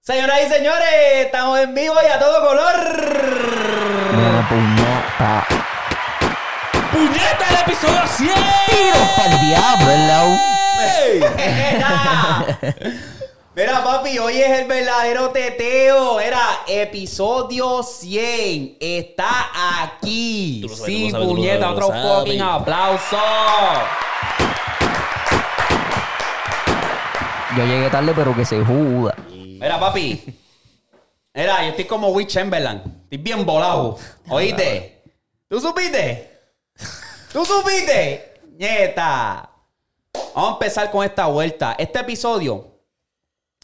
Señoras y señores, estamos en vivo y a todo color. Nena puñeta. ¡Puñeta el episodio 100! Tiros pa'l diablo, hello. Mira, papi, hoy es el verdadero teteo. Era episodio 100. Está aquí. Tú lo sabes, sí, tú lo sabes, tú lo puñeta, sabes, otro tú lo sabes. fucking aplauso. Yo llegué tarde, pero que se juda. Mira, papi. Mira, yo estoy como Will Chamberlain. Estoy bien volado. ¿Oíste? ¿Tú supiste? ¿Tú supiste? ¡Nieta! Vamos a empezar con esta vuelta. Este episodio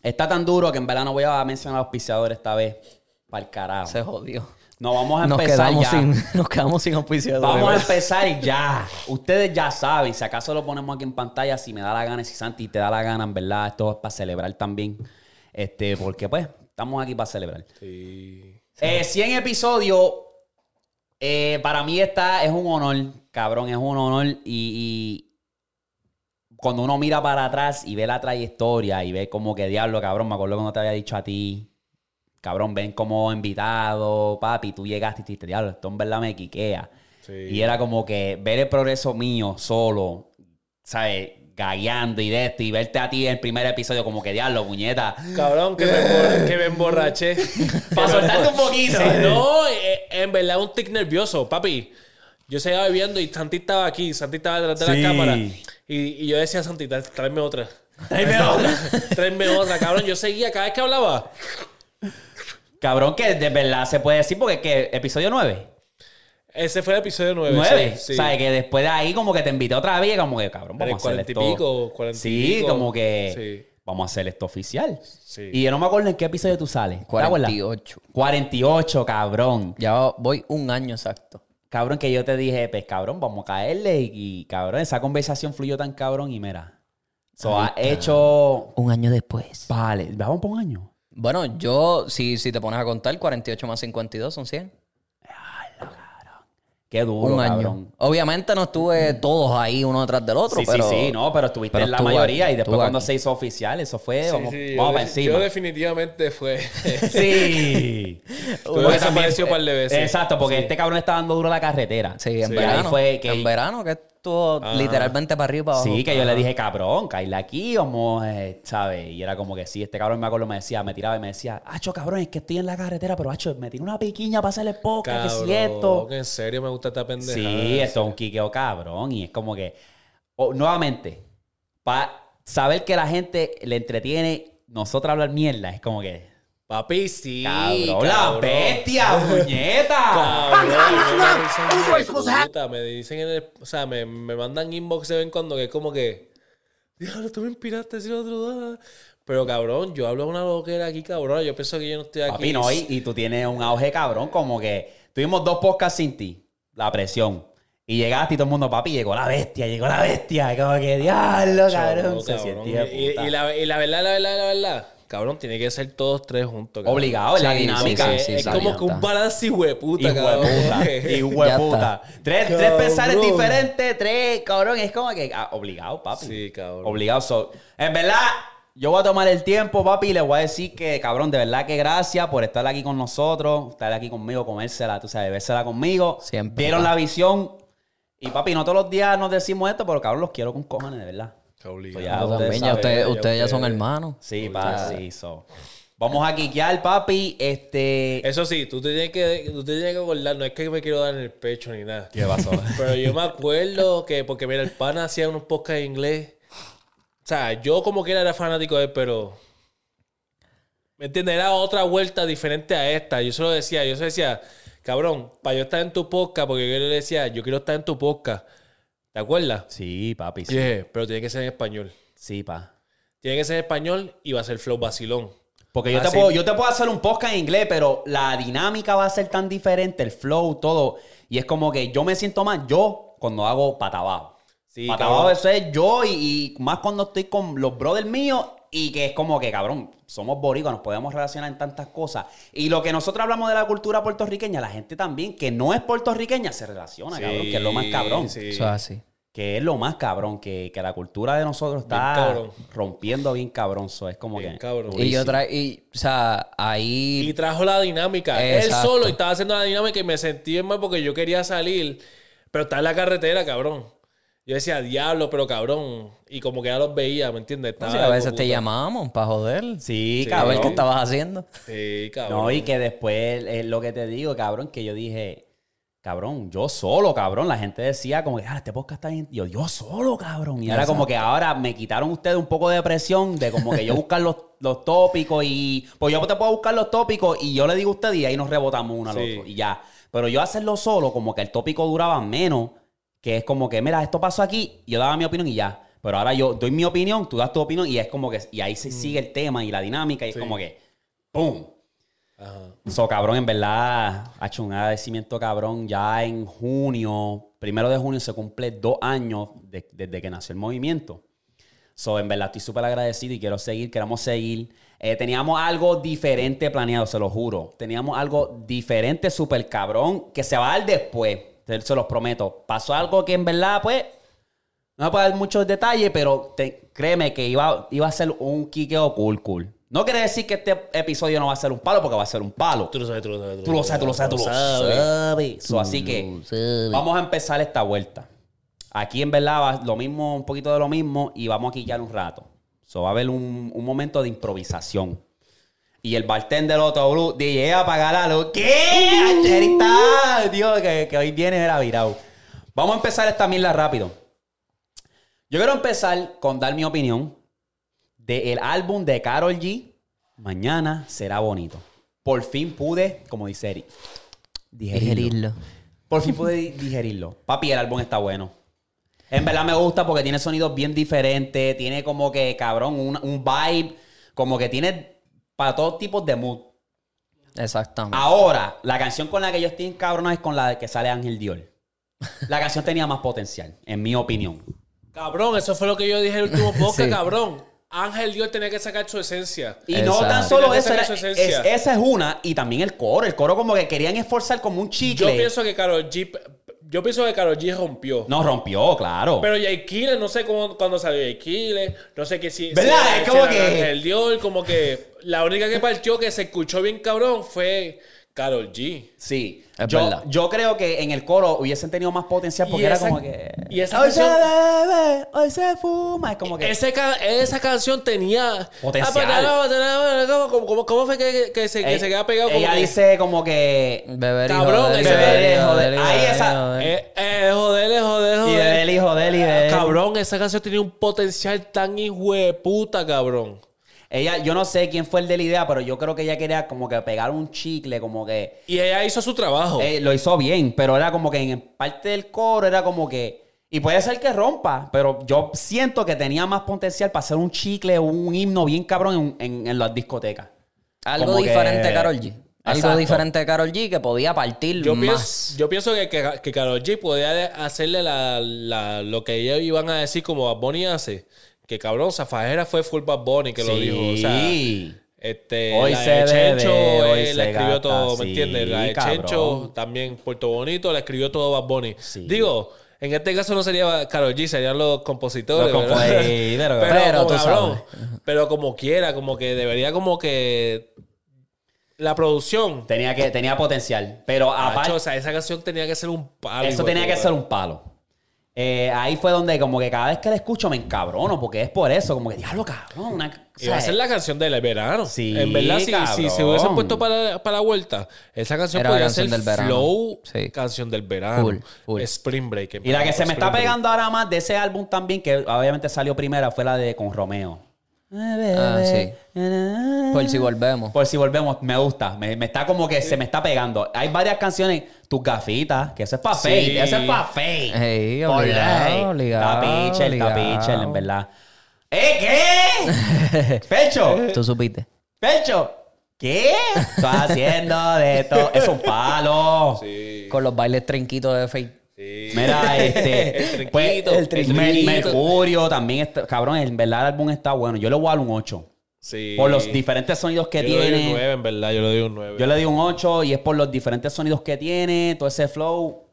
está tan duro que en verdad no voy a mencionar a los auspiciadores esta vez. Para el carajo. Se jodió. No, vamos a Nos empezar quedamos, ya. sin, nos quedamos sin auspiciadores. Vamos a empezar ya. Ustedes ya saben, si acaso lo ponemos aquí en pantalla, si me da la gana, y si Santi te da la gana, en verdad, esto es para celebrar también. Este, porque pues, estamos aquí para celebrar. Eh, 100 episodios, eh, para mí está, es un honor, cabrón, es un honor. Y, y cuando uno mira para atrás y ve la trayectoria y ve como que diablo, cabrón, me acuerdo cuando te había dicho a ti, cabrón, ven como invitado, papi, tú llegaste y te dijiste, diablo, esto en verdad me quiquea. Y era como que ver el progreso mío solo, ¿sabes? Gagueando y de esto, y verte a ti en el primer episodio, como que diablo, puñeta. Cabrón, que me, embor- que me emborraché. Para soltarte un poquito. Sí, no, eh, en verdad un tic nervioso, papi. Yo seguía bebiendo y Santi estaba aquí, Santi estaba detrás de Sí. la cámara. Y, y yo decía, Santi, tra- tráeme otra. Tráeme otra. Tráeme otra, cabrón. Yo seguía cada vez que hablaba. Cabrón, que de verdad se puede decir, porque que episodio 9. Ese fue el episodio 9. 9. Sí, O sí. sea, que después de ahí, como que te invité otra vez, y como que cabrón, Era el vamos a hacer 40 y esto. pico, 40 y sí, pico. como que Sí. vamos a hacer esto oficial. Sí. Y yo no me acuerdo en qué episodio tú sales. ¿Te acuerdas? 48. 48, cabrón. Ya voy un año exacto. Cabrón, que yo te dije, pues cabrón, vamos a caerle. Y, y, cabrón, esa conversación fluyó tan cabrón y mira. So, ha hecho. Un año después. Vale, vamos por un año. Bueno, yo, si, si te pones a contar, 48 más 52 son 100. Qué duro, un cabrón. año. Obviamente no estuve todos ahí uno detrás del otro, Sí, pero... sí, sí, no, pero estuviste pero en la estuvo mayoría aquí, y después estuvo cuando aquí. se hizo oficial, eso fue. Sí, vamos sí, vamos yo para de- Yo encima. definitivamente fue. Sí. Estuve desaparecido un par de veces. Exacto, porque Sí. este cabrón está dando duro a la carretera. Sí, en Y ahí verano. fue que- Ah. En verano, que estuvo literalmente para arriba y para abajo. Sí, que yo le dije, cabrón, caíle aquí, vamos, eh, ¿sabes? Y era como que sí, este cabrón me acuerdo, me decía, me tiraba y me decía, Acho, cabrón, es que estoy en la carretera, pero Acho, me tiró una piquiña para hacerle poca, que es cierto. en serio me gusta esta pendejada. Sí, esto es un quiqueo cabrón. Y es como que, o- nuevamente, para saber que la gente le entretiene, nosotros hablar mierda, es como que, Papi, sí. cabrón, la bestia, puñeta. Cabrón, me dicen de puta, me dicen en el- o sea, me, me mandan inbox de vez en cuando que es como que, diablo, tú me inspiraste a decir otro ah". Pero cabrón, yo hablo una loquera aquí, cabrón. Yo pienso que yo no estoy aquí. Papi, no, y, y tú tienes un auge cabrón, como que tuvimos dos podcasts sin ti, la presión. Y llegaste y todo el mundo, papi, llegó la bestia, llegó la bestia. y Como que, diablo, cabrón. Cabrón, se cabrón. sentía de Y, puta. y la, y la verdad, la verdad, la verdad. Cabrón, tiene que ser todos tres juntos. cabrón. Obligado, es la Sí, dinámica. sí, Es, sí, es sí, como ya que un está. balance hueputa, Hijo de cabrón. puta, hijo de Ya puta. Tres, tres Cabrón. pensares diferentes, tres, cabrón. Es como que ah, obligado, papi. Sí, cabrón. Obligado. so- en verdad, yo voy a tomar el tiempo, papi, y le voy a decir que, cabrón, de verdad que gracias por estar aquí con nosotros, estar aquí conmigo, comérsela, tú sabes, bebérsela conmigo. Siempre, Vieron papi. la visión. Y papi, no todos los días nos decimos esto, pero cabrón, los quiero con cojones, de verdad. Obligado. Pues Ya, Yo ustedes también, saben, ya ustedes, ya ustedes ya son ustedes. hermanos. Sí, papi, sí, so. Vamos a quiquear, papi. Este. Eso sí, tú te tienes que, tú te tienes que acordar, no es que me quiero dar en el pecho ni nada. ¿Qué pasó? Pero yo me acuerdo que, porque mira, el pana hacía unos podcasts en inglés. O sea, yo como que era fanático de él, pero. ¿Me entiendes? Era otra vuelta diferente a esta. Yo se lo decía, yo se lo decía, cabrón, para yo estar en tu podcast, porque yo le decía, yo quiero estar en tu podcast. ¿Te acuerdas? Sí, papi. Sí, Yeah, pero tiene que ser en español. sí pa. Tiene que ser en español y va a ser flow vacilón. Porque yo, Ah, te sí. puedo, yo te puedo hacer un podcast en inglés, pero la dinámica va a ser tan diferente, el flow, todo. Y es como que yo me siento más yo cuando hago patabajo. Sí, patabajo cabrón. eso es yo y, y más cuando estoy con los brothers míos y que es como que, cabrón, somos boricuas, nos podemos relacionar en tantas cosas. Y lo que nosotros hablamos de la cultura puertorriqueña, la gente también que no es puertorriqueña se relaciona, cabrón, que es lo más cabrón. Sí. Eso es así. Que es lo más cabrón, que, que la cultura de nosotros está cabrón. rompiendo bien cabrón. so, es como Bien que. cabrón. Y yo tra y, o sea, Y ahí. trajo la dinámica. Él Exacto. solo estaba haciendo la dinámica y me sentí bien mal porque yo quería salir, pero estaba en la carretera, cabrón. Yo decía, diablo, pero cabrón. Y como que ya los veía, ¿me entiendes? no Estaba sé, a como veces te puto. llamamos para joder. Sí, Sí, A ver cabrón. qué estabas haciendo. Sí, cabrón. No, y que después es lo que te digo, cabrón, que yo dije, cabrón, yo solo, cabrón. La gente decía como que, ah, este podcast está bien. Yo, yo solo, cabrón. Y ahora como que ahora me quitaron ustedes un poco de presión de como que yo buscar los, los tópicos y... Pues yo te puedo buscar los tópicos y yo le digo a ustedes y ahí nos rebotamos uno al Sí. otro y ya. Pero yo hacerlo solo, como que el tópico duraba menos, que es como que, mira, esto pasó aquí, yo daba mi opinión y ya. Pero ahora yo doy mi opinión, tú das tu opinión y es como que... Y ahí se sigue el tema y la dinámica y Mm. Sí. es como que... ¡Pum! Ajá. So, cabrón, en verdad, ha hecho un agradecimiento, cabrón. Ya en junio, primero de junio, se cumple dos años de- desde que nació el movimiento. So, en verdad, estoy súper agradecido y quiero seguir, queremos seguir. Eh, teníamos algo diferente planeado, se lo juro. Teníamos algo diferente, súper cabrón, que se va a dar después, se, se los prometo. Pasó algo que en verdad, pues, no puedo dar muchos detalles, pero te- créeme que iba, iba a ser un quiqueo cool, cool. No quiere decir que este episodio no va a ser un palo, porque va a ser un palo. Tú lo sabes, tú lo sabes. Tú lo sabes, tú lo sabes, tú lo sabes. So, así que vamos a empezar esta vuelta. Aquí en verdad va lo mismo, un poquito de lo mismo y vamos a quitar un rato. So, va a haber un, un momento de improvisación. Y el bartender otro blue, DJ apagar la luz. ¿Qué? Ayer está. Dios, que, que hoy viene era virado. Vamos a empezar esta mierda rápido. Yo quiero empezar con dar mi opinión del álbum de Carol G. Mañana será bonito. Por fin pude, como dice Eric, digerirlo. Digerirlo. Por fin pude di- digerirlo. Papi, el álbum está bueno. En verdad me gusta porque tiene sonidos bien diferentes. Tiene como que, cabrón, un, un vibe. Como que tiene para todos tipos de mood. Ah, Exactamente. Ahora, la canción con la que yo estoy encabronado es con la de que sale Ángel Dior. La canción tenía más potencial, en mi opinión. Cabrón, eso fue lo que yo dije en el último podcast, Sí. cabrón. Ángel Dios tenía que sacar su esencia. Y no Exacto. tan solo Tiene que eso, era- sacar su es- esencia. esa es una, y también el coro. El coro como que querían esforzar como un Yo chicle. pienso que Karol G. Yo pienso que Karol G rompió. No rompió, claro. Pero Jay Killer, no sé cómo, cuándo salió Jay Killer, no sé qué si. si ¿Verdad? era- Es como era que- Ángel Dior, como que. La única que partió que se escuchó bien cabrón fue Karol G. sí. Es yo, verdad. yo creo que en el coro hubiesen tenido más potencial porque Y era esa- como que. y esa hoy se canción- bebe, hoy se fuma. Es como que. Ese ca- esa canción tenía. Potencial. Ah, pero- ¿Cómo, cómo- cómo fue que, que se, que Ey, se queda pegado? Como ella que- dice como que. Beber y Cabrón, joder, ese- beber y joder, joder, y ahí joder, y esa- joder. Eh, eh, joder, joder, Y joder. de él, hijo de él, y de él. ah, Cabrón, esa canción tenía un potencial tan hijo de puta, cabrón. Ella, yo no sé quién fue el de la idea, pero yo creo que ella quería como que pegar un chicle, como que. Y ella hizo su trabajo. Eh, lo hizo bien, pero era como que en parte del coro era como que. Y puede ser que rompa, pero yo siento que tenía más potencial para hacer un chicle o un himno bien cabrón en, en- en las discotecas. Algo Como que- diferente a Carol G. Algo Exacto. diferente a Carol G que podía partir yo, más. pienso, yo pienso que, que, que Karol G podía de- hacerle la, la- lo que ellos iban a decir como Bad Bunny hace. Que cabrón, Zafajera fue full Bad Bunny que lo dijo. O sea, Sí. Este, Hoy la se de Chencho, bebe, hoy él la se escribió gasta, todo, ¿me sí, entiendes? La de cabrón. Chencho, también Puerto Bonito, la escribió todo Bad Bunny. Sí. Digo, en este caso no sería Karol G, serían los compositores. Los ¿verdad? compositores, pero, pero como, tú cabrón, pero como quiera, como que debería como que la producción. Tenía, que, tenía potencial. Pero macho, aparte. o sea, esa canción tenía que ser un palo. Ah, Eso hijo tenía de que puta. ser un palo. Eh, ahí fue donde como que cada vez que la escucho me encabrono, porque es por eso, como que diablo cabrón. una- Y va a ¿sabes? ser la canción del verano. Sí, en verdad, si, si se cabrón. hubiesen puesto para, para la vuelta, esa canción Era la podría canción ser del verano. Flow, Sí. canción del verano. Full, full. Spring Break. en Y la verdad, que se me está Spring Break. pegando ahora más de ese álbum también, que obviamente salió primera, fue la de con Romeo. Ah, sí. Por si volvemos. Por si volvemos, me gusta. Me, me está como que se me está pegando. Hay varias canciones. Tus gafitas, que eso es pa' Sí. fake. Eso es pa' fake. Ey, Por obligado, ley. Está obligado, pichel, está obligado. pichel, en verdad. ¿Eh? ¿Qué? ¿Pecho? Tú supiste. ¿Pecho? ¿Qué? Estás haciendo de esto. Es un palo. Con los bailes trinquitos de Fate. Mira, este. El pues, trinquito, el el trinquito. trinquito. Mercurio también está. Cabrón, en verdad el álbum está bueno. Yo le voy a dar un 8. Sí. Por los diferentes sonidos que Yo le doy un tiene. 9, en verdad. Yo le doy un 9. Yo le di un 8 y es por los diferentes sonidos que tiene, todo ese flow.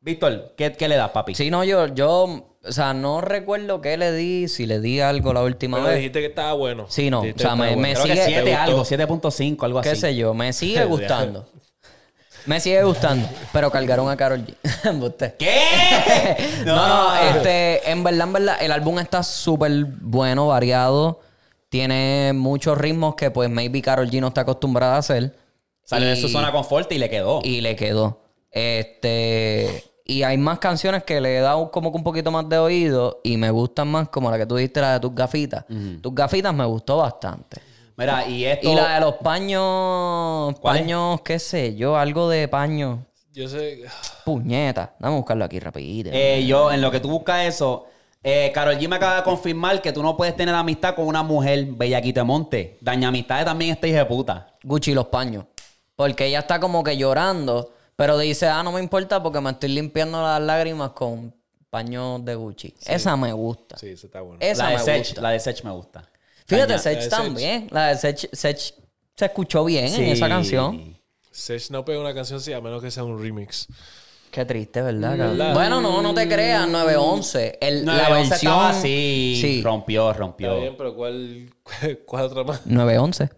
Víctor, ¿qué, qué le das, papi? Sí, no, yo, yo O sea, no recuerdo qué le di, si le di algo la última Pero vez. dijiste que estaba bueno. Sí, no. Dijiste O sea, que me- estaba me Creo que sigue- 7 ¿Te algo, gustó? 7.5, algo qué así. sé yo, me sigue gustando. me sigue gustando, pero cargaron a Carol G. Embuste. ¿Qué? Ah. no, no, este, en verdad, en verdad, el álbum está súper bueno, variado. Tiene muchos ritmos que pues maybe Carol G no está acostumbrada a hacer. Salió de Y- su zona confort y le quedó. Y le quedó. Este. Y hay más canciones que le he dado como que un poquito más de oído y me gustan más, como la que tú diste, la de tus gafitas. Tus gafitas me gustó bastante. Mira, y esto... Y la de los paños, ¿Cuál es? paños, qué sé yo, algo de paños. Yo sé. ah, Puñeta. Dame a buscarlo aquí rapidito. Eh, yo, en lo que tú buscas eso, eh, Carol G me acaba de confirmar que tú no puedes tener amistad con una mujer bellaquita de monte. Daña amistades también esta hija de puta. Gucci y los paños. Porque ella está como que llorando, pero dice, ah, no me importa porque me estoy limpiando las lágrimas con paños de Gucci. Esa me gusta. Sí, eso está bueno. Esa la, de me Sech, gusta. la de Sech me gusta. Fíjate, Daña- Sech Sech. también. La de Sech, Sech se escuchó bien en Sí. esa canción. Sech no pega una canción así, a menos que sea un remix. Qué triste, ¿verdad? cabrón? ¿Verdad? Bueno, no, no te creas, Mm. 911. El, No, la versión. así. Sí. Rompió, Está rompió. bien, pero ¿cuál, cuál otra más? 911.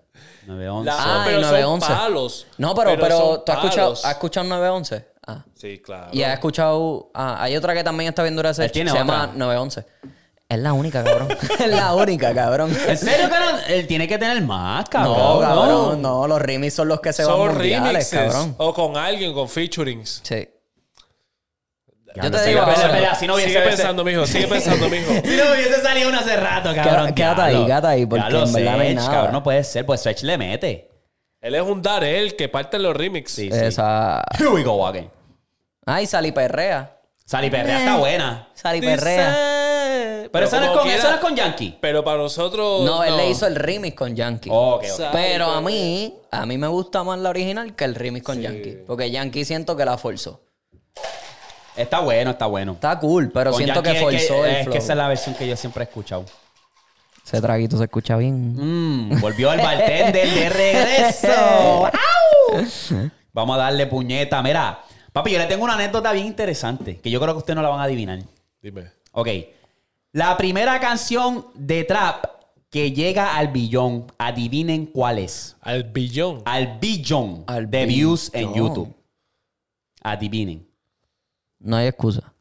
911. La, Ah, pero y 911. son palos. No, pero, pero, son tú has escuchado, palos. has escuchado 911. Ah. Sí, claro. Y has escuchado. Ah, hay otra que también está bien dura. Sech, Se tiene otra. llama 911. Es la única, cabrón. es la única, cabrón. ¿En serio, Carol? Él tiene que tener más, cabrón. No, cabrón, no. Los remix son los que se van Son mundiales, remixes. cabrón. O con alguien, con featurings. Sí. Ya Yo no te sé, digo espera, ahora. espera, si no hubiese- Sigue pensando, mijo. Sigue pensando, mijo. Si no hubiese salido uno hace rato, cabrón. Queda- quédate ahí, diablo. quédate ahí, porque Diablo, en verdad no hay Sech, nada. cabrón, no puede ser, pues Sech le mete. Él es un Darel que parte en los remix. Sí, sí. Esa. Here we go again. Ay, Sali Perrea. Sali Perrea está buena. Sali Dice- Perrea. Pero, Pero, esa no es como con, quiera- esa no es con Yankee. Pero para nosotros. No, eh. él le hizo el remix con Yankee. Ok, ok. Sa- Pero a mí, a mí me gusta más la original que el remix con Yankee. Porque Yankee siento que la forzó. Está bueno, está bueno. Está cool, pero Con siento Yankee que es forzó el Es flow. que esa es la versión que yo siempre he escuchado. Ese traguito se escucha bien. Mm, volvió el bartender de regreso. ¡Au! Vamos a darle puñeta. Mira, papi, yo le tengo una anécdota bien interesante que yo creo que ustedes no la van a adivinar. Dime. Ok. La primera canción de Trap que llega al billón, adivinen cuál es. Al billón. Al billón Al de views en billón. YouTube. Adivinen. No hay excusa.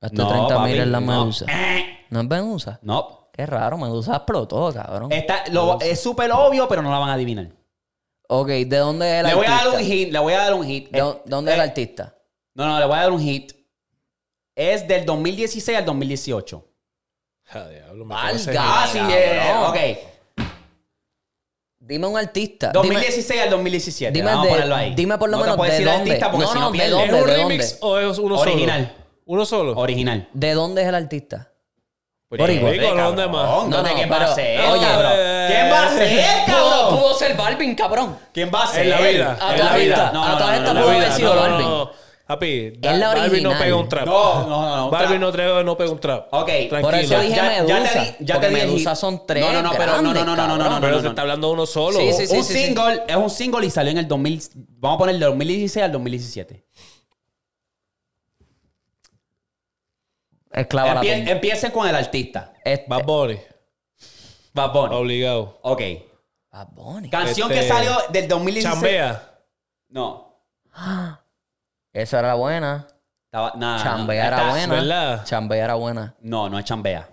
Hasta No, 30 mil papi, en la no. medusa. Eh, ¿No es medusa? No. Qué raro, medusa explotó, cabrón. Está, lo- es súper obvio, pero no la van a adivinar. Ok, ¿de dónde es el Le voy a artista? dar un hit, le voy a dar un hit. ¿De dó- Eh, dónde es eh, el artista? No, no, le voy a dar un hit. Es del 2016 al 2018. Ja, diablo, me Valga. conoces. Ah, Casi, cabrón. eh, ok. Dime un artista. Dime- 2016 al 2017. dime Vamos de- a ponerlo ahí. dime por lo no te menos puedo de decir dónde. artista porque No, si no, no de pierdes. ¿Es dónde? un ¿De remix o es uno Original. solo? ¿Uno solo? Original. ¿De dónde es el artista? Boricua. Boricua, ¿no? ¿Dónde cabrón. más? No, ¿Dónde no, quién va a pero- ser? oye, cabrón? eh, ¿Quién va a ser, cabrón? ser Balvin, cabrón. ¿Quién va a ser? la vida, A en la todas vida. estas, No, a no, todas no, estas no, pudo la haber vida, sido no, Balvin. Papi, Es la Barbie no original. pega un trap. No, no, no, no, Barbie trap. Oh, no, trae- no pega un trap. Ok. Tranquilo. Por eso dije Ya- ya Medusa. te di- ya porque te di el Medusa hit. son tres. No, no, no, pero no, no, grandes, no, no, no, no, cabrón. Pero no, se está hablando uno solo. Sí, sí, sí. un single, es un single y salió en el 2000, vamos a poner el 2016 al 2017. Esclava la Empie- tumba. empiecen con el artista. Este- Bad Bunny. Bad Bunny. Obligado. Ok. Bad Bunny. Canción Este- que salió del 2016. Chambea. No. Esa era buena. Estaba, nada, Chambea no, era Ah, Está- buena. ¿verdad? Chambea era buena. No, no es chambea.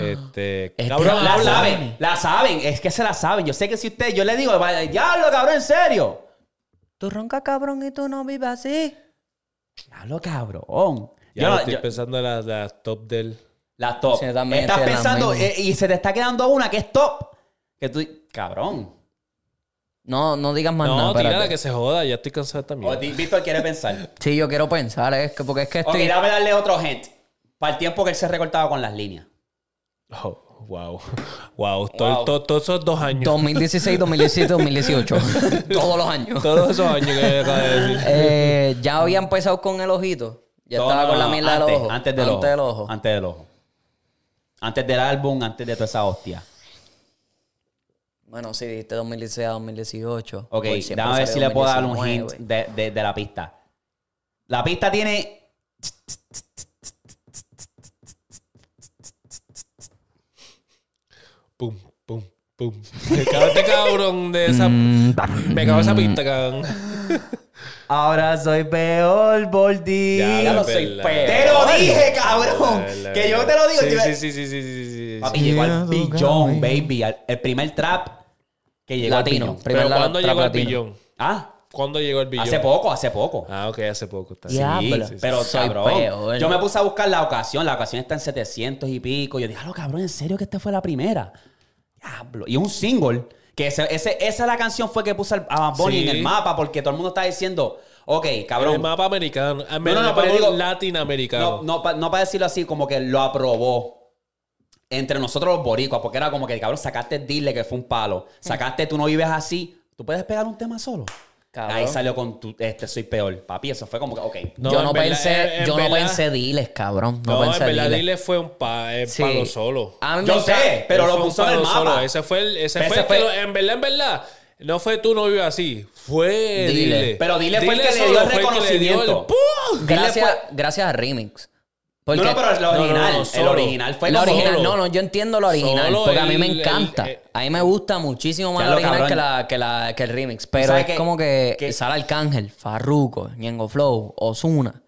Este. Este- la Cabrón, Bad habla. saben, la saben, es que se la saben. Yo sé que si usted, yo le digo, va- diablo, cabrón, en serio. Tú roncas, cabrón, y tú no vives así. Diablo, cabrón. Yo Ya no, no- estoy yo- pensando en las las top del. la top. Sí, yo también Estás estoy en la pensando, misma. eh, y se te está quedando una que es top. Que tú, cabrón. No, no digas más nada. No, espérate. tírala que se joda. Ya estoy cansado O también. di- Víctor quiere pensar. Sí, yo quiero pensar, es que porque es que Ok, estoy. dame darle otro hint. Para el tiempo que él se recortaba con las líneas. Oh, wow. Wow. Todo- Wow. todo- Todos esos dos años. 2016, 2017, 2018. Todos los años. Todos esos años que acaba de decir. Eh, ya había empezado con el ojito. Ya Todo, estaba no, con la no, mierda del antes, ojo. Antes del Antes ojo, Antes del ojo. Antes del álbum, antes de toda esa hostia. Bueno, sí, dijiste 2016 a 2018. Ok, Pues siempre déjame ver sale si le puedo dar un 2019. hint de, de- de la pista. La pista tiene. Pum, pum, pum. Me cago este cabrón de esa. Mm, Me cago en esa pinta, cabrón. Ahora soy peor, Bordy. Ya, Ya la lo soy Ah, verdad. peor. Te lo dije, cabrón. La Que yo verdad. te lo digo. Sí, te iba- sí, sí, sí, sí, sí, sí, sí. Papi, llegó al Quiero billón, camino. baby. al- el primer trap que llegó Latino. al billón. Primer Pero la- ¿cuándo trap llegó el latino. billón? Ah, ¿Cuándo llegó el billón? hace poco, hace poco. Ah, ok, hace poco. Está Sí, bien. Sí, Diablo. pero Ah, Soy cabrón, peor. yo me puse a buscar la ocasión, la ocasión está en 700 y pico. Yo dije, "Alo, cabrón, ¿en serio que esta fue la primera? Diablo. Y un single, que ese, ese- esa la canción fue que puse al- a Bad Bunny Sí. en el mapa, porque todo el mundo está diciendo, ok, En cabrón. El mapa americano. Ah, No, no, el no, mapa pero digo- latinoamericano. No, no, pa- no para decirlo así, como que lo aprobó entre nosotros los boricuas, porque era como que, cabrón, sacaste Dile que fue un palo, sacaste Tú no vives así, tú puedes pegar un tema solo. Cabrón. Ahí salió con tu, este soy peor, papi, eso fue como que, ok. No, yo en no verdad- pensé, en- en yo no verdad- pensé diles, cabrón. No, No, en pensé verdad, diles. Dile fue un pa- eh, Sí. palo solo. A mí me Yo encanta- sé, pero Él lo fue un puso en el palo mapa. solo. Ese fue el, ese Pero fue el ese que fue- lo- en verdad, en verdad. No fue tú no vives así. Fue Dile. Dile. Pero Dile fue el que le solo dio el fue que le dio el reconocimiento. ¡pum! Dile Gracias, fue- gracias a pues. Remix. no, no, pero el no, no, original, no, el solo. original fue el como- original, solo. no, no, yo entiendo lo original, Solo porque a mí me el- el- encanta. eh. a mí me gusta muchísimo más Ya el lo original cabrón. que, la, que, la, que el remix. Pero sabes es que- como que, que- Sara Arcángel, Farruko, Ñengo Flow, Osuna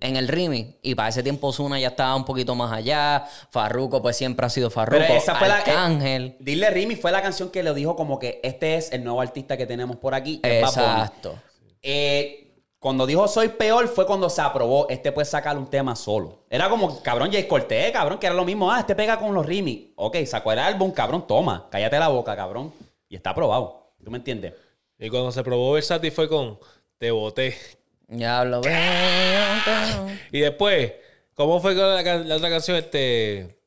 en el remix. Y para ese tiempo Osuna ya estaba un poquito más allá. Farruko, pues siempre ha sido Farruko. Pero esa fue la- Arcángel. Dile Rimi fue la canción que le dijo como que este es el nuevo artista que tenemos por aquí. que es Bad Bunny. Exacto. Eh, cuando dijo soy peor fue cuando se aprobó este puede sacar un tema solo. Era como, cabrón, Jay Cortés, cabrón, que era lo mismo. Ah, este pega con los Rimi. Ok, sacó el álbum, cabrón, toma. Cállate la boca, cabrón. Y está aprobado. ¿Tú me entiendes? Y cuando se probó Versati fue con Te boté. Ya hablo. Y después, ¿cómo fue con la, can- la otra canción? Este,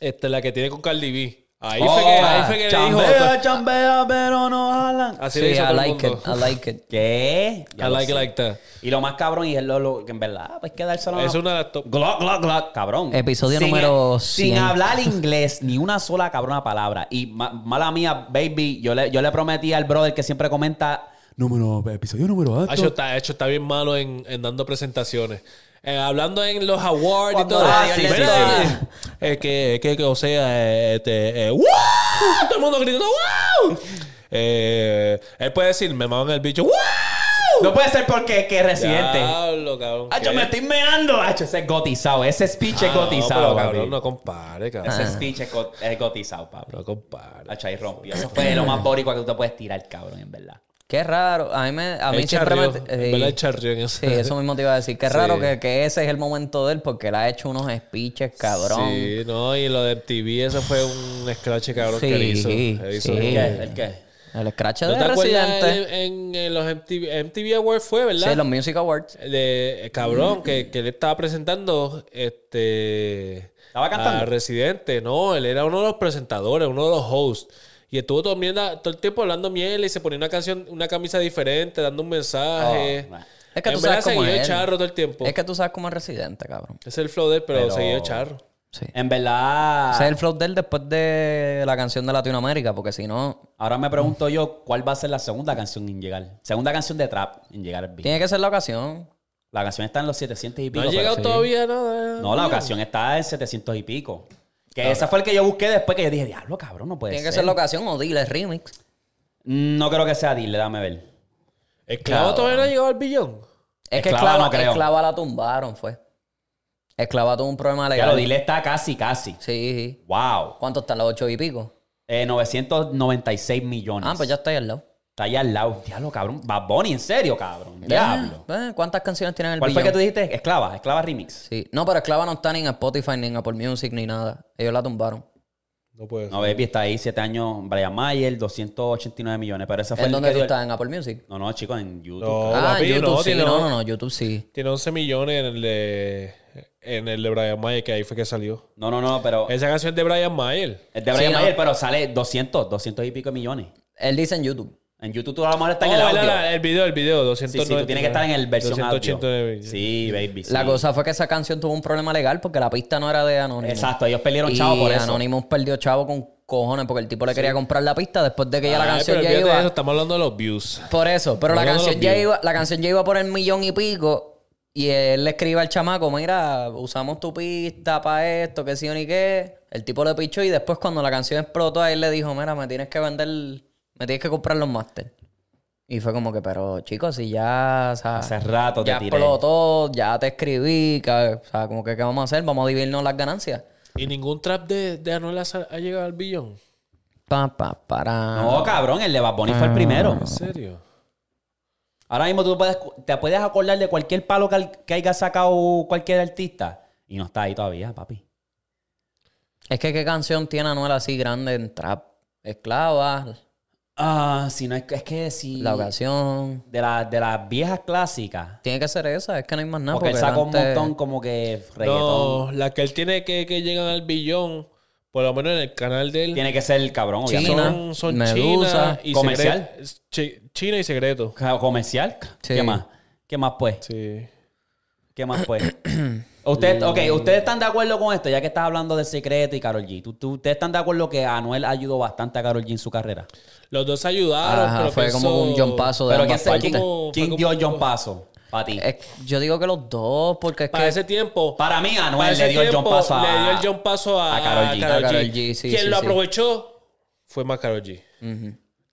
este, la que tiene con Cardi B. Ahí fue Oh, que, ahí fue que le dijo. pues, Chambea, chambea, pero no jalan. Así Sí, le I hizo todo el like it, mundo. I like it. ¿Qué? Ya I lo like it sé. like that. Y lo más cabrón, y es lo, lo- que en verdad, pues quedárselo Es una de las top. Glock, glock, glock, cabrón. Episodio Sin- número Sin 100. hablar inglés ni una sola cabrona palabra. Y ma- mala mía, baby, yo le, yo le prometí al brother que siempre comenta número, episodio número Hacho alto. está, hecho está bien malo en, en dando presentaciones. Eh, hablando en los awards Cuando- y todo. Ah, sí, Mira, sí, sí. eh, eh, que, que, que, o sea, eh, este, eh, ¡wow! Todo el mundo gritando ¡wow! Eh, él puede decir, me maman el bicho. ¡wow! No puede ser porque que residente. Diablo, cabrón. Hacho, ¿qué? me estoy meando. Hacho, ese es gotizado. Ese speech es Ah, no, gotizado, pero, papi. cabrón, no compare, cabrón. Ah. Ese speech es, go- es gotizado, papi. No compare. Hacho, ahí rompió. Eso fue lo más boricua que tú te puedes tirar, cabrón, en verdad. Qué raro. A mí, me, a mí Él siempre me. charrió, eh, en verdad él charrió en eso. Sí, eso mismo te iba a decir. Qué Sí. raro que, que ese es el momento de él porque él ha hecho unos speeches, cabrón. Sí, no, y lo de MTV, eso fue un scratch cabrón que él hizo. Sí, Él hizo ¿El sí. un- qué? ¿El qué? El scratch ¿No de te acuerdas Residente. en, en- en los MTV, MTV Awards fue, Sí, verdad? los Music Awards. De, eh, cabrón, que, que él estaba presentando este ¿Estaba cantando? a Residente, no, él era uno de los presentadores, uno de los hosts. Y estuvo todo, mierda- todo el tiempo hablando miel y se ponía una canción, una camisa diferente, dando un mensaje. Oh, nah. Es que En tú verdad sabes cómo es seguía él. charro todo el tiempo. Es que tú sabes cómo es Residente, cabrón. Es el flow de él, pero, Pero- seguía charro. Sí. En verdad. Ese es el flow de él después de la canción de Latinoamérica, porque si no, Ahora me pregunto yo cuál va a ser la segunda canción en llegar. Segunda canción de trap en llegar al beat. tiene que ser la ocasión. La canción está en los 700 y No pico. ha pero- llegado Sí. todavía nada. No, la ocasión está en 700 y pico. Que esa fue el que yo busqué después que yo dije, diablo, cabrón, no puede Tiene ser. que ser la ocasión o dile remix. No creo que sea Dile, dame ver. Esclavo todavía no ha llegado al billón. Es que Esclava esclava, no creo. Esclava la tumbaron, fue. Esclava tuvo un problema legal. Claro, Dile está casi, casi. Sí, sí. Wow. ¿Cuánto están los ocho y pico? Eh, 996 millones. Ah, pues ya está ahí al lado. Está allá al lado. Diablo, cabrón. Bad Bunny, en serio, cabrón. Diablo. Eh, ¿Cuántas canciones tienen el ¿Cuál fue que billón? tú dijiste? Esclava, Esclava Remix. Sí. No, pero Esclava no está ni en Spotify, ni en Apple Music, ni nada. Ellos la tumbaron. No puede No, baby, está ahí, 7 años. Brian Mayer, 289 millones. Pero esa fue ¿En el dónde que tú dio el- estás? ¿En Apple Music? No, no, chicos, en YouTube. No. cabrón. ah, papi, en YouTube no, sí. tiene- No, no, no, YouTube sí. Tiene 11 millones en el de, en el de Brian Mayer, que ahí fue que salió. No, no, no, pero es Esa canción es de Brian Mayer. de Brian Sí, no. Mayer, pero sale 200, 200 y pico millones. Él dice en YouTube. En YouTube tú a lo mejor está Oh, en el la- audio. la- el video, el video, 200. Sí, sí, tú tienes que estar en el versión audio. Sí, baby, sí. La cosa fue que esa canción tuvo un problema legal porque la pista no era de Anonymous. Exacto, ellos pelearon Y chavo por eso. Anonymous perdió chavo con cojones porque el tipo le quería comprar la pista después de que ya la canción ya iba. estamos hablando de los views. Por eso, pero la Hablando de canción los ya views. iba, la canción ya iba por el millón y pico. Y él le escribe al chamaco, mira, usamos tu pista para esto, que sí o ni qué. El tipo le pichó y después cuando la canción explotó, a él le dijo, mira, me tienes que vender, me tienes que comprar los máster. Y fue como que, pero chicos, si ya, o sea, Hace rato te ya tiré. explotó, ya te escribí, que- o sea, como que, ¿qué vamos a hacer? Vamos a dividirnos las ganancias. ¿Y ningún trap de, de Anuel ha, sa- ha llegado al billón? Pa, pa, para. No, cabrón, el de Bad Bunny fue Ah, el primero. ¿En serio? Ahora mismo tú puedes- te puedes acordar de cualquier palo que, al- que haya sacado cualquier artista. Y no está ahí todavía, papi. Es que, ¿qué canción tiene Anuel así grande en trap? Esclava, Ah, si no es, que- es que si. La Ocasión. Ah, de, la- de las viejas clásicas. Tiene que ser esa, es que no hay más nada. porque él sacó un montón como que reggaetón. No, la que él tiene que, que llegan al billón, por lo menos en el canal de él, Tiene que ser el cabrón, Sí. obviamente. son, son Medusa, China y comercial. secre- chi- China y secreto. Ca- Comercial. Sí. ¿Qué más? ¿Qué más pues? Sí. ¿Qué más pues? Usted, ok, ¿ustedes están de acuerdo con esto? Ya que estás hablando de Secreto y Karol G. ¿Tú- tú- ¿Ustedes están de acuerdo que Anuel ayudó bastante a Karol G en su carrera? Los dos ayudaron, Ajá, pero fue pienso- como un John Paso de Pero ¿quién, ambas se- partes. quién- Fue quién como- dio el John Paso? Para ti. Es- yo digo que los dos, porque es Para que. ese tiempo. Para mí, Anuel para le ese dio el John tiempo, Paso a- Le dio el John Paso a, a Karol G. A Karol G, sí, Quien sí, lo sí. aprovechó fue más Karol G.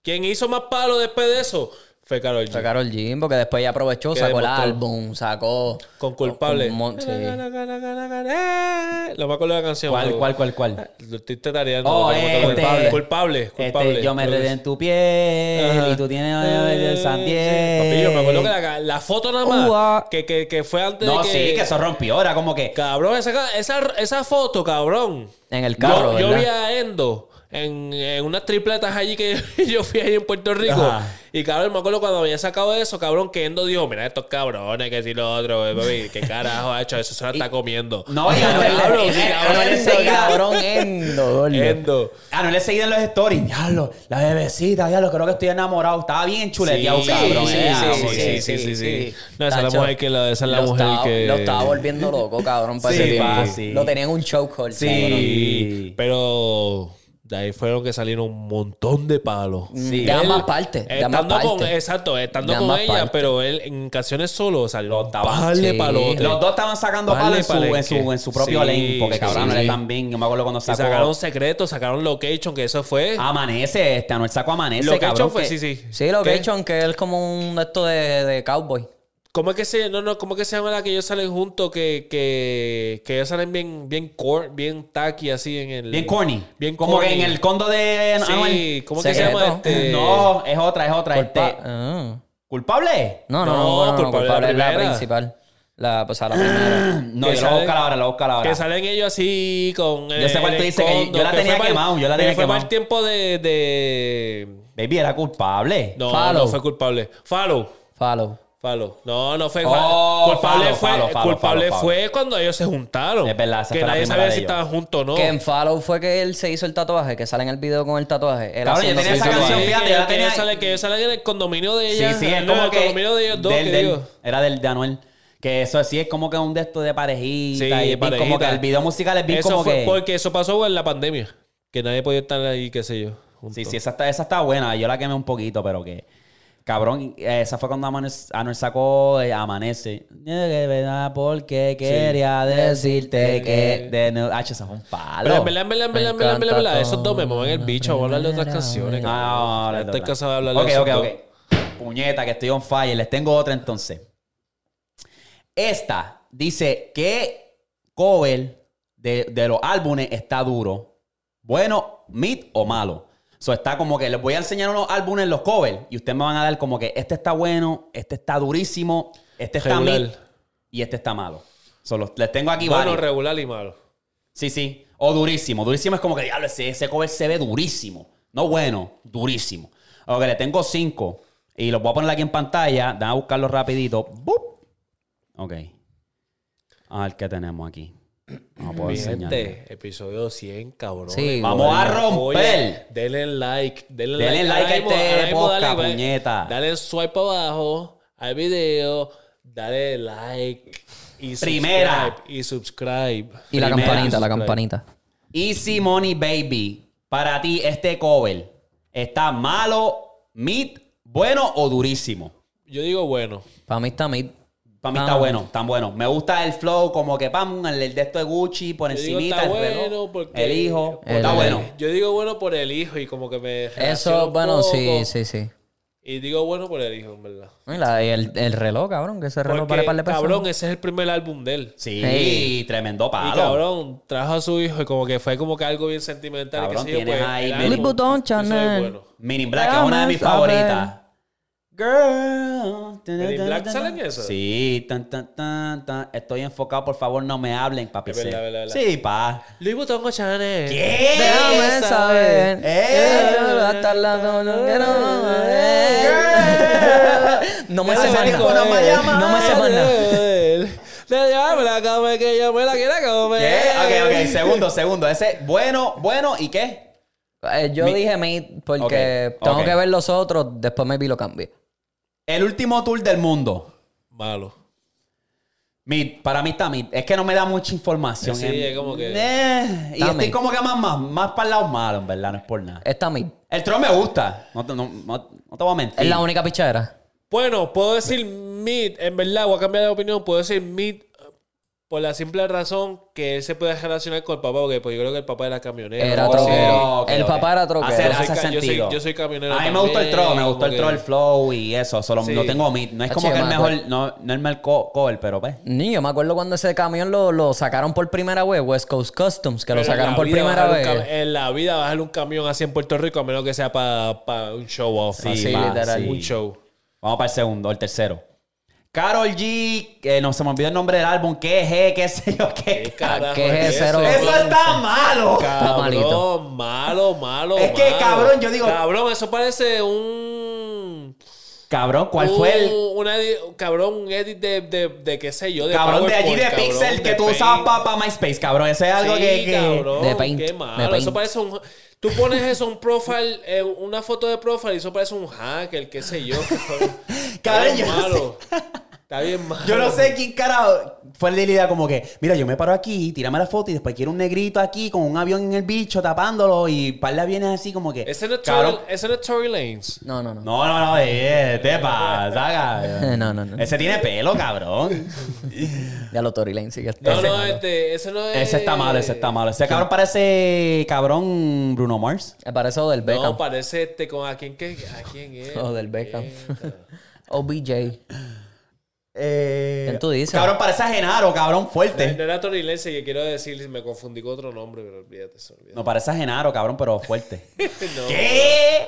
Quien hizo más palo después de eso fue Karol G. Fue Karol G, porque después ya aprovechó, Que sacó el demostró. álbum, sacó. Con culpable. un mon- sí. Eh, Lo más con la canción. ¿Cuál, pero- cuál, cuál, cuál? Lo estoy tetareando. Oh, pero me acuerdo este- culpable. Culpable. Este, culpable. yo me Creo que redé sí. en tu piel Ajá. y tú tienes eh, el San Diego. Papi, yo me acuerdo que la, la foto nada más. Ua. Que, que, que fue antes No, de que. sí, que eso rompió. Era como que. Cabrón, esa, esa, esa foto, cabrón. En el carro, Yo, yo ¿verdad? vi a Endo en, en unas tripletas allí que yo fui ahí en Puerto Rico. Ajá. Y cabrón, me acuerdo cuando había sacado eso, cabrón, que Endo dijo, mira estos cabrones, que si lo otro, eh, baby, qué carajo ha hecho eso, se lo está comiendo. No, y Anuel, Cabrón, y- sí, y- cabrón, Anuel Endo, enseguida- cabrón, Endo, gordo. Endo. Anuel enseguida en los stories. Diablo, la bebecita, diablo, creo que estoy enamorado. Estaba bien chuleteado, Sí, cabrón. sí, eh, sí, como sí, que- sí, sí, sí. No, esa es la Tacho, mujer que lo- esa es la lo mujer estaba- que- Lo estaba volviendo loco, cabrón, para Sí, ese tiempo. pa, sí. Lo tenían un chokehold, cabrón. Sí. Pero de ahí fueron que salieron un montón de palos. De ambas partes, de ambas Estando con, partes. exacto, estando De con ambas ella, partes. pero él en canciones solo salieron estaban- vale Sí. palotes. Los dos estaban sacando Vale, palos en su, palenque. en su, en su propio Sí, lane. Porque sí, cabrón, sí, Anuel sí. también. Yo me acuerdo cuando Y sacó. sacaron secretos, sacaron location, que eso fue. Amanece, este Anuel sacó Amanece, location cabrón. fue, que- sí, sí. Sí, lo que ¿Qué? he hecho, aunque él es como un de esto de, de cowboy. ¿Cómo es que se, no, no, ¿cómo es que se llama la que ellos salen juntos? Que, que, que ellos salen bien, bien core, bien tacky así en el. Bien corny. Bien Como corny. que en el condo de Sí, Anuel. ¿cómo es que se Secreto. llama este? No, es otra, es otra. Culpa- Este, Ah. ¿Culpable? No, no, No, no, bueno, no, culpable culpable, la es la primera. principal. La, o sea, la primera. No, Que yo lo voy a sale- buscar ahora, lo voy a buscar ahora. Que salen ellos así con. Yo sé cuál tú dices, que yo- yo la tenía quemado, yo la tenía Fue quemado. mal tiempo de. de... Baby, era culpable. No, Follow. no fue culpable. Follow. Follow. Follow. No, no fue. Oh, culpable follow, fue, follow, follow, culpable follow, fue cuando ellos se juntaron. Es verdad, esa Que fue la nadie primera sabía de si ellos. estaban juntos o no. Que en Follow fue que él se hizo el tatuaje, que sale en el video con el tatuaje. Cabrón, Él yo haciéndose tenía el esa tatuaje. canción, que- fíjate, yo la que tenía- ellos salen- que ellos salen en el condominio de Sí, ella. sí, es no, como el que. condominio de ellos dos. del- que del- digo. era del de Anuel. Que eso sí es como que un de estos de parejita. Sí, y es bien parejita. como que el video musical es bien Eso como fue que. porque eso pasó en la pandemia. Que nadie podía estar ahí, qué sé yo. juntos. Sí, sí, esa está, esa está buena. Yo la quemé un poquito, pero que. Cabrón, eh, esa fue cuando Anuel, Anuel sacó eh, Amanece. De verdad, porque quería decirte que. De nuevo. Ah, esa fue un palo. Eh, Pero en verdad, en verdad, en verdad, en verdad, en verdad, en verdad, encanta esos dos me mueven el todo, bicho. Vamos a hablar de otras primera canciones. vez. cabrón. Ah, Ya ahora estoy toca. cansado de hablar de Ok, esos ok, dos. ok. Puñeta, que estoy on fire. Les tengo otra entonces. Esta dice que cover de, de los álbumes está duro. Bueno, mid o malo. So está como que les voy a enseñar unos álbumes, los covers, y ustedes me van a dar como que este está bueno, este está durísimo, este está Regular. mid y este está malo. So, los- les tengo aquí Bueno, varios. regular y malo. Sí, sí. O durísimo. Durísimo es como que, diablo, ese, ese cover se ve durísimo. No bueno, durísimo. Ok, le tengo cinco. Y los voy a poner aquí en pantalla. Dan a buscarlos rapidito. ¡Bup! Ok. A ver qué tenemos aquí. No puedo Mi enseñar. gente, episodio 100, cabrón. Sí, Vamos a romper. Denle like. Denle, Denle like a ahora mismo, este ahora mismo dale, podcast, ve- puñeta. Dale swipe abajo al video. Dale like. Y Primera. subscribe, Y subscribe. Y Primera, la campanita, la subscribe. campanita. Easy Money Baby. Para ti, este cover está malo, mid, bueno o durísimo. Yo digo bueno. Para mí está mid. Para mí Ah. está bueno, tan bueno. Me gusta el flow, como que pam, el, el de esto de Gucci, por Yo digo, encimita, está el reloj, bueno porque- el hijo. El- está bueno. Yo digo bueno por el hijo y como que me. relaciono Eso, un bueno, poco. sí, sí, sí. Y digo bueno por el hijo, en verdad. Y la- y el, el reloj, cabrón, que ese reloj Porque, vale para el cabrón, ese es el primer álbum de él. Sí, Sí. tremendo Y palo. cabrón, trajo a su hijo y como que fue como que algo bien sentimental. y qué Cabrón, sé yo, tienes pues, ahí el Billy álbum, Button, eso es Chanel. bueno. Men in Black es una de mis Vamos a ver. favoritas. Girl. Men in Black sale en eso. Sí, tan, tan, tan, tan. Estoy enfocado, por favor, no me hablen, papi. Es verdad, Sí. verdad, verdad. Sí, pa. Louis Vuitton con Chanel. ¿Qué? Déjame saber. Eh. Eh, hasta la- no, no, no, no, eh. No me sé Ese más Ah, marico nada. es- No me sé más Eh, nada. De llevármela a comer, que yo me la quiera comer. ¿Qué? Ok, ok, segundo, segundo. Ese, bueno, bueno, ¿y qué? Eh, yo Mi- dije mid porque Ok, tengo ok. que ver los otros, después maybe lo cambié. El último tour del mundo. Malo. Mid, para mí está mid. Es que no me da mucha información. Sí, Eh, es como que- eh, y Está estoy mid. como que más, más, más para el lado malo, en verdad, no es por nada. Esta mid. El tron me gusta. No, te- no- no- no te voy a mentir. Es la única pichadera. Bueno, puedo decir mid, en verdad, voy a cambiar de opinión, puedo decir mid por la simple razón que él se puede relacionar con el papá, porque pues, yo creo que el papá era camionero. Era o algo así. troquero. Oh, ok, El ok. Ah, papá era troquero. Hace, Yo soy hace ca- yo soy- sentido. yo soy camionero A mí me también, gustó el tron, me gustó el como tron, que- el flow y eso. Solo Sí. lo tengo mid. No es como Ache, que el me mejor, acuerdo. no, no es el mejor co- cover, pero pues. Niño, me acuerdo cuando ese camión lo, lo sacaron por primera vez, West Coast Customs, que lo Pero en sacaron la por vida primera bajar un vez. cam- En la vida bajar un camión así en Puerto Rico, a menos que sea para un show off. Sí, así, sí, Ah, va, literal. sí. Un show. Vamos para el segundo, el tercero. Carol G, que no se me olvidó el nombre del álbum, qué es, qué sé yo, qué. Carajo, ¿Qué es cero? Eso está malo. Está malito. Cabrón, malo, malo. Es que, malo. cabrón, yo digo- Cabrón, eso parece un. Cabrón, ¿cuál un- fue el una edi- cabrón, un edit de, de, de qué sé yo. De cabrón de allí PowerPoint, de cabrón, Pixel que de tú Paint. usabas para MySpace, cabrón? Ese es algo Sí, que. que- cabrón, De Paint, Qué de malo. Paint. Eso parece un. Tú pones eso un profile, eh, una foto de profile y eso parece un hacker, qué sé yo. Cabrón, Está Cabrón, bien yo no malo. Está bien malo. Yo no sé quién carajo fue la idea como que, mira, yo me paro aquí, tirame la foto y después quiero un negrito aquí con un avión en el bicho tapándolo y parla viene así como que. Ese no es cabrón. Tory- ese no es Tory Lanes. No, no, no. No, no, no, eh, te pasa, cabrón. No, no, no. Ese tiene pelo, cabrón. Ya lo Tory Lane sí que está. No, no, malo. este, ese no es. Ese está malo, ese está malo. Ese cabrón parece cabrón Bruno Mars. Me parece Odell Beckham. No, parece este con a quién que a quién es. Eh, Odell Beckham. OBJ. Eh, ¿Quién tú dices? Cabrón parece a Genaro, cabrón Eh, No fuerte. era torilense que quiero decir, me confundí con otro nombre, pero olvídate, se olvida. No parece a Genaro, cabrón, pero fuerte. No. ¿Qué?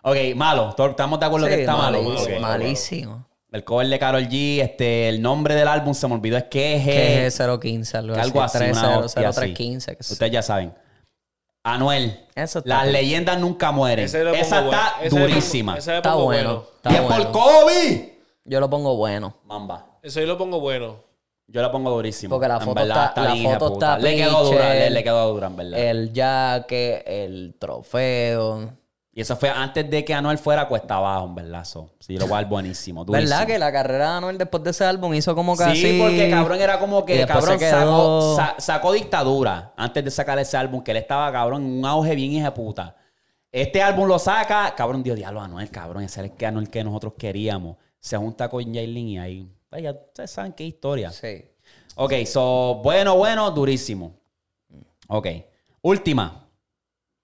Ok, malo. Tor- Estamos de acuerdo Sí, que está malo. malísimo, Ok. malísimo. El cover de Carol G, este, el nombre del álbum se me olvidó, es que Que es es 015, algo así. algo así. una 3-0, hostia así. 0315, que es- Ustedes ya saben. Anuel. Eso está Las bien. leyendas nunca mueren. Ese lo pongo Esa bueno. está Ese le pongo- durísima. ese le Está pongo bueno. y Está es por bueno. Kobe. Yo lo pongo bueno. Mamba. Eso yo lo pongo bueno. Yo la pongo durísima. Porque la En foto verdad, está- la bien, hija foto puta. está Le quedó dura, pinche. Eh. le, le quedó dura, en verdad. El jaque, el trofeo. y eso fue antes de que Anuel fuera cuesta abajo, en verdad. so. Sí, lo cual buenísimo. Durísimo. ¿Verdad que la carrera de Anuel después de ese álbum hizo como casi... Sí, porque cabrón era como Y que después cabrón se quedó- sacó, sa- sacó dictadura antes de sacar ese álbum, que él estaba cabrón en un auge bien hija de puta. Este álbum lo saca, cabrón, Dios diablo, Anuel, cabrón, ese era el que Anuel que nosotros queríamos. Se junta con Jailin y ahí, ay, ya ustedes saben qué historia. Sí. Ok, so, bueno, bueno, durísimo. Ok, última.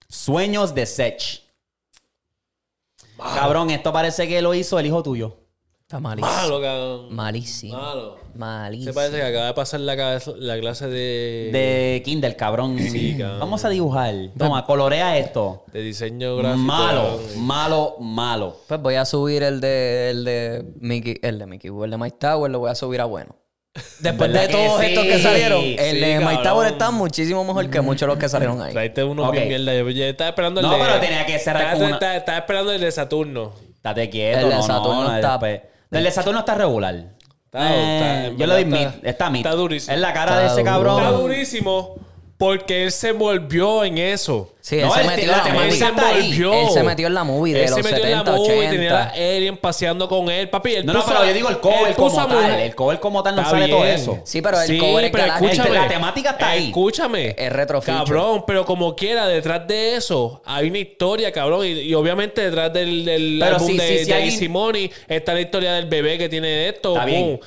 Sueños de Sech. Cabrón, esto parece que lo hizo el hijo tuyo. Está malísimo. Malo, cabrón. Malísimo. Malo. Se Malísimo. parece que acaba de pasar la, cabeza- la clase de, de... de Kindle, cabrón. cabrón. Vamos a dibujar. Toma, colorea esto. diseño gráfico. malo, cabrón. malo, malo. Pues voy a subir el de, el de Mickey, el de Mickey, Boo, el de Mike Tower, lo voy a subir a bueno. Pues Después de ¿Verdad que todos sí? estos que salieron, Sí, eh, el de Mike cabrón. Tower está muchísimo mejor que muchos de los que salieron ahí. Traiste unos Ok. bien mierda. Yo, yo estaba esperando el No, de... pero tenía que cerrar estaba, con una- estaba- estaba esperando el de Saturno. Estate quieto. El de no, no, Saturno no, está- después. El de Saturno está regular. Está- Eh, está- en yo lo doy verdad mid. está- Está mid. está durísimo. Es la cara Está de ese duro. cabrón. Está durísimo porque él se volvió en eso. Sí, él No, se el- metió la en la temática movie. Él se está ahí. volvió. Él se metió en la movie de Él se los metió en la 70, movie, Tenía la 80. alien paseando con él, papi. Él No, no, puso pero a- yo digo el cover él como puso a tal. mujer- El cover como tal no Está sale todo bien. eso. Sí, pero el cover es galáctico. escúchame. La temática está ahí. Escúchame. Es retro feature. Cabrón, pero como quiera, detrás de eso hay una historia, cabrón. Y, y obviamente detrás del, del Pero álbum sí, de, sí, sí, de alguien- Simoni está la historia del bebé que tiene esto. Está bien. boom.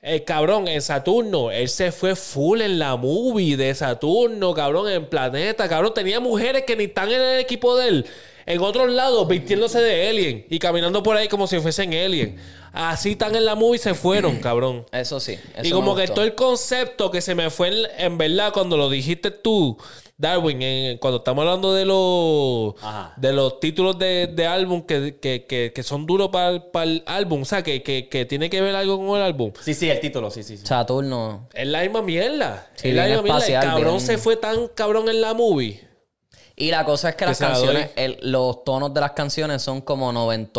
El cabrón en Saturno, él se fue full en la movie de Saturno, cabrón, en Planeta, cabrón. Tenía mujeres que ni están en el equipo de él. En otros lados, vistiéndose de alien y caminando por ahí como si fuesen alien. Así están en la movie y se fueron, cabrón. Eso sí. y eso como me que gustó. todo el concepto que se me fue en, en verdad cuando lo dijiste tú, Darwin, en- cuando estamos hablando de los Ajá. de los títulos de, de álbum que, que, que, que son duros para el- para el álbum, o sea, que, que, que tiene que ver algo con el álbum. Sí, sí, el título, sí, sí. sí. Saturno. Es la misma mierda. Sí, es la bien misma mierda. El espacial, cabrón bien- se fue tan cabrón en la movie. Y la cosa es que Que las se la canciones, el- los tonos de las canciones son como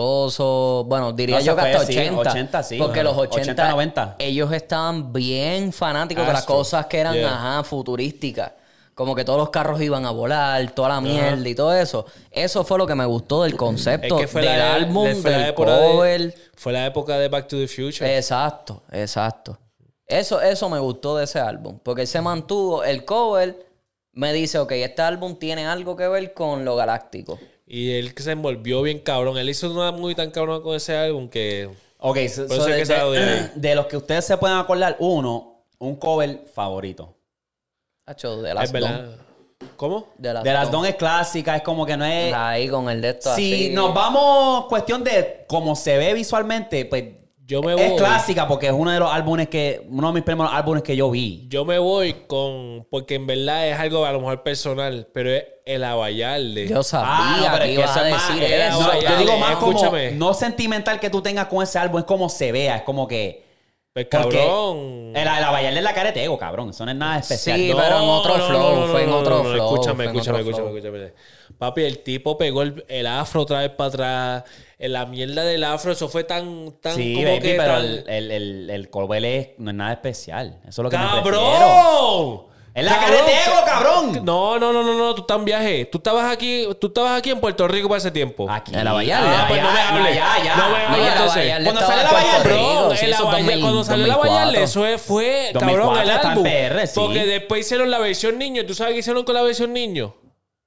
noventosos, bueno, diría No, yo se que hasta fue, sí, 80. 80, sí, Porque ajá. los 80, 80, 90. ellos estaban bien fanáticos de las Astro, cosas que eran, yeah. ajá, futurísticas. Como que todos los carros iban a volar, toda la mierda y todo eso. Eso fue lo que me gustó del Es concepto que fue del la álbum, de- fue la del época de- cover. fue la época de Back to the Future. Eh. Exacto, exacto. Eso, eso me gustó de ese álbum. Porque él se mantuvo. El cover me dice, ok, este álbum tiene algo que ver con lo galáctico. Y él que se envolvió bien cabrón. Él hizo una movie tan cabrón con ese álbum que. Ok, so- Por so eso de, es que se de, la odié. de los que ustedes se pueden acordar, uno, un cover favorito. Hacho, de es las verdad. Don. ¿Cómo? De las, De las Don. Don es clásica, es como que no es... Ahí con el de esto Si así. nos vamos cuestión de cómo se ve visualmente, pues Yo me es voy. clásica porque es uno de los álbumes que uno de mis primeros álbumes que yo vi. Yo me voy con. Porque en verdad es algo a lo mejor personal, pero es el abayarle. Yo sabía que Ah, es ibas eso a es más- decir eh, eso. no, yo dale, digo más como escúchame. no sentimental que tú tengas con ese álbum, es como se vea, es como que Pues porque cabrón. El, el bailarle la cara de ego, cabrón, eso no es nada especial. Sí, pero en otro flow, fue en otro flow, Escúchame, fue en escúchame, otro escúchame, escúchame. Papi, el tipo pegó el, el afro otra vez para atrás. En la mierda del afro, eso fue tan, tan Sí, como baby, que pero tan- el, el, el, el Corbel es- no es nada especial. Eso es lo que me refiero. ¡Cabrón! ¡Es la Cabrón, cara de Tego, ca- cabrón! No, no, no, no, no, tú estás en viaje. Tú estabas aquí, tú estabas aquí en Puerto Rico para ese tiempo. Aquí. El Abayarle. Ah, Ah, pues no me ya, hables. ya, ya. No me hables, No, el entonces. Abayarle Cuando estaba sale la en Puerto Abayarle, Rico, Cabrón, sí, el eso es Abayarle, 2000, cuando salió la 2004. Abayarle, eso es- fue, 2004 cabrón, el está en álbum. PR, sí. Porque después hicieron la versión niño. ¿Tú sabes qué hicieron con la versión niño?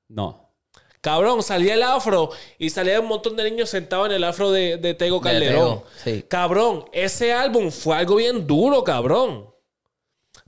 No. Cabrón, salía el afro y salía un montón de niños sentados en el afro de, de Tego De Calderón. Tego, sí. Cabrón, ese álbum fue algo bien duro, cabrón.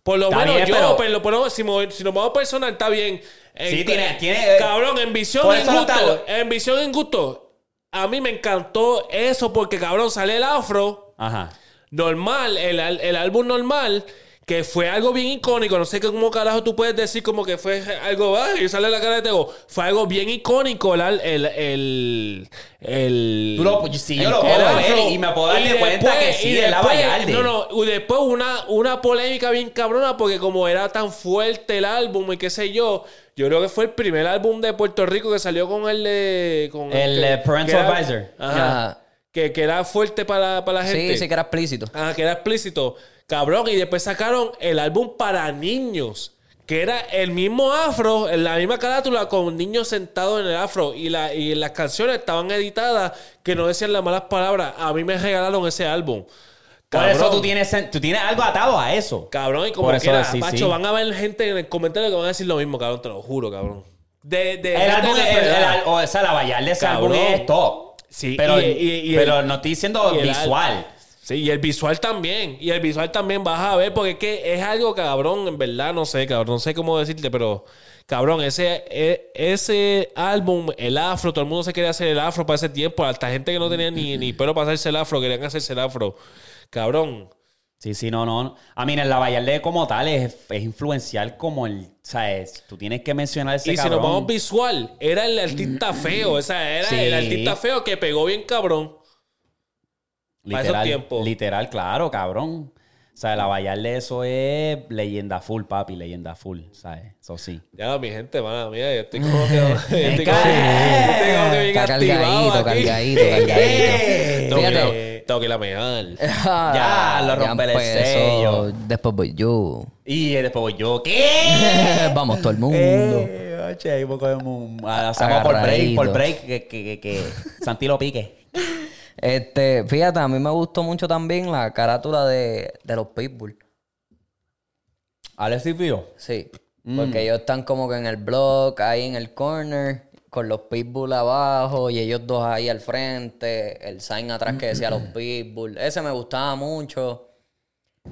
Por lo Está menos bien, yo, pero- pero, por lo- si, mo- si nos vamos personal, está bien. Sí, En- eh, tiene- tiene- Cabrón, en visión Por y en eso no gusto. está- En visión y en gusto. A mí me encantó eso porque, cabrón, sale el afro Ajá. normal, el, al- el álbum normal, que fue algo bien icónico. No sé qué- cómo carajo tú puedes decir como que fue algo, ay, y sale la cara de Tego. Fue algo bien icónico el... al- el, el, el- Tú lo- si yo el lo cover. puedo ver afro. y me puedo dar Y de cuenta que sí, y el después- Abayarde. No, no, y después una, una polémica bien cabrona porque como era tan fuerte el álbum y qué sé yo... Yo creo que fue el primer álbum de Puerto Rico que salió con el de... Con El, que- eh, Parental que era- Advisor. Ajá. Ajá. Que, que era fuerte para, la- para la gente. Sí, sí que era explícito. Ah, que era explícito. Cabrón, y después sacaron el álbum para niños. Que era el mismo afro, en la misma carátula, con niños sentados en el afro. Y, la, y las canciones estaban editadas que no decían las malas palabras. A mí me regalaron ese álbum. Por eso tú tienes, sen- tú tienes algo atado a eso. Cabrón, y como Por eso quiera, sí, Pacho, sí. van a ver gente en el comentario que van a decir lo mismo, cabrón. Te lo juro, cabrón. De, de, El álbum, de- el, el, al- o sea, la Bayarle ese Cabrón. álbum es top. Sí, pero, y- y- y pero el- no estoy diciendo y el al- visual. Sí, y el visual también. Y el visual también vas a ver, porque es que es algo cabrón, en verdad, no sé, cabrón, no sé cómo decirte, pero cabrón, ese, e- ese álbum, el afro, todo el mundo se quería hacer el afro para ese tiempo, hasta gente que no tenía ni, ni pelo para hacerse el afro, querían hacerse el afro. Cabrón. Sí, sí, no, no. A mí, en la Bayarle como tal es, es influencial como el. O sea, es- tú tienes que mencionar ese Y si cabrón. nos vamos visual, era el artista feo, o sea, era Sí. el artista feo que pegó bien cabrón. pa' esos literal, tiempos. literal, claro, cabrón. O sea, la Bayarle eso es leyenda full, papi, leyenda full, ¿sabes? Eso sí. Ya, mi gente, mala mía, yo estoy como que. yo estoy que- como que- estoy como que bien Está activado cargadito, aquí. cargadito, cargadito. Tengo que ir a- Fíjate. tengo que ir a mear. Ya, lo rompe el empezó. sello. pues, Después voy yo. Y después voy yo, ¿qué? Vamos todo el mundo. Eh, oye, ahí vamos con un- ah, Hacemos por break, por Agarradito. break, que, que, que, que Santi lo pique. Este, fíjate, a mí me gustó mucho también la carátula de, de los Pitbull. Alexis Fío. Sí. Mm. Porque ellos están como que en el blog, ahí en el corner, con los Pitbull abajo y ellos dos ahí al frente, el sign atrás que decía los Pitbull. Ese me gustaba mucho.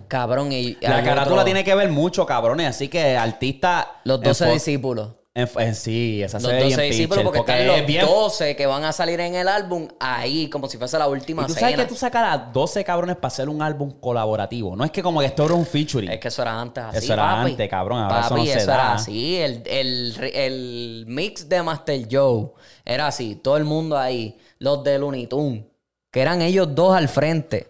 Cabrón, y. La al carátula otro- tiene que ver mucho, cabrones. Así que artista. Los 12 enfo- discípulos. En, en sí, esa Los se ve 12 bien discípulos, pitcher, porque, están es los bien- 12 que van a salir en el álbum ahí, como si fuese la última Y tú sabes cena. que tú sacas a 12 cabrones para hacer un álbum colaborativo. No es que como que esto era un featuring. Es que eso era antes así. Eso era papi. antes, cabrón, ahora eso papi, no se eso era da. así. El, el- el mix de Master Joe era así. Todo el mundo ahí. Los de Looney Tunes, que eran ellos dos al frente.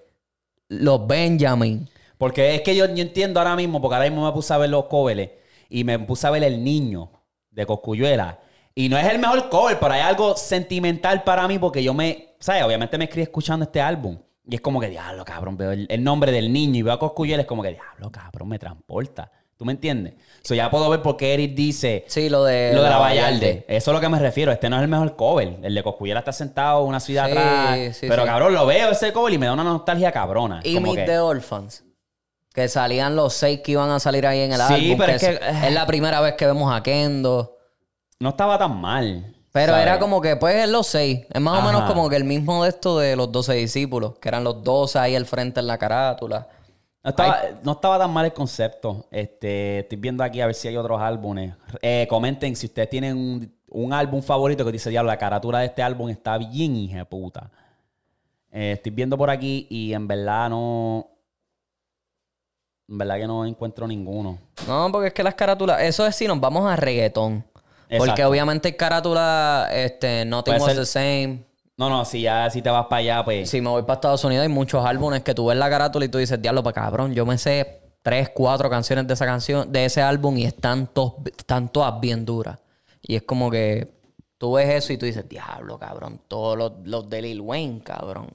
Los Benjamin. Porque es que yo, yo entiendo ahora mismo, porque ahora mismo me puse a ver los covers y me puse a ver el niño de Coscuyuela. Y no es el mejor cover, pero hay algo sentimental para mí porque yo me, ¿sabes? Obviamente me escribí escuchando este álbum. Y es como que, diablo, cabrón, veo el, el nombre del niño y veo a Coscuyuela, es como que, diablo, cabrón, me transporta. ¿Tú me entiendes? So ya puedo ver por qué Eric dice Sí, lo de. lo de la Eh, Vallarde. Vallarde. Eso es lo que me refiero. Este no es el mejor cover. El de Coscuyela está sentado en una ciudad Sí, atrás. sí, pero sí. cabrón, lo veo ese cover y me da una nostalgia cabrona. Y Como Meet que- the Orphans. Que salían los seis que iban a salir ahí en el Sí, álbum. pero es es, que- es la primera vez que vemos a Kendo. no estaba tan mal. Pero ¿sabes? era como que, pues, es los seis. Es más Ajá. o menos como que el mismo de esto de los doce discípulos, que eran los doce ahí al frente en la carátula. No estaba, no estaba tan mal el concepto. Este, estoy viendo aquí a ver si hay otros álbumes. Eh, comenten si ustedes tienen un, un álbum favorito que dice, diablo, la carátula de este álbum está bien hija puta. Eh, estoy viendo por aquí y en verdad no... En verdad que no encuentro ninguno. No, porque es que las carátulas, eso es si nos vamos a reggaetón. Porque Exacto. obviamente hay carátula, este, Nothing Puede Was ser- the Same. No, no, si ya si te vas para allá, pues... Si me voy para Estados Unidos, hay muchos álbumes que tú ves la carátula y tú dices, diablo, para cabrón, yo me sé tres, cuatro canciones de esa canción, de ese álbum y están, tos- están todas bien duras. Y es como que tú ves eso y tú dices, diablo, cabrón, todos los, los de Lil Wayne, cabrón.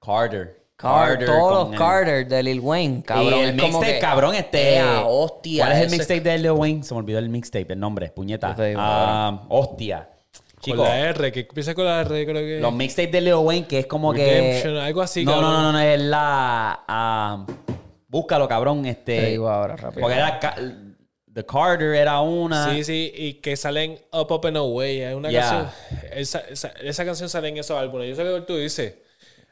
Carter. Car- todos con los el- Carter de Lil Wayne, cabrón. Y el Es como mixtape, que, cabrón, este. ea, hostia. ¿Cuál es el ese- mixtape de Lil Wayne? Se me olvidó el mixtape, el nombre, puñeta. Yo te digo, Ah, hostia. Con Chicos, la R, que empieza con la R, creo que. los mixtapes de Lil Wayne, que es como que. Redemption, algo así, No, no, cabrón. no, no, no, es la. ah, búscalo, cabrón, Te este. digo ahora, rápido. Porque era. ca- The Carter era una. Sí, sí, y que salen Up, Up and Away. Hay una Yeah. canción. Esa, esa, esa canción sale en esos álbumes. Yo sé que tú dices.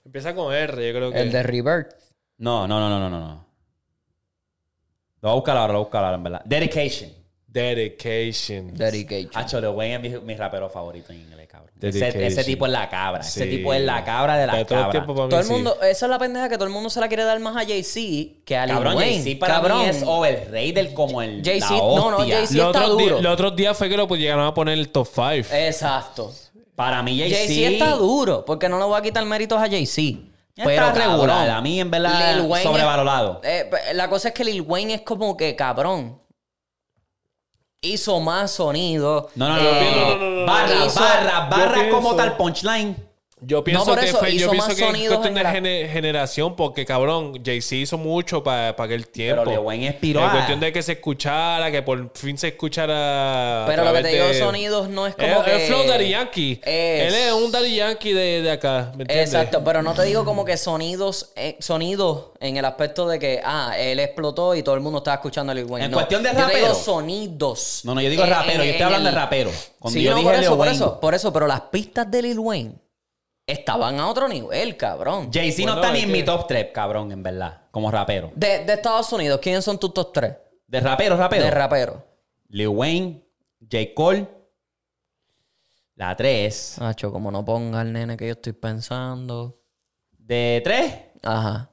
Empieza con R, yo creo que. El de Rebirth. No, no, no, no, no, no, no. Lo voy a buscar ahora, lo voy a buscar ahora, en verdad. Dedication. Dedication. Dedication. Hacho, Lil Wayne es mi, mi rapero favorito en inglés, cabrón. Ese, Dedication. ese tipo es la cabra. Ese Sí. tipo es la cabra de la De todo el tiempo para mí. Todo el sí. mundo, esa es la pendeja que todo el mundo se la quiere dar más a Jay-Z que a Lil Cabrón, Wayne. Jay-Z para cabrón. mí es o el rey del como el Jay-Z, la no, no, hostia. Jay-Z. Sí Los está otros di- duro. Eh, los otros días fue que lo pues, llegaron a poner el top 5. Exacto. Para mí Jay-Z... Jay-Z está duro, porque no le voy a quitar méritos a Jay-Z. Está Pero regular, cabrón, a mí en verdad Lil Wayne sobrevalorado. es- eh, pe- la cosa es que Lil Wayne es como que cabrón. Hizo más sonido. No, no, no, eh, no, no, no, no, no. Barra, hizo- barra, barra pienso- como tal punchline. Yo pienso por que eso fue, yo hizo pienso más que es sonidos cuestión de en la- gene- generación, porque cabrón, Jay-Z hizo mucho para aquel tiempo. Pero Lil Wayne inspiró Es a- cuestión de que se escuchara, que por fin se escuchara. a Pero lo que través te digo, de- sonidos no es como Es- que... es flow Daddy Yankee. Es- Él es un Daddy Yankee de, de acá. ¿me entiendes? Exacto, pero no te digo como que sonidos, eh, sonidos en el aspecto de que, ah, él explotó y todo el mundo estaba escuchando a Lil Wayne. En No, cuestión de yo te digo rapero. sonidos. No, no, yo digo En- rapero, Eh, en- yo estoy en hablando el- de rapero. Cuando sí, yo no, dije por eso, Lil por Wayne. eso, por eso, pero las pistas de Lil Wayne estaban a otro nivel, cabrón. Jay-Z no Bueno, está ni es en mi que- top 3, cabrón, en verdad. Como rapero. De, de Estados Unidos, ¿quiénes son tus top tres? De rapero, rapero. De rapero. Lil Wayne, J. Cole. La 3. Nacho, como no ponga al nene que yo estoy pensando. ¿De 3? Ajá.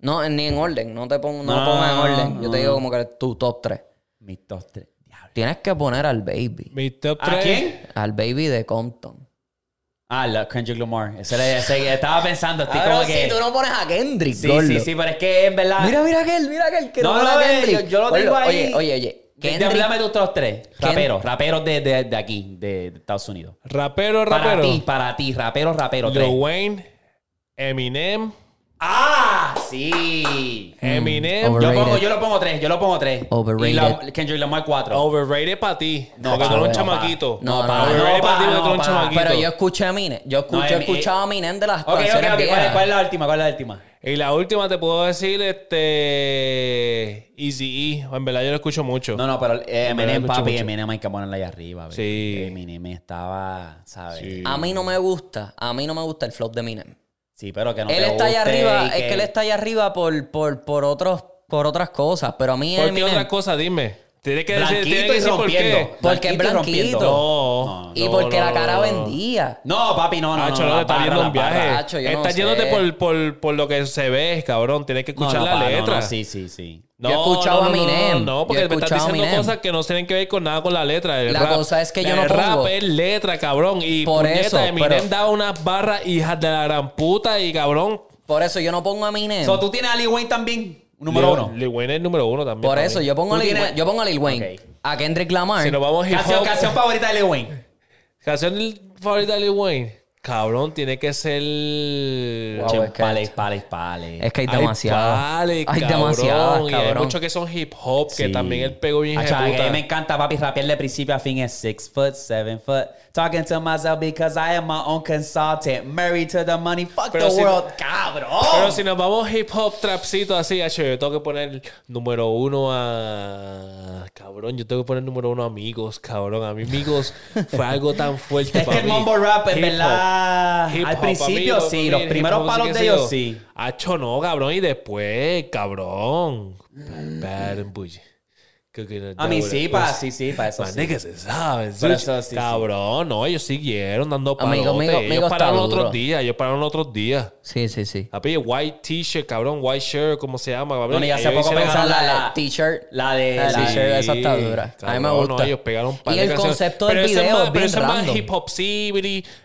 No, ni en orden, no te pongo, no, No, lo pongas en orden. Yo no. te digo como que tu top tres. Mi top 3. Diablo. Tienes que poner al baby. Mi top ¿A 3. quién? Al baby de Compton. Ah, la- Kendrick Lamar. Ese, le- ese- estaba pensando, estoy como que. si tú no pones a Kendrick, sí, gordo. sí, sí, pero es que en verdad. Mira, mira aquel, mira aquel que No, no, no, pone a eh, Kendrick. yo- yo lo tengo Gordo, ahí. Oye, oye, oye. de- de- Kendrick, háblame de otros tres. Ken- Raperos, raperos de, de, de aquí, de, de Estados Unidos. Rapero, Para rapero. ti, para ti, rapero, rapero. Lil Tres. Wayne, Eminem. ¡Ah! Sí. Eminem. over- Yo, pongo, Overrated. yo lo pongo tres, yo lo pongo tres. Overrated. Oh, Y la- Kendrick Lamar cuatro. Overrated para ti. No, porque tú pa, eres un no, pa. chamaquito. No, pa, no, no, Overrated para ti pa, porque tú eres no, un pa. chamaquito. pero yo escuché a Eminem. Yo, escuché, No, yo Emi- escuchaba a Eminem de las Ok, ok, ok. canciones ¿Cuál es, viejas. cuál es la última? ¿Cuál es la última? Y la última te puedo decir, este. Easy E. En verdad yo lo escucho mucho. No, no, pero eh, verdad, Eminem, escucho papi, mucho. Eminem hay que ponerla ahí arriba. baby. Sí. Eminem estaba, ¿sabes? Sí. A mí no me gusta, a mí no me gusta el flop de Eminem. Sí, pero que no él te está allá guste arriba, y es que él está allá arriba por, por, por otros, por otras cosas. Pero a mí ¿Por qué Eminem- otra cosa? Dime. Tiene que decir, tiene que Blanquito y decir por qué. rompiendo. Porque es y rompiendo. blanquito. No. Y no, porque no, la cara no, no. vendía. No, papi, no, no. Nacho, no, no, la está barra, viendo la un viaje. barra. Nacho, yo no Estás sé. yéndote por, por, por lo que se ve, cabrón. Tienes que escuchar No, no, la pa, no, letra. no, sí, sí, sí. No, Yo he escuchado no, a no, Eminem. No, Yo no, porque he me estás escuchado a diciendo Eminem. cosas que no tienen que ver con nada con la letra. El La rap- cosa es que yo no el pongo. rap es letra, cabrón. Y Por puñeta, eso, Eminem pero- da unas barras hijas de la gran puta y cabrón. Por eso yo no pongo a Eminem. So, tú tienes a Lil Wayne también, número Lil- uno. Lil Wayne es el número uno también. por para eso mí. yo pongo, a Tú Lil, tienes- Wayne- yo pongo a Lil Wayne. Ok. A Kendrick Lamar. Si nos vamos hip Canción, hop. canción favorita de Lil Wayne. Canción favorita de Lil Wayne. Cabrón, tiene que ser. Cioè, Wow, es que- pales, pales, pales. Es que hay demasiadas. Hay, Hay cabrón. demasiadas, Y hay cabrón. muchos que son hip hop, que Sí. también el pego bien Acho, a ejecuta. mí me encanta, papi, rapear de principio a fin es six foot, seven foot. Talking to myself because I am my own consultant. Married to the money, fuck Pero the si- world, cabrón. Pero si nos vamos hip hop trapcito así, acho, yo tengo que poner número uno a. Cabrón, yo tengo que poner número uno a amigos, cabrón. A mí, amigos, fue algo tan fuerte. Es que para el mí. mumble rap, en Hip hop. verdad, Hip al hop, principio amigos, sí, mí, los hip primeros hop, palos qué de sé ellos yo. sí. Acho, no, cabrón. Y después, cabrón. pues. Bad and bougie. Mm. A mí sí, pa, sí, sí, pa, eso Más sí. que se sabe. Pero Such. eso sí, cabrón, no, ellos siguieron dando palos. Amigo, amigo, ellos amigo está pararon duro. otros días, ellos pararon otros días. Sí, sí, sí. Papi, white t-shirt, cabrón, white shirt, ¿cómo se llama? cabrón? Bueno, y hace Ellos poco hicieron- Esa es la, la- la t-shirt. La de... La la- t-shirt. esa está dura. A mí me cabrón, gusta. no, ellos pegaron un par Y de el canciones. concepto del Pero ese es video más- es Pero bien ese es más random. hip hop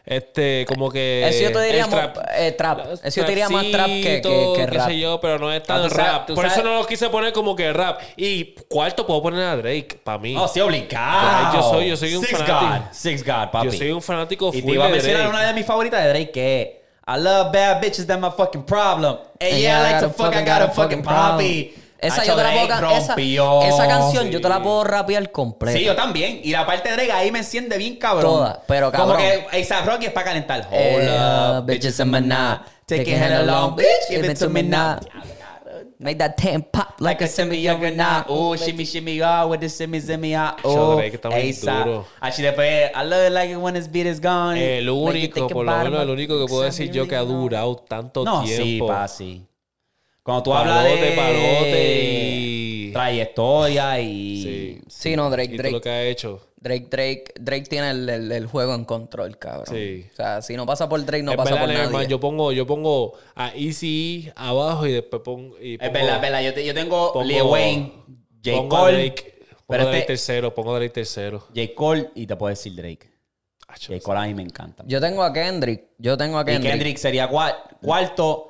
este, como que... Eso yo te diría el más eh, trap. Eso yo te diría más trap que, que- que Trapcito, qué rap. sé yo, pero no es Ah, tan tú sabes- rap. tú Por eso sabes- no lo quise poner como que rap. Y cuarto puedo poner a Drake, para mí. Oh, sí, obligado. Ay, yo soy- yo soy un Six fanático. God, Six God, papi. yo soy un fanático Y full te iba a de mencionar Drake. una de mis favoritas de Drake que es I love bad bitches, that's my fucking problem. And yeah, I like to fuck, I got a fucking poppy. Esa, Hacho, yo te la puedo Drake can- esa- rompió. esa canción yo Sí. te la puedo rapear completa. Sí, yo también. Y la parte de Drake ahí me enciende bien cabrón. Toda, pero cabrón. Como que ASAP Rocky es para calentar. Hold Eh, up, bitches and maná. Take your hand along, bitch, give it to me now. Make that ten pop like a semi younger now. Oh, shimmy, shimmy, ah, with the shimmy, shimmy, ah, Yo, oh. Drake está muy ASAP. duro. Así después, I love it like it when this beat is gone. Make El you único, think por Eh, lo about menos it. el único que puedo decir yo que ha durado tanto No, sí, tiempo. pa, sí. Cuando tú hablas Palote, de... palote y... Trayectoria y... Sí. Sí, no, Drake, Y todo lo Drake. que ha hecho. Drake, Drake, Drake tiene el, el- el juego en control, cabrón. Sí. O sea, si no pasa por Drake, no es pasa verdad, por nadie. Nevermind, yo pongo, yo pongo a Easy abajo y después pongo. Y Es pongo verdad, es verdad. Yo, te- yo tengo pongo- Lil Wayne, J. pongo a Cole, Drake, pongo pero a Drake este- tercero, pongo a Drake tercero. J. Cole y te puedo decir Drake. Acho, J. Cole a mí me encanta. Yo tengo a Kendrick. Yo tengo a y Kendrick. Kendrick sería cua- cuarto.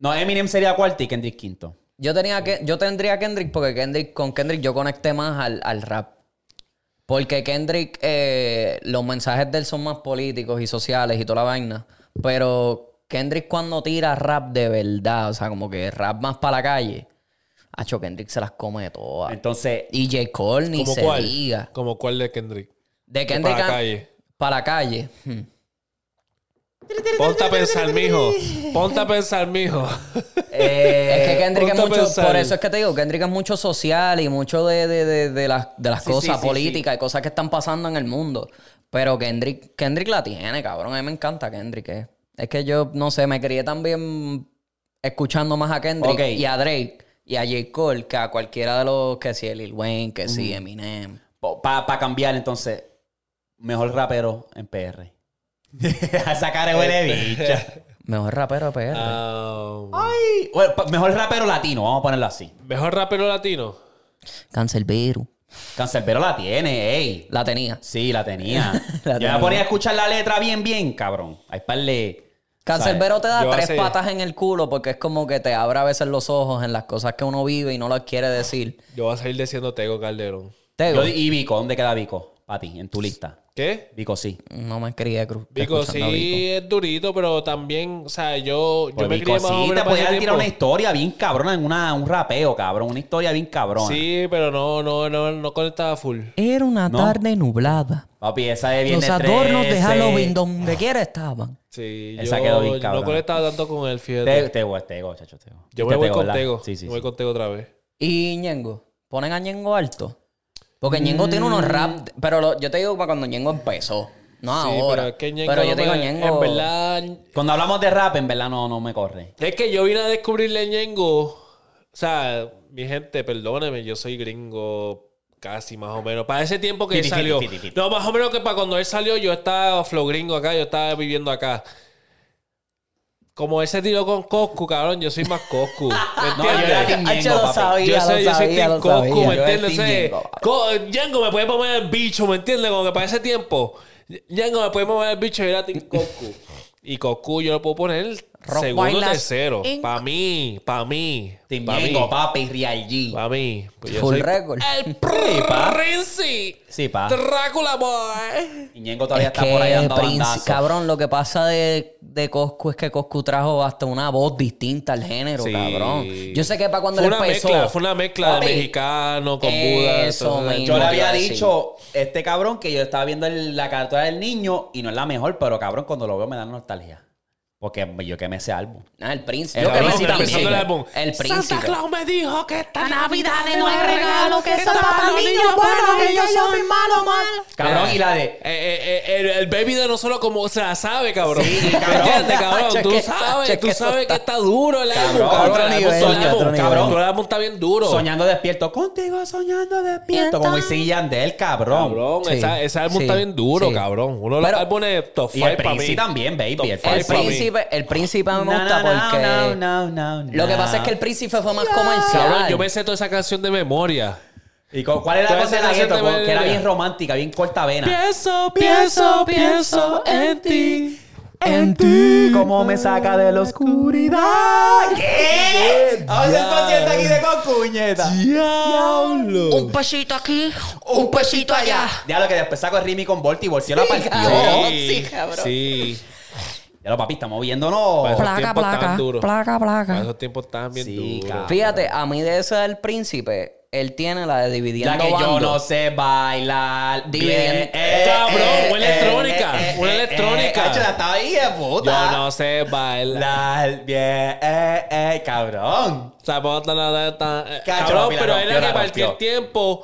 No, Eminem sería cuarto y Kendrick quinto. Yo, tenía que, yo tendría a Kendrick porque Kendrick, con Kendrick yo conecté más al, al rap. Porque Kendrick, eh, los mensajes de él son más políticos y sociales y toda la vaina. Pero Kendrick cuando tira rap de verdad, o sea, como que rap más para la calle, Acho Kendrick se las come todas. Entonces, Y J. Cole ni ¿Como se Eh, cuál? diga. Como cuál de Kendrick. De Que Kendrick para la a- calle. Para la calle. Hmm. Ponte a pensar, mijo. Ponte a pensar, mijo. eh, es que Kendrick es ponte a mucho, pensar. por eso es que te digo, Kendrick es mucho social y mucho de, de- de- de las, de las Sí, cosas sí, sí, políticas y cosas que están pasando en el mundo. Pero Kendrick, Kendrick la tiene, cabrón. A mí me encanta Kendrick. eh. Es que yo, no sé, me crié también escuchando más a Kendrick Ok. y a Drake y a J. Cole que a cualquiera de los que si Lil Wayne, que si Eminem. para cambiar, entonces, mejor rapero en PR. a sacar el huele bicha. Mejor rapero, PR. Ah, Ay, bueno, pa- mejor rapero latino, vamos a ponerlo así. Mejor rapero latino. Cancelberu. Cancerbero la tiene, ey. La tenía. Sí, la tenía. La Yo tenía. me ponía a escuchar la letra bien, bien, cabrón. Hay par de... Cancerbero te da Yo tres hace- patas en el culo porque es como que te abre a veces los ojos en las cosas que uno vive y no las quiere decir. Yo voy a salir diciendo Tego Calderón. Tego, Yo di- y Vico, ¿dónde queda Vico? Para ti, en tu lista. ¿Qué? Vico sí. no me crié cru- Vico sí escuchando a Vico. es durito, pero también, o sea, yo, yo Pues me Vico crié más o sí, te menos para ese podías tirar tiempo. una historia bien cabrona en una, un rapeo, cabrón. Una historia bien cabrona. Sí, pero no, no, no, no conectaba full. Era una No. tarde nublada. Papi, esa de Los Viernes adornos 13. de Halloween donde quiera estaban. Sí, Esa yo quedó bien no cabrona. conectaba tanto con él, fíjate. Te- Tego, es Tego, chacho, Tego. Yo me voy Tego, con ¿verdad? Tego. Sí, sí, Me voy sí. con Tego otra vez. Y Ñengo. Mm. Ponen a Ñengo alto. Porque Ñengo tiene unos rap. Pero lo- yo te digo para cuando Ñengo empezó. No Sí, ahora. pero Pero, es que Ñengo yo no te digo, me- Ñengo. En verdad, Cuando hablamos de rap, en verdad no, no me corre. es que yo vine a descubrirle a Ñengo. O sea, mi gente, perdóneme, yo soy gringo casi más o menos. Para ese tiempo que Fiti, fiti, salió. fiti, fiti. No, más o menos que para cuando él salió, yo estaba flow gringo acá, yo estaba viviendo acá. Como él se tiró con Coscu, cabrón, yo soy más Coscu. ¿Me yo entiendes? era Team Ah, Ñengo, lo papi. sabía, Yo lo soy, yo soy sabía, Team lo Coscu, sabía. ¿me Yo era entiendes? Team Ese- Django. Co- Django me puede mover el bicho, ¿me entiendes? Como que para ese tiempo, Django me puede mover el bicho y era Team Coscu. Y Coscu yo lo puedo poner Rock segundo o Bailas tercero. en- Para mí, para mí. Team Para mí. Ñengo, papi, Real G. Para mí. Pues yo Full Ah. soy record. El Prince. Sí, pa. Drácula Boy. Y Ñengo Es todavía está que por ahí dando Prince, bandazos. cabrón, lo que pasa de, de Coscu es que Coscu trajo hasta una voz distinta al género, Sí. cabrón. Yo sé que para cuando Fue él una empezó- mezcla, fue una mezcla de Papi, mexicano con Buda. Eso entonces- mismo. Yo le no te iba había a decir. dicho, este cabrón, que yo estaba viendo el- la carta del niño y no es la mejor, pero cabrón, cuando lo veo me da nostalgia. Porque yo quemé ese álbum. Ah, el príncipe. El Lo que cabrón, me empezando también. el álbum. El Santa príncipe. Claus me dijo que esta Navidad no hay regalo, que son para los niños buenos, que yo soy malo, malo. Cabrón, y la Eh, de. eh, eh, el, el baby de nosotros como se la sabe, cabrón. Sí, ¿Me cabrón. ¿Entiendes, cabrón? Tú Cheque- sabes, tú cheque- sabes que está duro el álbum, Cabrón, cabrón. otro El álbum nivel, está- el otro álbum, nivel. cabrón, todo el álbum está bien duro. Soñando despierto, contigo soñando despierto. Como Isil y Yandel, cabrón. Cabrón, Sí, esa- ese álbum sí, está bien duro, sí. cabrón. Uno de los Pero- álbumes top Y 5 el para Príncipe mí. también, baby. El Top El five para mí. príncipe, el príncipe me No, no, gusta no, porque. no, no, no, Lo que no. pasa es que el príncipe fue más comercial. Cabrón, yo me sé toda esa canción de memoria. ¿Y con- cuál era la Toda cosa de esa la gueto? canción de- Que era bien romántica, bien corta vena. Pienso, pienso, pienso en ti. en ti. ¿Cómo me saca de la oscuridad? ¿Qué? Vamos a hacer concierto aquí de concuñeta. Un pesito aquí, un pesito allá. Ya lo que después sacó el Rimi con Volt y volció la partió. cabrón. Sí, cabrón. Sí. Ya lo papi, estamos Para viéndonos. esos Placa, tiempos estaban placa, duros. placa, Para placa. esos tiempos estaban bien Sí, duros. cabrón. Fíjate, a mí de esa del príncipe, él tiene la de dividiendo Ya que yo bandos. no sé bailar. Bien. eh, Dividiendo- Cabrón, una electrónica, una electrónica. Cacho, eh, la estaba ahí, eh, puta. Yo no sé bailar. Bailar bien, eh, eh, cabrón. Zapata, nada, está- eh, Cacho, Cabrón, la pero rompió, era la que para rompió. aquel tiempo,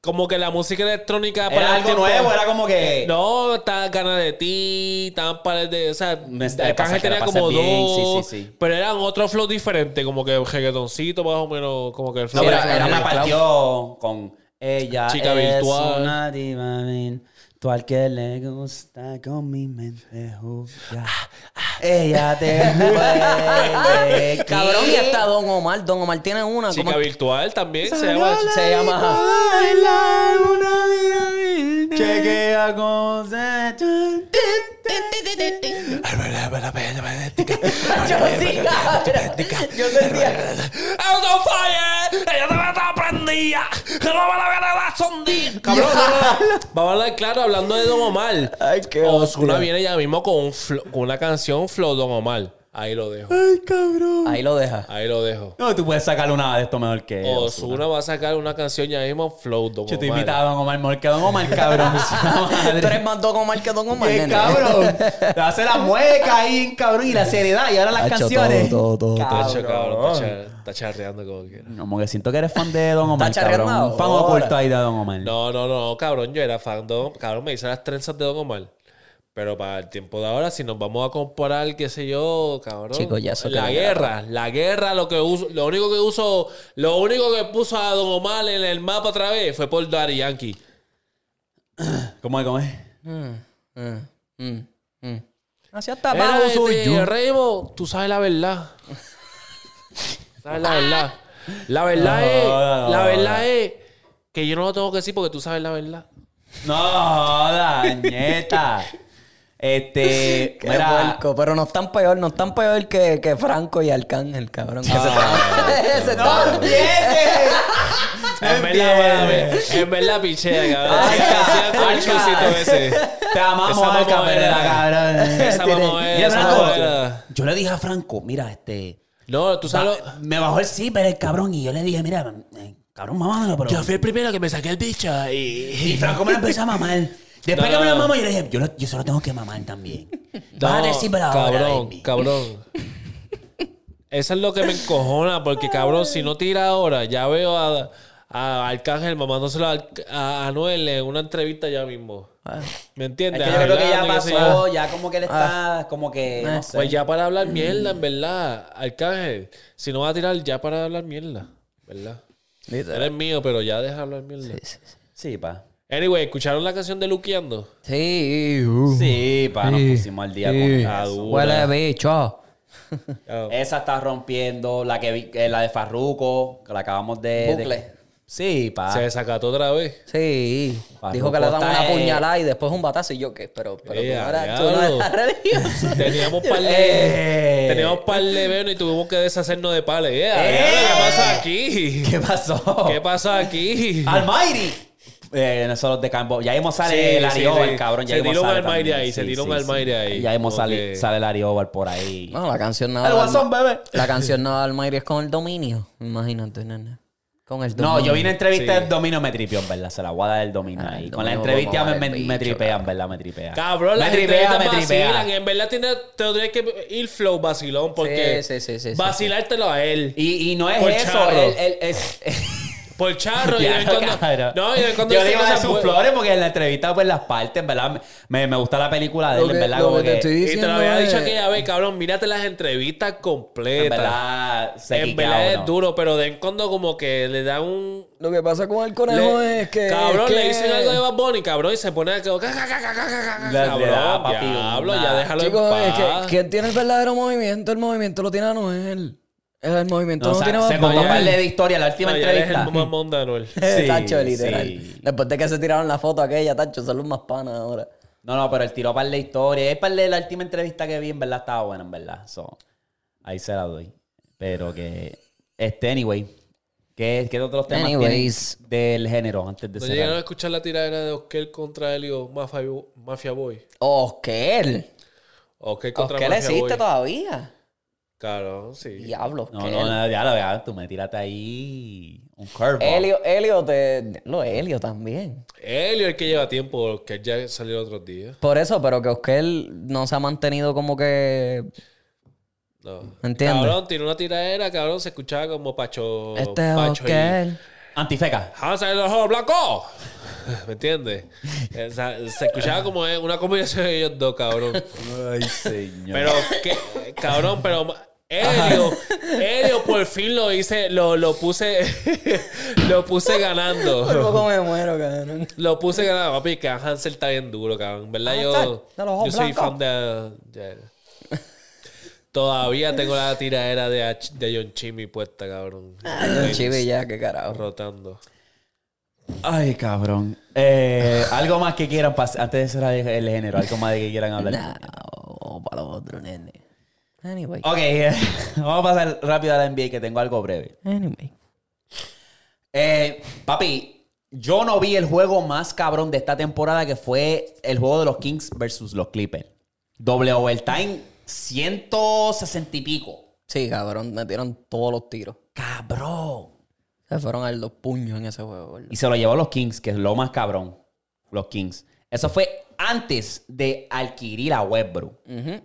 como que la música electrónica para Era el algo tiempo- eh, nuevo, era como que. No, estaban ganas de ti, estaban pares de. O sea, Me- el pasa Cángel que la tenía pasan como bien, sí, dos. sí, sí. Pero eran otro flow diferente, como que reggaetoncito, más o menos. Como que el No, flow. pero sí, era sí, una sí. partió con ella. Chica es virtual. Una diva virtual que le gusta con mi mente jugar. Ella te puede. Cabrón, y está Don Omar. Don Omar tiene una. Chica como- virtual también se llama. Se llama- Bailar una diva virtual. Chequea con. Yo sí, cabrón. Yo sentía. ¡Out on fire! ¡Ella te va a estar prendida! ¡Que no me la van a dar sondía! Cabrón, no, no, no. Vamos a hablar claro, hablando de Don Omar. Ay, qué Osuna hostia. viene ya mismo con, un flo- con una canción Flow Don Omar. Ahí lo dejo. Ay, cabrón. Ahí lo deja. Ahí lo dejo. No, tú puedes sacarle una de esto mejor que. Osuna va a sacar una canción ya mismo Flow Don Yo te Omar. invitaba a Don Omar, mejor que Don Omar, cabrón. Tú eres más Don Omar que Don Omar. Qué nene. cabrón. Le hace la mueca ahí, cabrón, y la seriedad. Y ahora las Hacho, canciones. todo, todo, todo. Cabrón. Tacho, cabrón, está, char- está charreando como quiera. Como que siento que eres fan de Don Omar, Está charreando cabrón. Un fan ahora. oculto ahí de Don Omar. No, no, no, cabrón, yo era fan de Don Cabrón, me hice las trenzas de Don Omar. Pero para el tiempo de ahora, si nos vamos a comparar, qué sé yo, cabrón. Chicos, ya eso la quedó guerra, la guerra, lo que uso, lo único que uso, lo único que puso a Don Omar en el mapa otra vez fue por Daddy Yankee. ¿Cómo es? ¿Cómo es? Mm, mm, mm. Así hasta Era Pau soy este, yo. Raymond, tú sabes la verdad. sabes la verdad. La verdad No, es, no, la no, verdad no. es que yo no lo tengo que decir porque tú sabes la verdad. No, dañeta. Este. Qué mira, puerco, Eh, pero no están peor, no están peor que, que Franco y Arcángel, cabrón. Que se está- se está- ¡No empieces! En verdad, mano, en verdad, pichea, cabrón. Ay, Hacía todo el ay, chusito ay. ese. Te amamos, Esa Alca mamadera. Pereira, cabrón. Esa Tiene- mamadera, Mira, esa Franco, mamadera. Yo le dije a Franco, mira, este. No, tú sabes. lo- Me bajó el zipper el cabrón y yo le dije, mira, eh, cabrón, mamámelo, pero... Yo fui el primero que me saqué el bicho y. Y Franco me lo empezó a mamar. Después No, que me no, lo no. mamó, yo le dije, yo, lo, yo se lo tengo que mamar también. No, Bájate el zipper ahora, cabrón, baby. cabrón. Eso es lo que me encojona, porque cabrón, si no tira ahora, ya veo a, a Arcángel mamándoselo a, Arc- a Anuel en una entrevista ya mismo. Ah. ¿Me entiendes? Es que yo creo que ya Hablando, qué sé pasó, yo. ya como que él está, como que, Eh. no sé. Pues ya para hablar mierda, en verdad. Arcángel, si no vas a tirar, ya para hablar mierda. ¿Verdad? Literal. Eres mío, pero ya deja hablar mierda. Sí, sí, Sí, pa. Anyway, ¿escucharon la canción de Luqueando? Sí, uh. Sí, pa, nos Sí. pusimos al día Sí. con Ah, eso. dura. Huele bicho. Oh. Esa está rompiendo, la que vi- eh, la de Farruko, que la acabamos de... Bucle. de- Sí, pa. Se desacató otra vez. Sí. Farruko Dijo que le dan está, una eh. puñalada y después un batazo. Y yo, ¿qué? Pero, pero Eh, tú, no eras, tú diablo. no eras religioso. Teníamos par de... Eh. Teníamos par de venos y tuvimos que deshacernos de pales. Eh, Eh. ¿Qué pasa aquí? ¿Qué pasó? ¿Qué pasa aquí? Ah, Almighty. Eh, nosotros de Camboya. Ya hemos sale Sí, el sí, Ariobar, sí. cabrón. Ya Se mismo tiró un sale Almighty también. ahí, se tiró un Almighty ahí. Ya hemos Ok. sale, sale el Ariobar por ahí. No, la canción el nada. Guasón, bebé. La canción nada del Mayri es con el dominio. Imagínate, nena. Con el No, dominio. yo vi una entrevista Sí. del Domino me tripió, en verdad. Se la voy a dar el Domino Ah, ahí. el Con la Domino entrevista vamos a me, ver, me- me bicho, tripea, en verdad, me tripea. Cabrón, la me gente tripea, me vacilan. tripea. En verdad tiene- te tendrías que ir flow vacilón porque Sí, sí, sí, sí, sí. vacilártelo a él. Y, y no es Por eso. charro. Él, él- es, Por charro y de vez en Claro, cuando- cabrón. No, y de vez en cuando Yo dice le iba a cosas dar sus buenas. flores porque en la entrevista, pues las partes, en verdad, me, me gusta la película de él, en verdad, como que. Y te lo había dicho aquella vez, cabrón, mírate las entrevistas En completas. verdad, se En quiquea verdad uno. es duro, pero de vez en cuando como que le da un... Lo que pasa con el le- conejo es que. cabrón, es que- le dicen algo de Bad Bunny, cabrón, y se pone a... ca- ca- ca- ca- ca- ca- ca- Le- le Cabrón, da, papi, diablo, una- ya déjalo en Chicos, es que paz. quien tiene el verdadero movimiento, el movimiento lo tiene Anuel. El movimiento No, no, o sea, tiene Bad se contó Bunny. un par de historias la última No, ya eres entrevista. el mamón de Anuel. Sí, Tacho, sí. literal. Después de que se tiraron la foto aquella, Tacho, son los más panas ahora. No, no, pero él tiró par de historias. Es par de la última entrevista que vi, en verdad, estaba buena, en verdad. So, ahí se la doy. Pero que. Este, anyway. ¿Qué, qué otros temas Anyways. tienes del género antes de No cerrar? llegaron a escuchar la tiradera de Oscar contra Elio Mafia, Mafia Boy. Oscar. Oscar contra Oscar Mafia existe Boy. todavía. Cabrón, sí. Diablo, No, Oscar. no, no, ya lo veas. Tú me tiraste ahí un curveball. Helio, Helio te. Lo Helio también. Elio el que lleva tiempo, Oscar ya salió el otro día. Por eso, pero que Oscar no se ha mantenido como que. No. Entiendo. Cabrón, tiene una tiradera, cabrón, se escuchaba como Oh, Pacho. este es Pacho y- Ah, Oscar. Antifeca. ¡Hansa de los ojos blancos! ¿Me entiendes? O sea, se escuchaba como eh, una combinación de ellos dos, cabrón. Ay, señor. Pero, que, cabrón, pero. Helio, Helio por fin lo hice, lo, lo puse, lo puse Por ganando. poco me muero, cabrón. Lo puse ganando, papi, que Hansel está bien duro, cabrón. En verdad, Hansel, yo, Ah, de los ojos yo soy blancos. fan de... de- Todavía tengo la tiradera de, H- de John Chimmy puesta, cabrón. Ah. Chibi ya, qué carajo. Rotando. Ay, cabrón. Eh, algo más que quieran pas- antes de cerrar el, el género, algo más de que quieran hablar. Nah, o para los otros, nene. Anyway. Ok, eh, vamos a pasar rápido a la NBA que tengo algo breve. Anyway. Eh, papi, yo no vi el juego más cabrón de esta temporada que fue el juego de los Kings versus los Clippers. Doble overtime, 160 y pico. Sí, cabrón, metieron todos los tiros. Cabrón. Se fueron a los puños en ese juego, gordo. Y se lo llevó los Kings, que es lo más cabrón. Los Kings. Eso fue antes de adquirir a Westbrook.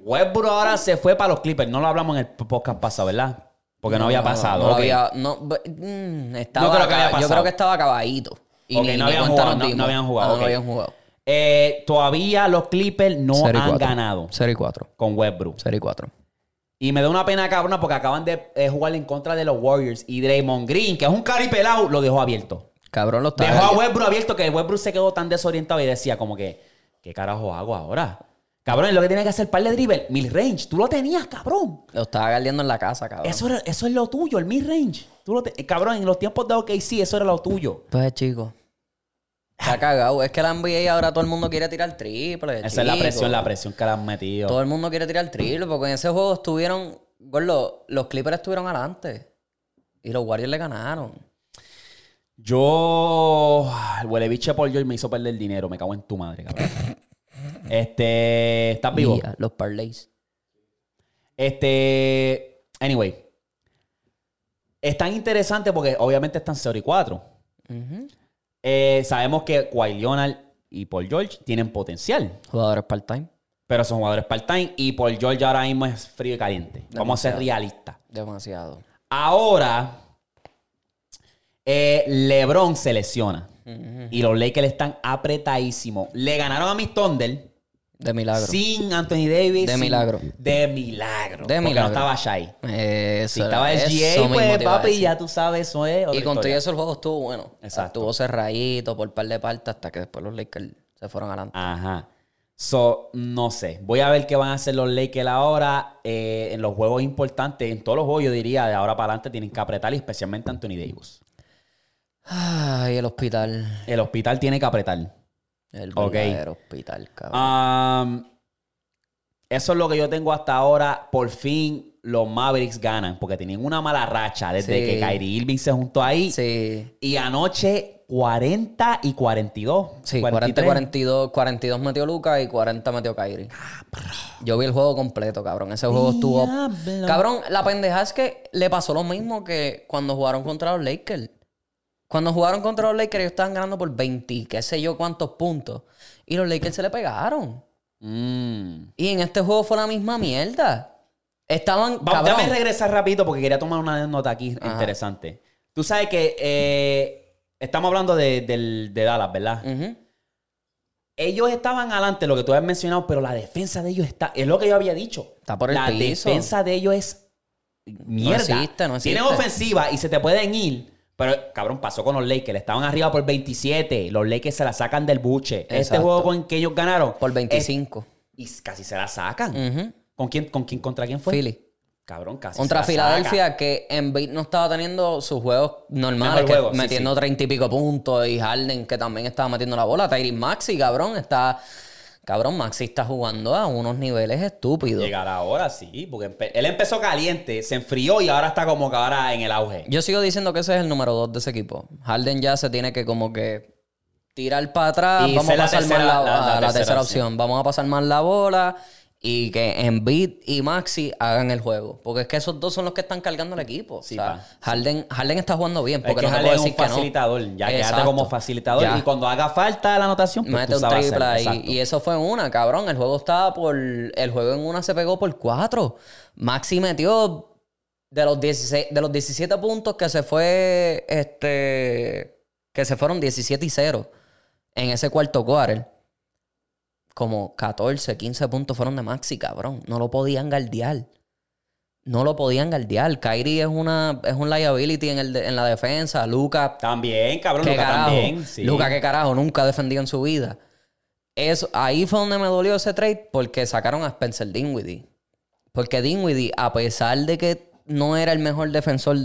Westbrook ahora se fue para los Clippers. No lo hablamos en el podcast pasado, ¿verdad? Porque no, había pasado. No, ok. había- no, b- mm, estaba No creo que acá- había pasado. Yo creo que estaba acabadito. Y Ok, no ni, ni habían cuenta jugado, nos no- dimos. no habían jugado, Ah, ok. No habían jugado. Eh, todavía los Clippers no Cero y han cuatro. ganado 0 y 4. con Westbrook. 0 y 4. Y me da una pena cabrona porque acaban de eh, jugar en contra de los Warriors. Y Draymond Green, que es un cari pelado, lo dejó abierto. Cabrón, los Dejó a Westbrook abierto que Westbrook se quedó tan desorientado y decía como que, ¿qué carajo hago ahora? Cabrón, lo que tenía que hacer par de dribble, mid range, tú lo tenías, cabrón. Lo estaba galdeando en la casa, cabrón. Eso, era- eso es lo tuyo, el mid range. Tú lo te- eh, cabrón, en los tiempos de OKC, eso era lo tuyo. Pues, chicos. Ah. Está cagado. Es que la NBA ahora todo el mundo quiere tirar triple. Esa es la chico. presión, la presión que le han metido. Todo el mundo quiere tirar triple porque en ese juego estuvieron. gordo, los Clippers estuvieron adelante. Y los Warriors le ganaron. Yo. El huele biche por George me hizo perder el dinero. Me cago en tu madre, cabrón. Este. ¿Estás vivo? Y, ah, los parlays. Este. Anyway. Es tan interesante porque obviamente están 0 y 4. Ujú. Eh, sabemos que Kawhi Leonard y Paul George tienen potencial. Jugadores part-time. Pero son jugadores part-time y Paul George ahora mismo es frío y caliente. Vamos a ser realistas. Demasiado. Ahora, Eh, LeBron se lesiona. Y los Lakers están apretadísimos. Le ganaron a mis Thunder De milagro. sin Anthony Davis. De sin- milagro. De milagro. De porque milagro. no estaba Shai. Eh, Eso Si era- estaba el eso GA, mismo te pues iba a papi, decir. ya tú sabes, eso es. otra Y con todo historia. eso el juego estuvo bueno. Exacto. Estuvo cerradito por par de partes hasta que después los Lakers se fueron adelante. Ajá. So, no sé. Voy a ver qué van a hacer los Lakers ahora. eh, en los juegos importantes, en todos los juegos, yo diría, de ahora para adelante tienen que apretar, y especialmente Anthony Davis. Ay, el hospital. El hospital tiene que apretar. El Ok. verdadero hospital, cabrón. Am, Um, eso es lo que yo tengo hasta ahora. Por fin los Mavericks ganan, porque tenían una mala racha desde que Sí. Kyrie Irving se juntó ahí. Sí. Y anoche 40 y 42. Sí, 43. 40-42, 42 metió Lucas y 40 metió Kyrie. Yo vi el juego completo, cabrón. Ese juego Diablo. estuvo. Cabrón, la pendeja es que le pasó lo mismo que cuando jugaron contra los Lakers. Cuando jugaron contra los Lakers, ellos estaban ganando por 20, y qué sé yo cuántos puntos. Y los Lakers se le pegaron. Mm. Y en este juego fue la misma mierda. Estaban. Vamos, cabrón. déjame regresar rapidito porque quería tomar una nota aquí interesante. Tú sabes que eh, estamos hablando de, del- de Dallas, ¿verdad? Ujú. Ellos estaban adelante, lo que tú habías mencionado, pero la defensa de ellos está. Es lo que yo había dicho. Está por el la piso. defensa de ellos es. Mierda. existe, no existe. Tienen ofensiva y se te pueden ir. Pero, cabrón, pasó con los Lakers. Estaban arriba por 27. Los Lakers se la sacan del buche. Este Exacto. juego con que ellos ganaron. Por es- 25. y casi se la sacan. Ujú. ¿Con quién, con quién, contra quién Eh, fue? Philly. Cabrón, casi. Contra se la saca. Filadelfia, que Embiid no estaba teniendo sus juegos normales, Mejor que juego, sí, metiendo sí. treinta y pico puntos, y Harden, que también estaba metiendo la bola. Tyrese Maxi, cabrón, está. Cabrón, Maxi está jugando a unos niveles estúpidos. Llegará ahora, sí, porque empe- él empezó caliente, se enfrió y ahora está como que ahora en el auge. Yo sigo diciendo que ese es el número dos de ese equipo. Harden ya se tiene que como que tirar para atrás. Y vamos ser a la pasar tercera- más la, la- la a la tercera, tercera opción. Vamos a pasar más la bola y que Embiid y Maxi hagan el juego. Porque es que esos dos son los que están cargando el equipo. Sí, o sea, pa. Harden, Harden está jugando bien. Porque Porque no te Harden puedo es un decir que no. facilitador, ya quédate Exacto. como facilitador Ya. y cuando haga falta la anotación, pues Mete tú un sabes triple hacerlo, ahí. exacto. Y eso fue en una, cabrón. El juego estaba por. El juego en una se pegó por cuatro. Maxi metió de los, 16 de los 17 puntos que se fue. Este. Que se fueron 17 y 0 en ese cuarto quarter. Como 14, 15 puntos fueron de Maxi, cabrón. No lo podían guardiar. No lo podían guardiar. Kyrie es una es un liability en, el de- en la defensa. Lucas También, cabrón, ¿Qué Luca carajo? también. sí. Luca, qué carajo, nunca ha defendido en su vida. Eso, ahí fue donde me dolió ese trade porque sacaron a Spencer Dinwiddie. Porque Dinwiddie, a pesar de que no era el mejor defensor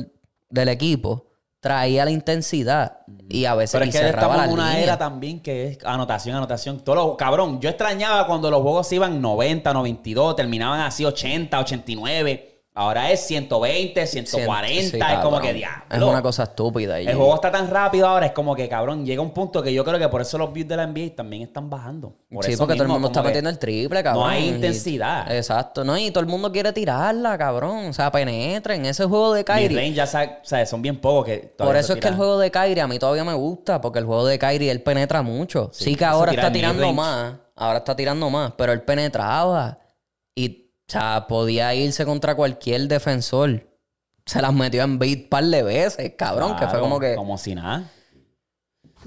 del equipo, traía la intensidad y a veces Pero y es que cerraba estamos la en una línea. era también que es anotación, anotación. Todos los- cabrón, yo extrañaba cuando los juegos se iban 90, 92, terminaban así 80, 89. Ahora es 120, 140, Sí, es como cabrón. que diablo. Es una cosa estúpida. y- El juego está tan rápido ahora, es como que cabrón, llega un punto que yo creo que por eso los views de la NBA también están bajando. Por sí, eso porque todo el mismo, mundo como está que metiendo el triple, cabrón. hay y- intensidad. Exacto, no, y todo el mundo quiere tirarla, cabrón. O sea, penetren. Ese juego de mi Kyrie. range ya sa- o sea, son bien pocos que Por todavía eso se es que el tiran. juego de Kyrie a mí todavía me gusta, porque el juego de Kyrie él penetra mucho. Sí, eso que ahora tira está el tirando mid-range. más, ahora está tirando más, pero él penetraba y o sea, podía irse contra cualquier defensor. Se las metió en beat par de veces, cabrón, que fue Claro, como que como si nada.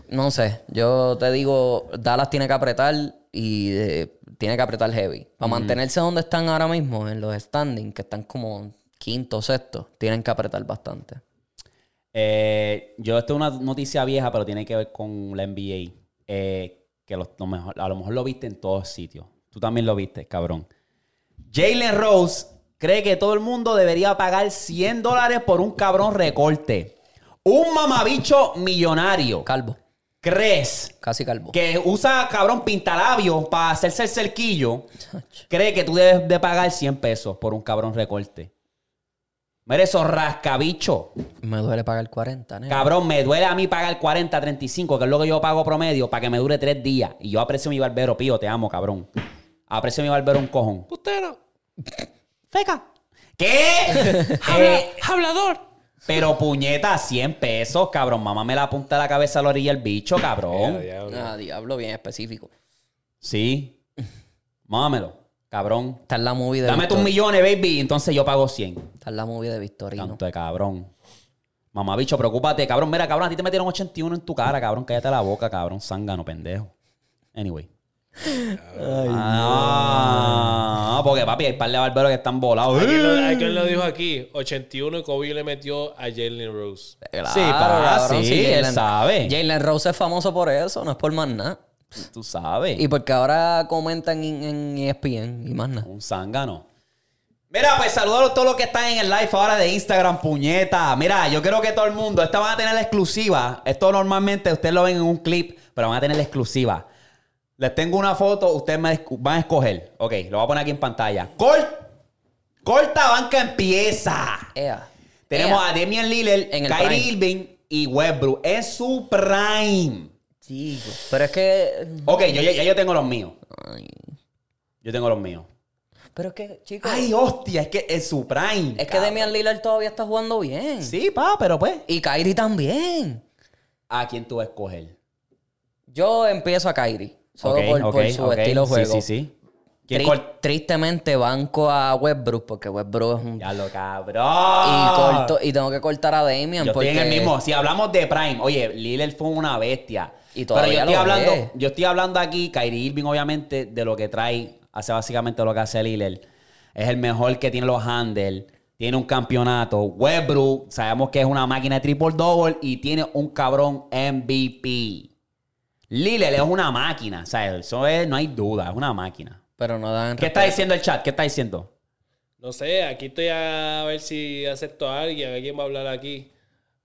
no sé, yo te digo, Dallas tiene que apretar y eh, tiene que apretar heavy. Para mantenerse donde están ahora mismo, en los standings, que están como quinto, sexto, tienen que apretar bastante. Eh, yo esto es una noticia vieja, pero tiene que ver con la NBA. eh, que los- lo mejor- a lo mejor lo viste en todos sitios. Tú también lo viste, cabrón. Jalen Rose cree que todo el mundo debería pagar 100 dólares por un cabrón recorte. Un mamabicho millonario. Calvo, ¿Crees casi calvo. que usa cabrón pintalabios para hacerse el cerquillo, cree que tú debes de pagar 100 pesos por un cabrón recorte. Mira eso, rascabicho. Me duele pagar 40, nene. Cabrón, me duele a mí pagar 40, 35, que es lo que yo pago promedio, para que me dure 3 días. Y yo aprecio mi barbero, pío, te amo, cabrón. Aprecio mi barbero un cojón. Putero. Feca. ¿Qué? Habla- Eh, hablador. pero puñeta, 100 pesos, cabrón. Mamá me la punta de la cabeza a la orilla el bicho, cabrón. Ah, diablo, bien específico. Sí. Mámelo, cabrón. Está en la movie de Dame tus Victor- millones, baby. Entonces yo pago 100. Está en la movie de Victorino. Tanto de cabrón. Mamá, bicho, preocúpate, cabrón. Mira, cabrón, a ti te metieron 81 en tu cara, cabrón. Cállate la boca, cabrón. Zángano, pendejo. Anyway. ah, porque papi, hay par de barberos que están volados. ¿Quién lo, a quién lo dijo aquí? 81 y Kobe le metió a Jalen Rose. Claro, Sí, para- sí, él Jalen- sabe. Jalen Rose es famoso por eso, no es por más nada. Tú sabes. Y porque ahora comentan en, en E ESPN y más nada. Un zángano. Mira, pues saludos a todos los que están en el live ahora de Instagram, puñeta. Mira, yo creo que todo el mundo, esta van a tener la exclusiva. Esto normalmente ustedes lo ven en un clip, pero van a tener la exclusiva. Les tengo una foto, ustedes me escu- van a escoger. Ok, lo voy a poner aquí en pantalla. Col- Corta banca empieza. Ea. Tenemos Ea. a Damian Lillard, En el Kyrie prime. Irving y Westbrook. Es su prime. Chico, Pero es que. Ok, yo, ya, ya yo tengo los míos. ay, Yo tengo los míos. pero es que, chicos. Ay, hostia, es que es su prime. es que cabrón. Demian Lillard todavía está jugando bien. Mm. Sí, pa, pero pues. Y Kyrie también. ¿A quién tú vas a escoger? Yo empiezo a Kyrie. Solo Ok, por, por ok, su ok. estilo de juego. Sí, sí, sí. ¿Quién Tri- cort- tristemente banco a Westbrook porque Westbrook es un. Ya lo cabrón. Y, corto, y tengo que cortar a Damian Ah. Yo porque. estoy en el mismo. Si hablamos de Prime, oye, Lillard fue una bestia. Y Pero yo todavía estoy lo hablando, es. yo estoy hablando aquí, Kyrie Irving, obviamente, de lo que trae, hace básicamente lo que hace Lillard. Es el mejor que tiene los handles. Tiene un campeonato. Westbrook, sabemos que es una máquina de triple double y tiene un cabrón MVP. Lillard es una máquina. O sea, eso es, no hay duda, es una máquina. Pero no dan. ¿Qué está diciendo el chat? ¿Qué está diciendo? No sé, aquí estoy a ver si acepto a alguien, a ver quién va a hablar aquí.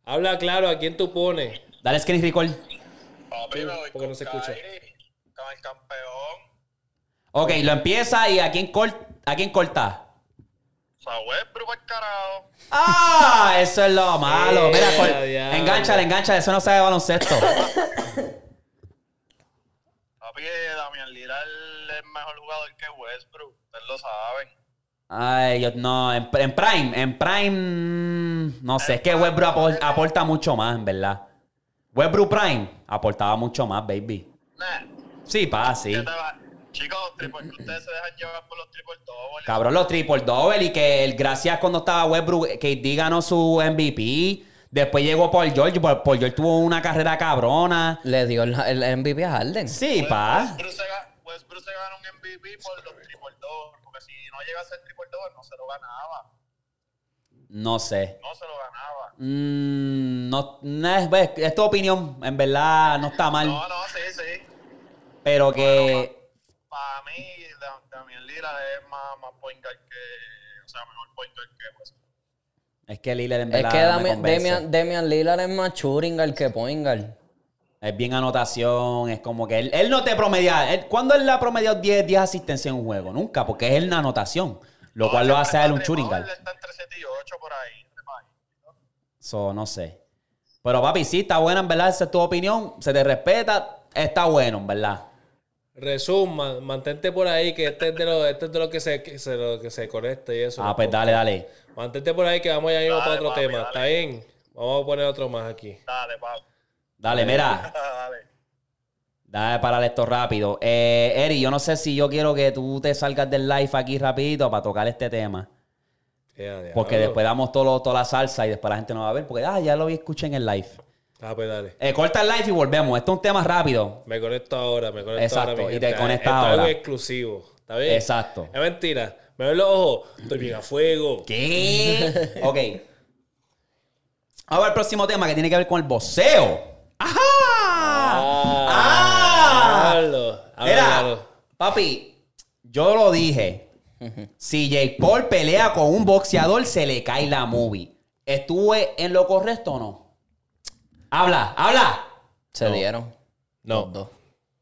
Habla claro, ¿a quién tú pones? Dale screen record. Papi, me voy porque no se escucha. Kyrie, Con el campeón, Ok, lo empieza y ¿a quién, cort- a quién corta? o sea, Westbrook pa'l carajo. ¡Ah! Eso es lo malo. Eh, Mira, la diabla. col... engancha, engancha. Eso no sabe baloncesto. Papi, eh, Damian Lillard es mejor jugador que Westbrook, ustedes lo saben. Ay, yo, no. En, en Prime, en Prime. mm, No sé, es que Westbrook apor- aporta mucho más, en verdad. Westbrook Prime aportaba mucho más, baby. Nah, Sí, pa, sí. ¿qué te va? Chicos, triple- ustedes se dejan llevar por los triple dobles. Cabrón, los triple double y que el gracias cuando estaba Westbrook, KD ganó su MVP. Después llegó Paul George. pues, Paul Paul George tuvo una carrera cabrona. Le dio el, el MVP a Harden. Sí, pa. Westbrook se, ga- Westbrook se gana un MVP por los triple dobles, porque si no llega a ser triple doble, no se lo ganaba, No sé. no se lo ganaba. Mm, no, no es, pues, es tu opinión, en verdad no está mal, No, no, sí, sí. pero que Para mí, Da- Damian Lillard es más, más point guard que, o sea, mejor point guard que Westbrook. es que Lillard en Es verdad que no me Damian, convence. Damian- Damian Lillard es más Churingal que Poingal. es bien anotación, es como que él, él no te promedia, él, ¿cuándo él le ha promediado 10, 10 asistencias en un juego? Nunca, porque es él una anotación, lo cual lo hace a él un churingal. Está entre 7 y 8 por ahí. entre por ahí. So, no sé. Pero papi, sí, está buena, en verdad, esa es tu opinión, se te respeta, está bueno, en verdad. Resuma, mantente por ahí, que este es de lo, este es de lo que se, que se- lo que se conecta y eso. Ah, pues dale, dale. Mantente por ahí que vamos ya mismo Dale, para otro papi, tema. dale. ¿Está bien? Vamos a poner otro más aquí. Dale, papi. Dale, mira. Dale. Dale, parar esto rápido. Eh, Eri, yo no sé si yo quiero que tú te salgas del live aquí rapidito para tocar este tema. Ya, ya, Porque hablo. después damos todo, lo- toda la salsa y después la gente no va a ver. Porque ah, ya lo vi, escuché en el live. Ah, pues dale. Eh, corta el live y volvemos. Esto es un tema rápido. Me conecto ahora, me conecto Exacto, ahora. mi y gente. te conectas Esto Es algo ahora. exclusivo. ¿Está bien? Exacto. Es mentira. Me ven los ojos. Estoy bien a fuego. ¿Qué? ok. Ahora el próximo tema que tiene que ver con el voceo. ¡Ajá! ¡Ah! Hablo. Hablo, Mira, hablo. papi, yo lo dije. Si Jake Paul pelea con un boxeador, se le cae la movie. ¿Estuve en lo correcto o no? Habla, habla. Se dieron. Los No. dos.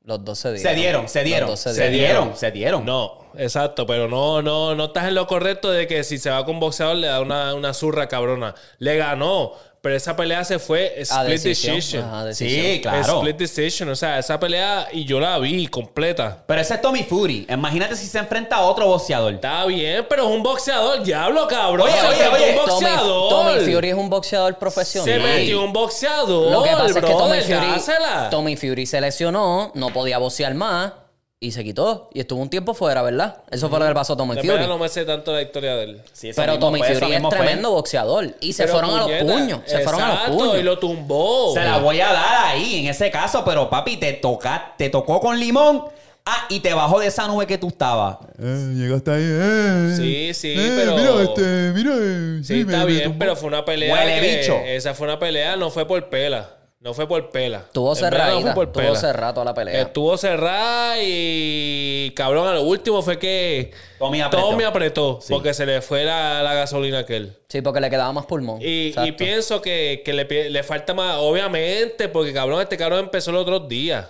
Los dos se dieron. Se dieron, se dieron. Los dos Se dieron, se dieron. No, exacto, pero no, no, no estás en lo correcto de que si se va con boxeador le da una, una zurra cabrona. Le ganó, pero esa pelea se fue A split decisión. decision. Ajá, Sí, decisión. claro. Split decision, o sea, esa pelea y yo la vi completa. Pero ese es Tommy Fury. Imagínate si se enfrenta a otro boxeador. Está bien, pero es un boxeador, diablo, cabrón. Oye, Se oye, enfrentó oye, un Tommy, boxeador. Tommy Fury es un boxeador Se profesional. metió un boxeador. Lo que pasa es que Tommy brother, Fury, dásela. Tommy Fury se lesionó, no podía boxear más. y se quitó. Y estuvo un tiempo fuera, ¿verdad? Eso fue lo que le pasó a Tommy De Fury. verdad no me sé tanto la historia de él. Sí, eso Pero mismo Tommy fue, eso Fury es mismo fue. tremendo boxeador. Y se Pero, fueron a los puñeta, puños. Se fueron a los exacto, puños. y lo tumbó. Se la voy a dar ahí, en ese caso, pero papi, te, toca, te tocó con limón. Ah, y te bajó de esa nube que tú estabas. Eh, llegaste ahí. eh. Sí, sí, Eh, pero- Mira, este, mira. eh, Sí, me- está me bien, tumbó. pero fue una pelea. Huele que- bicho. Esa fue una pelea, no fue por pela. No fue por pela. Tuvo En verdad, cerradita. No fue por Tuvo pela. Eh, cerrada toda la pelea. Estuvo cerrada y cabrón, a lo último fue que Tommy apretó. Tommy apretó porque se le fue la, la gasolina a aquel. Sí, porque le quedaba más pulmón. Y, y Exacto. pienso que, que le, pi- le falta más, obviamente, porque cabrón, este cabrón empezó los otros días.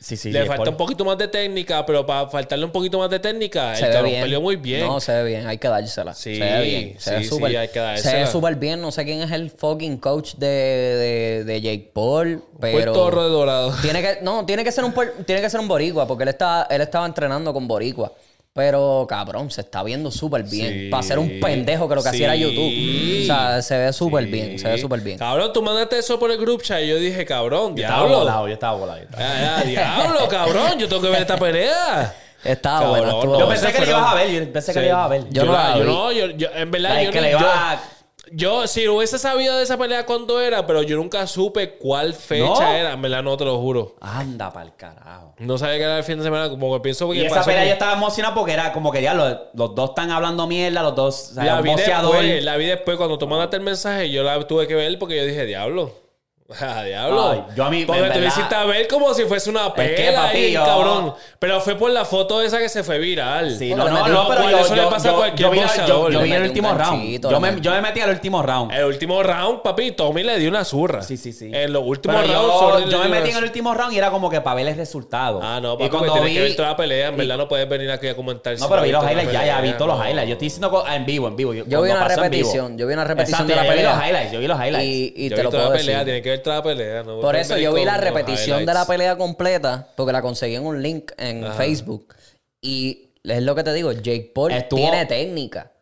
Sí, sí, le sí, falta por- un poquito más de técnica, pero para faltarle un poquito más de técnica, Se el ve cabrón bien. peleó muy bien. No, se ve bien. Hay que dársela. Sí, se ve bien. Se sí, ve sí, súper hay que Se dársela. ve súper bien. No sé quién es el fucking coach de, de, de Jake Paul, pero... Fue torre de dorado. Tiene que, no, tiene que ser un puer- tiene que ser un boricua, porque él estaba, él estaba entrenando con boricua. Pero, cabrón, se está viendo súper bien. Sí. Para ser un pendejo que lo que hacía era Sí. YouTube. O sea, se ve súper Sí. bien, se ve súper bien. Cabrón, tú mandaste eso por el group chat y yo dije, cabrón, Yo estaba diablo. volado, yo estaba volado. yo estaba- Ah, ah, diablo, cabrón, yo tengo que ver esta pelea. Estaba Cabrón, bueno, estuvo no. Yo bueno. pensé que le fueron- ibas a ver, yo pensé que Sí. le ibas a ver. Yo no la- la yo vi. no, yo, yo- en verdad, Like yo, que no- le yo- iba a- yo, si hubiese sabido de esa pelea cuándo era, pero yo nunca supe cuál fecha ¿No? era, en verdad no te lo juro. Anda pa'l carajo. No sabía que era el fin de semana, como que pienso que Y esa pasó pelea que- yo estaba emocionada porque era como que ya los, los dos están hablando mierda, los dos. O sea, la un vi boxeador. después, la vi después cuando tú mandaste el mensaje, yo la tuve que ver porque yo dije, diablo. Ah, diablo. Ay, yo a mí, Porque en tú verdad- le hiciste a ver como si fuese una que, pela ahí, papi, yo- cabrón. Pero fue por la foto esa que se fue viral. Sí, no, Bueno, le no, metí no, un pero cual, yo, eso le yo- pasa a yo- cualquier yo vi, la- yo- boxeador. yo Le vi el metí un último round. ganchito, Yo le me, metí- yo me metí al último round. El último round, papi, Tommy le dio una zurra. Sí, sí, sí. En los últimos Pero yo- rounds. sorry, Yo, le dio me metí en una- el último round y era como que para ver el resultado. Ah, no, Y papi, porque cuando tienes que vi- ver toda la pelea. En verdad no puedes venir aquí a comentar. si No, pero vi viste los la highlights ya, ya vi pelea, todos los no. highlights. Yo estoy diciendo co- ah, en vivo, en vivo. Yo vi cuando una pasó en vivo. repetición, yo vi una repetición de la Exacto, Yo pelea. vi los highlights, yo vi los highlights. Y, y Yo te vi lo toda puedo la pelea, decir. tiene que ver toda la pelea. no Por puedes eso venir yo vi con la los repetición de la highlights. pelea completa, porque la conseguí en un link en Facebook. Y es lo que te digo, Jake Paul Estuvo- tiene técnica,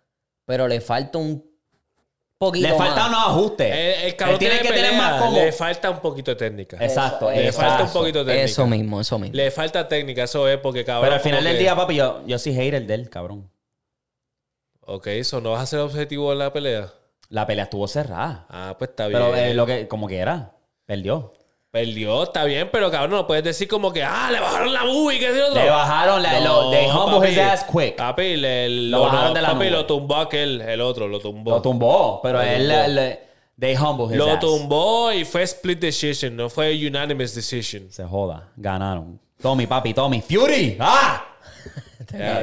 pero le falta un poquito Le faltan más. unos ajustes. Eh, El, el cabrón Él tiene que tener más como. Le falta un poquito de técnica. Exacto, Eso, Le eso, falta un exacto. poquito de técnica. Eso mismo, eso mismo. Le falta técnica, eso es porque cabrón. Pero al final como del que- día, papi, yo, yo soy hater de él, cabrón. Ok, eso no vas a ser objetivo en la pelea. La pelea estuvo cerrada. Ah, pues está bien. Pero eh, lo que, como que era, perdió. Perdió, está bien, pero cabrón, no puedes decir como que, ah, le bajaron la movie, que es otro. Le bajaron la. lo- they humble his ass quick. Papi, le- lo, bajaron no, de la papi, nube. lo tumbó aquel, el otro, lo tumbó. Lo tumbó, pero Lo él. tumbó. le- they humble his Lo ass. tumbó y fue split decision, no fue unanimous decision. Se joda, ganaron. Tommy, papi, Tommy. ¡Fury! ¡Ah! Ya,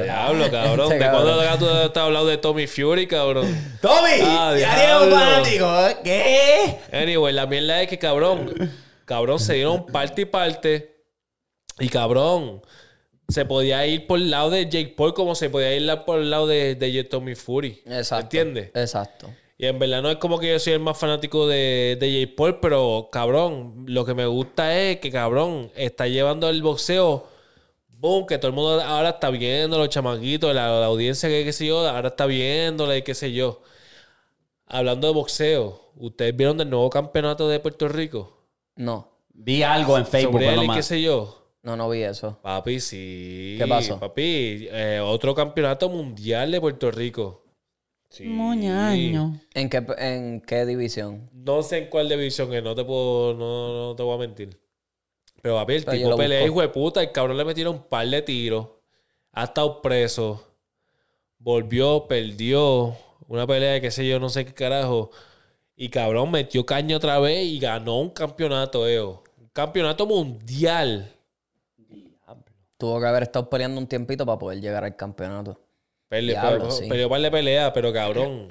diablo, cabrón. Este ¿De cabrón. cuándo acá tú estás hablando de Tommy Fury, cabrón? ¡Tommy! Ah, ya tiene diablo. un fanático. ¿eh? ¿Qué? Anyway, la mierda es que cabrón, cabrón, se dieron parte y parte. Y cabrón, se podía ir por el lado de Jake Paul como se podía ir la- por el lado de, de Jet Tommy Fury. Exacto. ¿Entiendes? Exacto. Y en verdad no es como que yo soy el más fanático de, de Jake Paul, pero cabrón, lo que me gusta es que cabrón está llevando el boxeo. Boom, que todo el mundo ahora está viendo, los chamaquitos, la, la audiencia que qué sé yo, ahora está viéndola y qué sé yo. Hablando de boxeo, ¿ustedes vieron del nuevo campeonato de Puerto Rico? No, Vi algo en Facebook. Sobre pero él no y más. qué sé yo. no, no vi eso. Papi, sí. ¿Qué pasó? Papi, eh, otro campeonato mundial de Puerto Rico. Sí. Moñaño. ¿En qué, en qué división? No sé en cuál división es, no te puedo, no, no te voy a mentir. Pero papi, el Pero yo tipo lo pelea, busco. hijo de puta, el cabrón le metieron un par de tiros, ha estado preso, volvió, perdió, una pelea de qué sé yo, no sé qué carajo. Y cabrón metió caña otra vez y ganó un campeonato, eo. Un campeonato mundial. Tuvo que haber estado peleando un tiempito para poder llegar al campeonato. Peleó, Diablo, peleó- sí. peleó par de peleas, pero cabrón.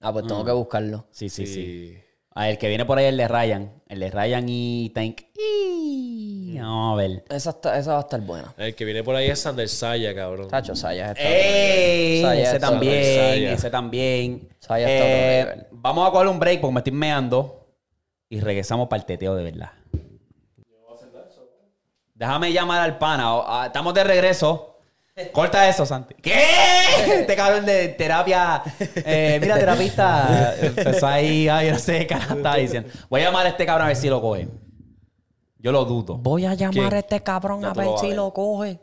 Ah, pues Mm. tengo que buscarlo. Sí, sí, sí. sí. A el que viene por ahí es el de Ryan. El de Ryan y Tank. Y- Vamos a ver. Esa, está- esa va a estar buena. El que viene por ahí es Sander Saya, cabrón. Tacho, Sayas está. ¡Ey! Saya Ese está también, otro nivel. ese también. Saya está otro Eh, nivel. vamos a coger un break porque me estoy meando. Y regresamos para el teteo de verdad. Déjame llamar al pana. o- ah, Estamos de regreso. Corta eso, Santi. ¿Qué? Este cabrón de terapia. eh, mira, ah, terapista. Empezó ahí. Ay, yo no sé qué cara estaba diciendo. Voy a llamar a este cabrón a ver si lo coge. Yo lo dudo. Voy a llamar ¿Quién? a este cabrón Ya a tú lo ver vas a si ver. lo coge.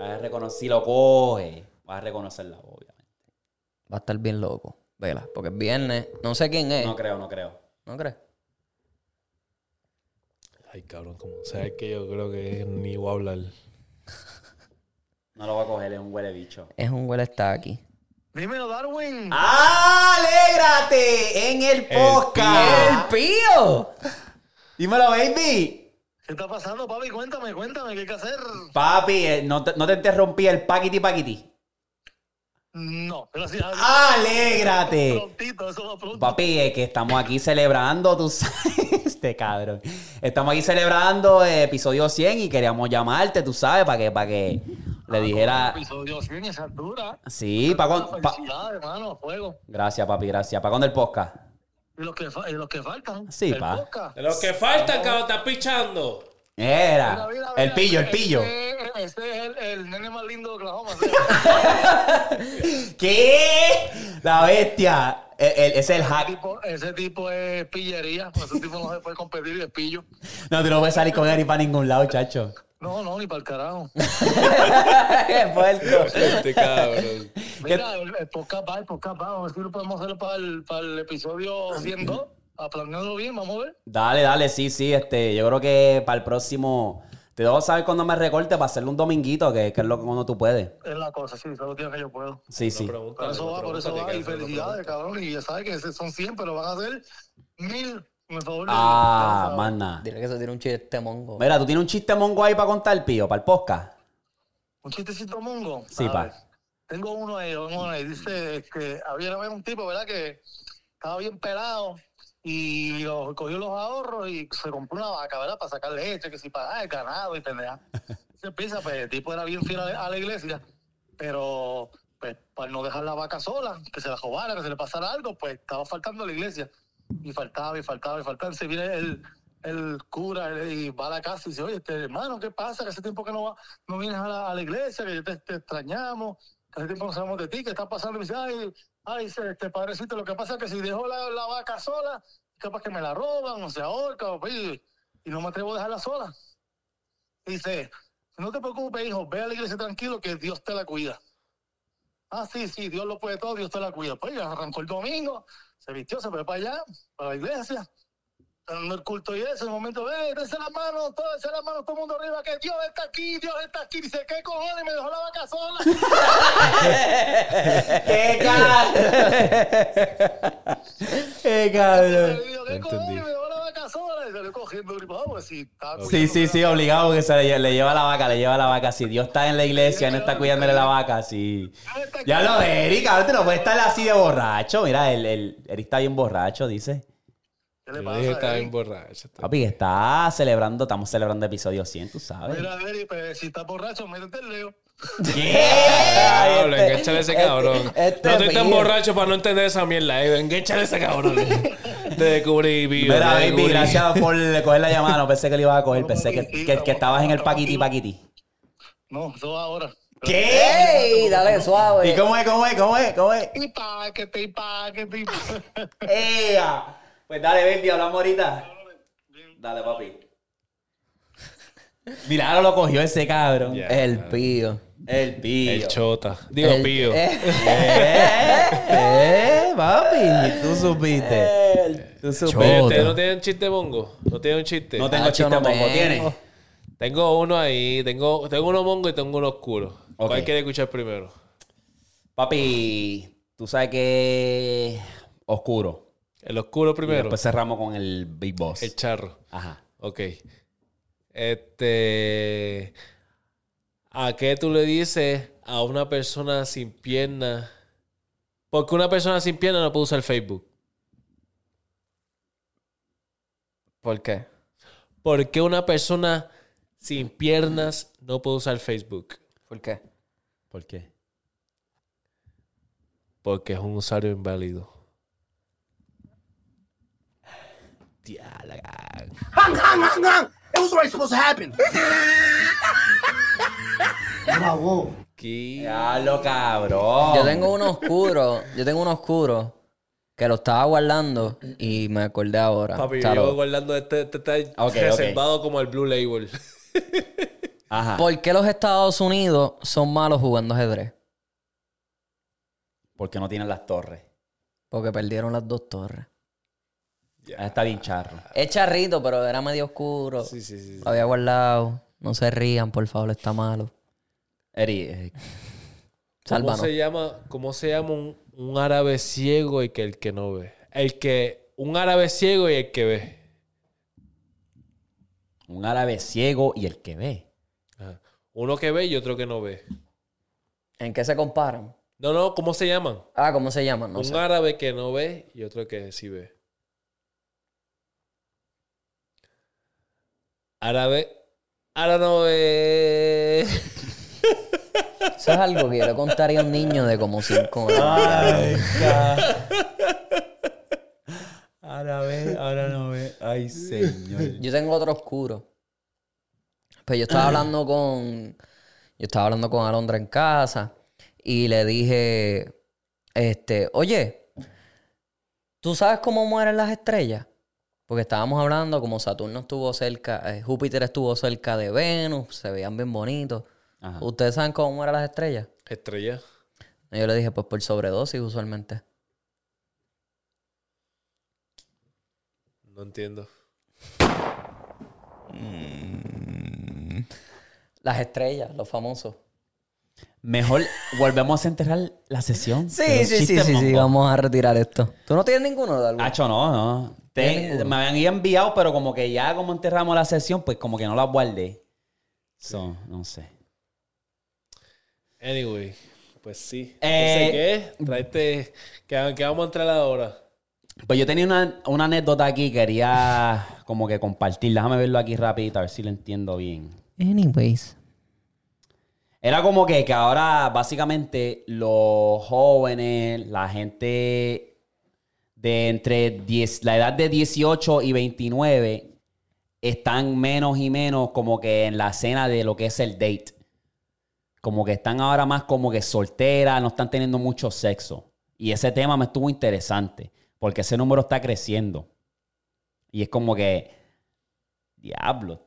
A ver, recono- si lo coge, vas a reconocer la voz, obviamente. Va a estar bien loco. Vela, porque es viernes. No sé quién es. No ¿No, creo, no creo. crees? Ay, cabrón, como sabes que yo creo que ni voy a hablar. No lo va a coger, es un huele bicho. Es un güey está aquí. Dímelo, Darwin. ¡Alégrate en el ¡El podcast! pío! Dímelo, baby. ¿Qué está pasando, papi? Cuéntame, cuéntame, ¿qué hay que hacer? Papi, eh, no te, no te interrumpí el paquiti paquiti. No, gracias. a Dios. Ah, ¡Alégrate! ah, Prontito, eso va pronto. Papi, es que estamos aquí celebrando, tú sabes, este cabrón. Estamos aquí celebrando eh, episodio 100 y queríamos llamarte, tú sabes, para que, para que le dijera... Episodio 100 y esa altura. Sí, para cuando... pa- Felicidades, hermano, fuego. Gracias, papi, gracias. ¿Para cuando el podcast? Y los que, fa- y los que faltan. Sí, el pa. podcast. De los que faltan, cabrón, estás pichando. Era. Mira, mira, eh, El mira, pillo, el ese- pillo. Ese, es el, el nene más lindo de Oklahoma. ¿Qué? La bestia. El- el- ese es el ese, hack. tipo, ese tipo es pillería. pues Ese tipo no se puede competir y es pillo. No, tú no puedes salir con él y para ningún lado, chacho. No, no, ni para el carajo. Qué puerco. Este cabrón. Mira, el, el podcast va, el podcast va. Vamos a ver si lo podemos hacer para el, para el episodio 102. A planearlo bien, vamos a ver. Dale, dale, sí, sí. Este, yo creo que para el próximo. Te debo saber cuando me recorte para hacerle un dominguito, que, que es lo que uno tú puedes. Es la cosa, sí, solo tiene que yo puedo. Sí, sí. Por eso va, por eso va. Y felicidades, cabrón. Y ya sabes que ese son 100, pero van a ser mil. Me favor. Ah, mana. Dile que se tiene un chiste mongo. Mira, tú tienes un chiste mongo ahí para contar, pío, para el podcast. Un chistecito mongo. Sí, A pa. ver, Tengo uno ahí, tengo uno ahí. Dice que había una vez un tipo, ¿verdad? Que estaba bien pelado y lo- cogió los ahorros y se compró una vaca, ¿verdad? Para sacar leche, que si para ah, el ganado y pendeja. Se piensa, pues el tipo era bien fiel a la, a la iglesia, pero pues para no dejar la vaca sola, que se la robara, que se le pasara algo, pues estaba faltando a la iglesia. Y faltaba, y faltaba, y faltaba. Se viene el, el cura eh, y va a la casa y dice, oye, este, hermano, ¿qué pasa? Que hace tiempo que no, va, no vienes a la, a la iglesia, que te, te extrañamos, que hace tiempo no sabemos de ti, ¿qué está pasando? Y dice, ay, ay, dice, este padrecito, lo que pasa es que si dejo la, la vaca sola, capaz que me la roban o se ahorca, o, y, y no me atrevo a dejarla sola. Y dice, no te preocupes, hijo, ve a la iglesia tranquilo que Dios te la cuida. Ah, sí, sí, Dios lo puede todo, Dios te la cuida. Pues ya arrancó el domingo, se vistió, se fue para allá, para la iglesia dando el culto y eso, en un momento, eh, dense la mano, todo, dense la mano, todo el mundo arriba, que Dios está aquí, Dios está aquí, dice, ¿qué cojones? Me dejó la vaca sola. ¡Qué cabrón! ¡Qué cabrón! Y yo, ¿Qué cojones? Me dejó la vaca sola. Y salió cogiendo gripado, pues sí, está Sí, sí, sí, obligado que se le, le lleva la vaca, le lleva la vaca. Si Dios está en la iglesia, no está cuidándole la vaca, sí. Ya lo de Eric, ahora tú no puedes estar así de borracho. Mira, el, el Eric está bien borracho, dice. ¿Qué le Yo dije, pasa? está Eric? bien borracho. está- Papi, está celebrando, estamos celebrando episodio 100, tú sabes. Mira, Eri, pues si estás borracho, métete el leo. ¿Qué? Diablo, enganchale a ese cabrón. este no estoy tan pillo. borracho para no entender esa mierda. eh. Enganchale a ese cabrón. eh. Te descubrí, vivo. Mira, te baby, descubrí. gracias por coger la llamada. No pensé que le ibas a coger, pensé que, que- que estabas en el paquiti paquiti. No, eso va ahora. ¡Ey! Dale ¿Y suave. cómo es, cómo es, cómo es, cómo es? Y pa, que te, y pa, que te, y pa. ¡Ea! Pues dale, baby, hablamos ahorita. Dale, papi. Milagro lo cogió ese cabrón. Ya. El pío. El pillo. El chota. Digo, El- pío. Eh, ¡Eh! ¡Eh, papi! Tú supiste. Tú Oye, supiste. ¿ustedes no tienen chiste, mongo? ¿No tienen un chiste? No tengo Nacho, chiste no mongo, tengo. ¿tienes? Tengo uno ahí. Tengo, tengo uno mongo y tengo uno oscuro. Ok. ¿Cuál quiere escuchar primero? Papi, tú sabes que... Oscuro. El oscuro Y primero. después cerramos con el Big Boss. El charro. Ajá. Ok. Este. ¿A qué tú le dices a una persona sin pierna? Porque una persona sin pierna no puede usar Facebook. ¿Por qué? ¿Por qué una persona sin piernas no puede usar Facebook? ¿Por qué? ¿Por qué? Porque es un usuario inválido. Hang, hang, hang, hang. It was already supposed to happen. ¡Diablo, cabrón! Yo tengo uno oscuro. Yo tengo uno oscuro. que lo estaba guardando y me acordé ahora. Papi, Claro. yo guardando este, este está Ok, ok. reservado como el Blue Label. Ajá. ¿Por qué los Estados Unidos son malos jugando ajedrez? Porque no tienen las torres. Porque perdieron las dos torres. Ah, Está bien charro. Es charrito, pero era medio oscuro. Sí, sí, sí. Lo había guardado. No se rían, por favor, está malo. Eri, eh, ¿Cómo Sálvanos. se llama, cómo se llama un, un árabe ciego y que el que no ve? El que, un árabe ciego y el que ve. un árabe ciego y el que ve. Ajá. Uno que ve y otro que no ve. ¿En qué se comparan? No, no, ¿cómo se llaman? Ah, ¿cómo se llaman? No un sé. árabe que no ve y otro que sí ve. Árabe. eh. Árabe no ve. Eso es algo que yo le contaría a un niño de como 5 años. Ahora ve, ahora no ve. Ay, señor. Yo tengo otro oscuro. Pues yo estaba hablando con. Yo estaba hablando con Alondra en casa. Y le dije. Este, oye, ¿tú sabes cómo mueren las estrellas? Porque estábamos hablando como Saturno estuvo cerca, eh, Júpiter estuvo cerca de Venus, se veían bien bonitos. Ajá. ¿Ustedes saben cómo mueren las estrellas? Estrella. Y yo le dije, pues por sobredosis usualmente. No entiendo. Las estrellas, los famosos. Mejor volvemos a enterrar la sesión. Sí, sí, sí, sí, sí, vamos a retirar esto. ¿Tú no tienes ninguno de algo? Hacho, no, no. Ten- Ninguno. me habían enviado, pero como que ya como enterramos la sesión, pues como que no la guardé. So, no sé. Anyway, pues sí. Eh, Entonces, ¿qué? Traete. ¿Qué, qué vamos a entrar ahora? Pues yo tenía una, una anécdota aquí, quería como que compartir. Déjame verlo aquí rapidito, a ver si lo entiendo bien. Anyways. Era como que, que ahora básicamente los jóvenes, la gente de entre 10, la edad de 18 y 29 están menos y menos como que en la escena de lo que es el date. Como que están ahora más como que solteras, no están teniendo mucho sexo. Y ese tema me estuvo interesante, porque ese número está creciendo. Y es como que, diablo,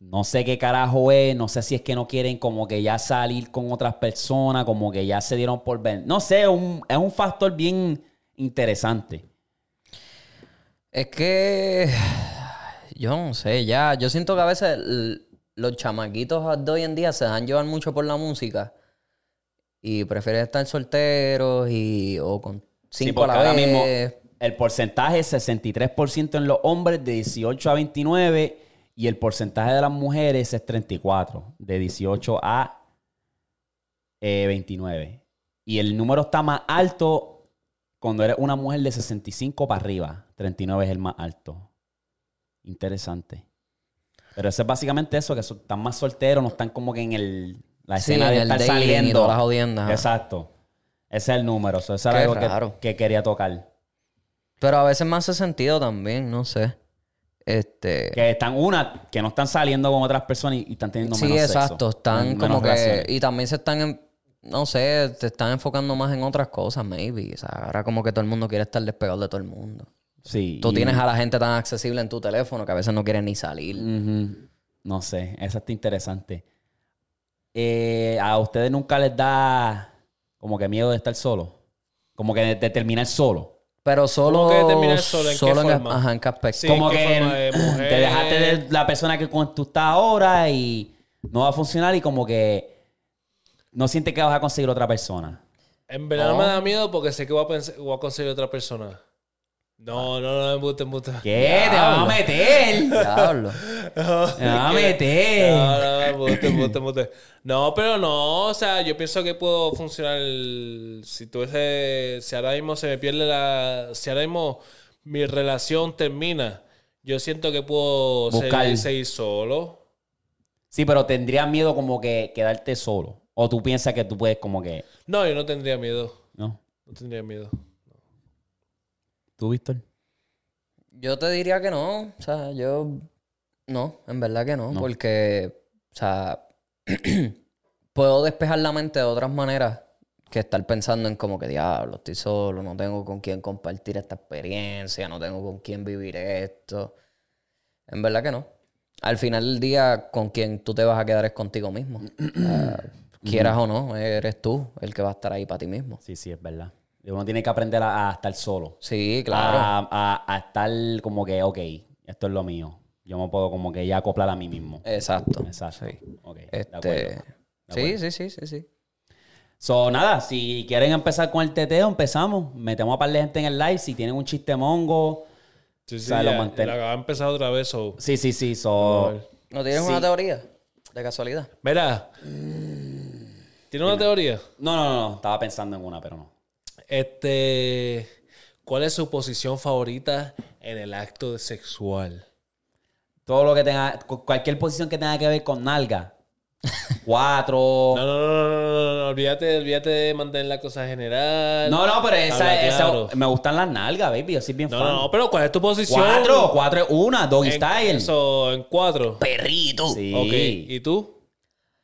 no sé qué carajo es, no sé si es que no quieren como que ya salir con otras personas, como que ya se dieron por ver. No sé, un- es un factor bien interesante. Es que. Yo no sé, ya. Yo siento que a veces l- los chamaquitos de hoy en día se dejan llevar mucho por la música. Y prefieren estar solteros y. o con Sí, cinco a porque la ahora vez. mismo el porcentaje es 63% en los hombres de 18 a 29 y el porcentaje de las mujeres es 34, de 18 a eh, 29. Y el número está más alto cuando eres una mujer de 65 para arriba. 39 es el más alto. Interesante. Pero eso es básicamente eso, que so- están más solteros, no están como que en el, la Sí, escena en de el estar dating y saliendo. todas las jodiendas, ajá. Exacto. Ese es el número. so, eso era Qué algo que- raro. que quería tocar. Pero a veces me hace sentido también, no sé. Este. Que están una, que no están saliendo con otras personas y, y están teniendo sí, menos sexo. exacto. Están menos como que. relaciones. Y también se están. en- no sé, se están enfocando más en otras cosas, maybe. O sea, ahora como que todo el mundo quiere estar despegado de todo el mundo. Sí, Tú y- tienes a la gente tan accesible en tu teléfono que a veces no quieren ni salir. Ujú. No sé, esa está interesante. Eh, ¿A ustedes nunca les da como que miedo de estar solo? Como que de, de terminar solo. Pero solo. ¿Cómo que determinar solo? ¿En qué forma? Ajá, ¿en qué aspecto? Sí, como ¿qué que forma de mujer? te dejaste de la persona que con- tú estás ahora y no va a funcionar y como que no sientes que vas a conseguir otra persona. En verdad me da miedo porque sé que voy a, pens- voy a conseguir otra persona. No, no, no, embuste, embuste. ¿Qué? ¿Te vas a meter? Diablo. Te vas a meter. No, no, embuste, embuste, embuste. No, pero no, o sea, yo pienso que puedo funcionar el- si tuviese, si ahora mismo se me pierde la, si ahora mismo mi relación termina, yo siento que puedo Buscar. seguir, seguir solo. Sí, pero tendrías miedo como que quedarte solo. O tú piensas que tú puedes como que... No, yo no tendría miedo, ¿No? no tendría miedo. ¿Tú, Víctor? Yo te diría que no. O sea, yo. No, en verdad que no. Porque. O sea. puedo despejar la mente de otras maneras que estar pensando en como que diablo, estoy solo, no tengo con quién compartir esta experiencia, no tengo con quién vivir esto. En verdad que no. Al final del día, con quien tú te vas a quedar es contigo mismo. O sea, quieras o no, eres tú el que va a estar ahí para ti mismo. Sí, sí, es verdad. Uno tiene que aprender a, a estar solo. Sí, claro. A, a- a estar como que, ok, esto es lo mío. Yo me puedo como que ya acoplar a mí mismo. Exacto. Exacto. Eh, Sí. Ok, de Este... acuerdo. Sí, sí, sí, sí, sí. So, nada, si quieren empezar con el teteo, empezamos. Metemos a par de gente en el live. Si tienen un chiste mongo. Sí, sí, O sea, lo Oh. ya, mantén. la- Ha empezado otra vez. so. Sí, sí, sí. So, ¿No tienes Sí. una teoría? De casualidad. Mira, ¿tiene una teoría? no, no, no, no. Estaba pensando en una, pero no. Este, ¿Cuál es su posición favorita en el acto sexual? Todo lo que tenga, cu- cualquier posición que tenga que ver con nalga. Cuatro. No, no, no, no, no, no, no, olvídate, olvídate de mantener la cosa general. No, no, pero esa, Habla esa- claro. me gustan las nalgas, baby. Yo soy bien No, fan. no, no, pero ¿cuál es tu posición? cuatro, cuatro es una, doggy En- style. Eso, en cuatro. ¡Perrito! Sí. Ok, ¿y tú?